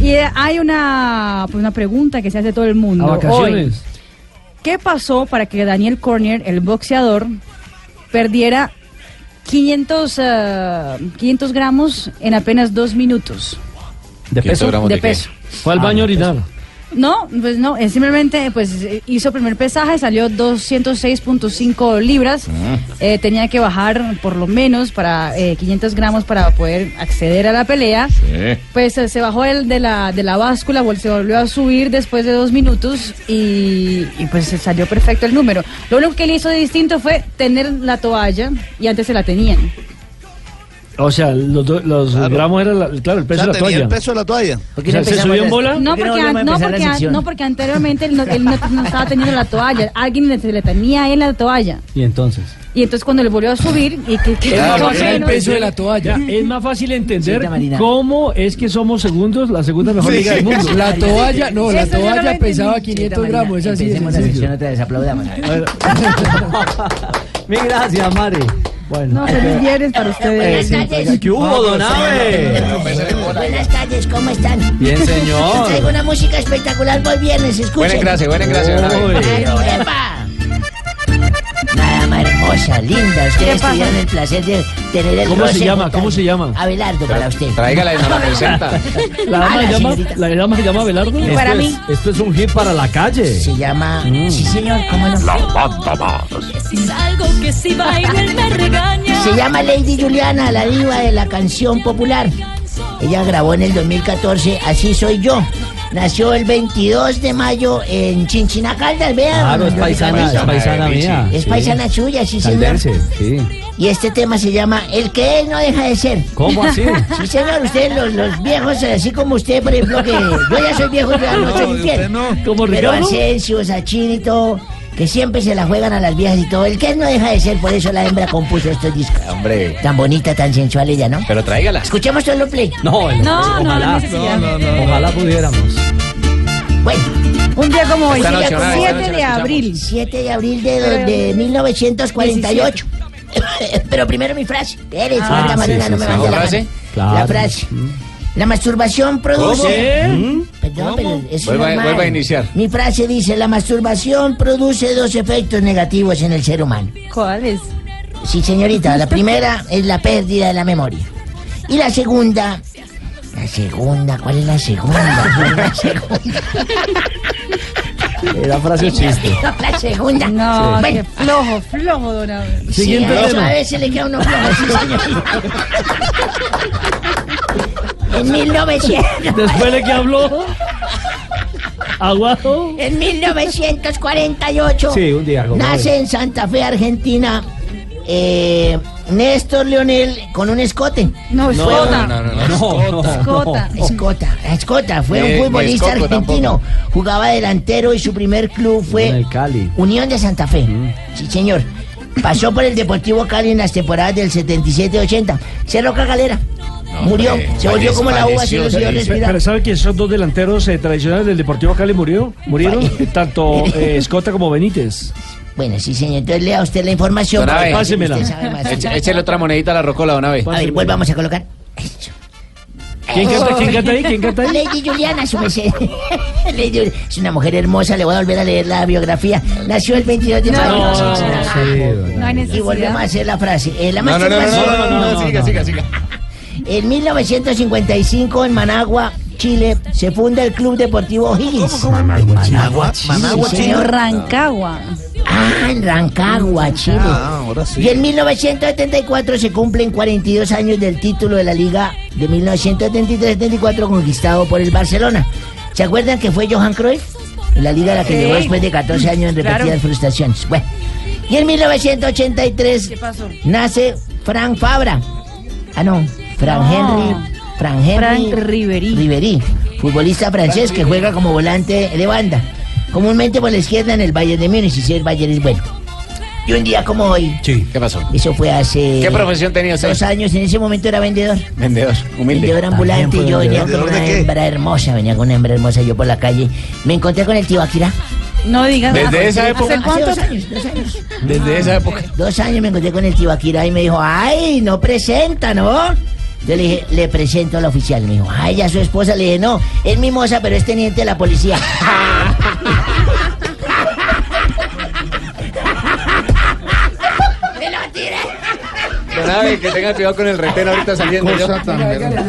Speaker 5: Y eh, hay una, pues, una pregunta que se hace todo el mundo.
Speaker 6: A vacaciones.
Speaker 5: Hoy, ¿Qué pasó para que Daniel Cormier, el boxeador, perdiera 500, eh, 500 gramos en apenas dos minutos.
Speaker 6: ¿De
Speaker 5: peso? gramos De de qué? peso.
Speaker 6: Fue al baño a orinar.
Speaker 5: No, pues no, él simplemente pues eh, hizo primer pesaje, salió 206.5 libras. Eh, tenía que bajar por lo menos para eh, 500 gramos para poder acceder a la pelea. Pues eh, se bajó el de la, de la báscula, vol- se volvió a subir después de dos minutos y, y, pues se salió perfecto el número. Lo único que él hizo de distinto fue tener la toalla y antes se la tenían.
Speaker 6: O sea, los, do- los gramos era, la- claro, el peso
Speaker 12: Ya
Speaker 6: de la
Speaker 12: tenía
Speaker 6: toalla.
Speaker 12: el peso de la toalla.
Speaker 6: O sea, ¿Se subió en bola?
Speaker 5: No, porque, an- no, porque, an- no, porque anteriormente él, no, él no- no estaba teniendo la toalla. Alguien le, se le tenía a él la toalla.
Speaker 17: Y entonces.
Speaker 5: Y entonces cuando le volvió a subir y que, que-
Speaker 6: más
Speaker 5: no,
Speaker 6: fácil
Speaker 5: menos.
Speaker 6: entender- Ya, es más fácil entender
Speaker 11: Señorita Marina.
Speaker 6: cómo es que somos segundos, la segunda mejor
Speaker 11: Sí.
Speaker 6: liga del mundo.
Speaker 11: La toalla, no, la Eso yo no lo toalla entendí. pesaba 500
Speaker 23: Marina,
Speaker 11: gramos, es así de
Speaker 23: Empecemos la
Speaker 11: sencillo.
Speaker 23: sesión otra vez, aplaudamos.
Speaker 17: Mil gracias, Mari. Bueno.
Speaker 5: No, feliz viernes para
Speaker 18: Eh,
Speaker 5: ustedes.
Speaker 17: Buenas
Speaker 18: pues,
Speaker 17: tardes. ¿Qué
Speaker 18: Ah,
Speaker 17: hubo, don Abe?
Speaker 18: Buenas tardes, ¿cómo están?
Speaker 17: Bien, señor.
Speaker 18: Les Traigo una música espectacular por viernes, escuchen.
Speaker 8: Buena en gracia, buena en gracia, don Abe.
Speaker 18: Ay, ¡epa! Nada más hermosa, linda. Ustedes
Speaker 6: pasa?
Speaker 18: tuvieron el placer de tener el
Speaker 6: ¿Cómo se
Speaker 18: roce
Speaker 6: llama?
Speaker 18: con
Speaker 6: ¿Cómo se llama?
Speaker 18: Abelardo para usted.
Speaker 8: Tráigala y nos la presenta.
Speaker 6: ¿La dama
Speaker 18: Hola,
Speaker 6: llama,
Speaker 18: Ah, señorita.
Speaker 6: la dama se llama Abelardo?
Speaker 18: Y para Esto es- mí.
Speaker 6: esto es un hit para la calle.
Speaker 18: Se llama... Sí, señor, ¿cómo no? Si salgo que si bailo él me regaña. Se llama Lady Juliana, la diva de la canción popular. Ella grabó en el 2014 Así soy yo. Nació el 22 de mayo en Chinchinacal, vean.
Speaker 17: Claro, es paisana, es paisana mía.
Speaker 18: Es
Speaker 17: sí.
Speaker 18: paisana suya, sí, señor.
Speaker 17: Caldense, sí.
Speaker 18: Y este tema se llama El que es no deja de ser.
Speaker 17: ¿Cómo así?
Speaker 18: Sí, señor, ustedes, los, los viejos, así como usted, por ejemplo, que yo ya soy viejo, yo ya no soy infiel.
Speaker 6: ¿Cómo,
Speaker 18: Pero
Speaker 6: Ricardo?
Speaker 18: Asensio, Sachin y todo, que siempre se la juegan a las viejas y todo. El que es no deja de ser, por eso la hembra compuso estos discos.
Speaker 8: Hombre.
Speaker 18: Tan bonita, tan sensual ella, ¿no?
Speaker 8: Pero tráigala.
Speaker 18: Escuchemos todo lo play.
Speaker 17: No,
Speaker 18: el- No, no,
Speaker 17: ojalá,
Speaker 18: no hay necesidad.
Speaker 17: no, no, no. ojalá pudiéramos.
Speaker 18: Bueno.
Speaker 5: Un día como hoy,
Speaker 18: Esta noche,
Speaker 5: día como
Speaker 18: ahora,
Speaker 5: hoy,
Speaker 18: esta
Speaker 5: 7
Speaker 18: noche
Speaker 5: de
Speaker 18: la
Speaker 5: abril.
Speaker 18: 7 de abril de, de 1948. Pero primero mi frase. Eres, Ah, Santa sí, Marina, sí, no me sí. vaya la ¿La mano. frase? La frase. La masturbación produce.
Speaker 8: ¿Cómo?
Speaker 18: Mm, Perdón, pero es
Speaker 8: Vuelva-
Speaker 18: normal.
Speaker 8: vuelva a iniciar.
Speaker 18: Mi frase dice: La masturbación produce dos efectos negativos en el ser humano.
Speaker 5: ¿Cuáles?
Speaker 18: Sí, señorita. La primera es la pérdida de la memoria. Y la segunda. La segunda, ¿cuál es la segunda? ¿Cuál es la segunda?
Speaker 17: Era frase chiste.
Speaker 18: La segunda.
Speaker 5: No,
Speaker 18: Bueno,
Speaker 5: qué flojo, flojo, don Abel.
Speaker 18: Siguiente sí, a eso
Speaker 5: tema.
Speaker 18: A veces le queda uno flojo, sí, señorita. En 1900.
Speaker 6: Después de que habló, aguado.
Speaker 18: En 1948
Speaker 17: Sí, un día como hoy.
Speaker 18: nace en Santa Fe, Argentina, eh, Néstor Leonel con un escote.
Speaker 5: No,
Speaker 18: escota.
Speaker 8: no, no, Eh,
Speaker 17: no, no.
Speaker 18: Escota. Escota. Escota. Fue
Speaker 8: Ni- ni
Speaker 18: un futbolista
Speaker 8: escoco
Speaker 18: argentino. Jugaba delantero y su primer club fue
Speaker 17: En el Cali. Mm.
Speaker 18: Unión de Santa Fe. Sí, señor. Pasó por el Deportivo Cali en las temporadas del 77-80. Cerró Cagalera. Murió. se volvió como la uva, se lo dio respirar.
Speaker 6: Pero ¿sabe que esos dos delanteros eh, tradicionales del Deportivo Cali murió? Murieron tanto eh, Escota como Benítez.
Speaker 18: Bueno, sí, señor. Entonces lea usted la información.
Speaker 8: Don Abe,
Speaker 18: porque
Speaker 8: pásemela.
Speaker 18: usted sabe más.
Speaker 8: Eche- Échele otra monedita a la rocola, don Abe.
Speaker 18: A ver, volvamos a colocar.
Speaker 6: ¿Quién canta, quién canta ahí? ¿Quién canta ahí?
Speaker 18: Lady Juliana, su merced. Lady Jul- es una mujer hermosa, le voy a volver a leer la biografía. Nació el 22 de
Speaker 5: No,
Speaker 18: mayo.
Speaker 5: no,
Speaker 18: Sí,
Speaker 5: no,
Speaker 18: sí,
Speaker 5: No hay
Speaker 18: Y volvemos a
Speaker 5: necesidad.
Speaker 18: hacer la frase. Eh, la
Speaker 8: No, no, no, no,
Speaker 18: masturbación-
Speaker 8: no, no, no, siga, siga, siga.
Speaker 18: En 1955, en Managua, Chile, se funda el Club Deportivo Higgins. Managua, Managua,
Speaker 12: Managua,
Speaker 18: sí,
Speaker 12: Chile.
Speaker 18: señor.
Speaker 5: Rancagua.
Speaker 18: Ah, en Rancagua, Chile.
Speaker 12: Ah, ahora sí.
Speaker 18: Y en 1974 se cumplen 42 años del título de la Liga de 1973-74 conquistado por el Barcelona. ¿Se acuerdan que fue Johan Cruyff? La liga a la que
Speaker 5: Sí.
Speaker 18: llegó después de 14 años en repetidas
Speaker 5: Claro.
Speaker 18: frustraciones. Bueno, y en 1983
Speaker 5: ¿Qué pasó?
Speaker 18: nace Frank Fabra. Ah, no, Frank
Speaker 5: No.
Speaker 18: Henry. Frank Henry.
Speaker 5: Frank Ribery.
Speaker 18: Ribery, futbolista francés que juega como volante de banda. Comúnmente por la izquierda en el Bayern de Múnich, y si el Bayern es bueno. Y un día como hoy,
Speaker 8: Sí. ¿Qué pasó?
Speaker 18: eso fue hace
Speaker 8: ¿Qué profesión tenía usted?
Speaker 18: dos años, en ese momento era vendedor.
Speaker 8: Vendedor, humilde.
Speaker 18: Vendedor ambulante,
Speaker 8: fue
Speaker 18: yo venía con
Speaker 8: vendedor.
Speaker 18: una
Speaker 8: ¿De qué?
Speaker 18: hembra hermosa, venía con una hembra hermosa yo por la calle. Me encontré con el Tibaquirá.
Speaker 5: No digas
Speaker 8: Desde
Speaker 5: nada.
Speaker 8: esa época-
Speaker 5: ¿Hace cuánto?
Speaker 18: Hace dos años, dos años. Ah,
Speaker 8: Desde esa época.
Speaker 18: Dos años me encontré con el Tibaquirá y me dijo, ay, no presenta, ¿no? Yo le dije, le presento a la oficial. Me dijo, ay, ya su esposa. Le dije, no, es mi moza, pero es teniente de la policía. ¡Peloti!
Speaker 19: aeronave, que tengan cuidado con el retén ahorita saliendo.
Speaker 7: Cosa
Speaker 19: yo.
Speaker 7: tan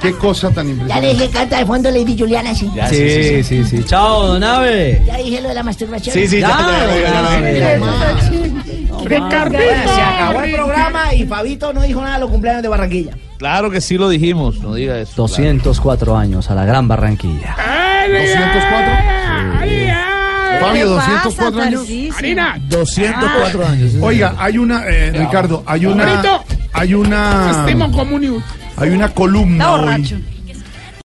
Speaker 7: Qué cosa tan
Speaker 18: Ya le
Speaker 7: impresionante.
Speaker 18: dije, canta de fondo Lady Juliana, sí.
Speaker 7: Ya, sí, sí, sí.
Speaker 4: sí, sí. Chao, don Ave.
Speaker 18: Ya dije lo de la masturbación.
Speaker 4: Sí, sí, ya, ya, ya, ya,
Speaker 18: Se acabó el programa y Fabito no dijo nada de los cumpleaños de Barranquilla.
Speaker 4: Claro que sí lo dijimos, no diga eso. 204 años a la gran Barranquilla.
Speaker 5: Ah.
Speaker 7: 204. Fabio,
Speaker 18: ¿Qué pasa,
Speaker 7: 204 años.
Speaker 18: Tarcisio?
Speaker 7: Harina. 204 años. Oiga, hay una, eh, Ricardo, hay una,
Speaker 22: Ahorita.
Speaker 7: hay una,
Speaker 22: Sistema común.
Speaker 7: hay una columna hoy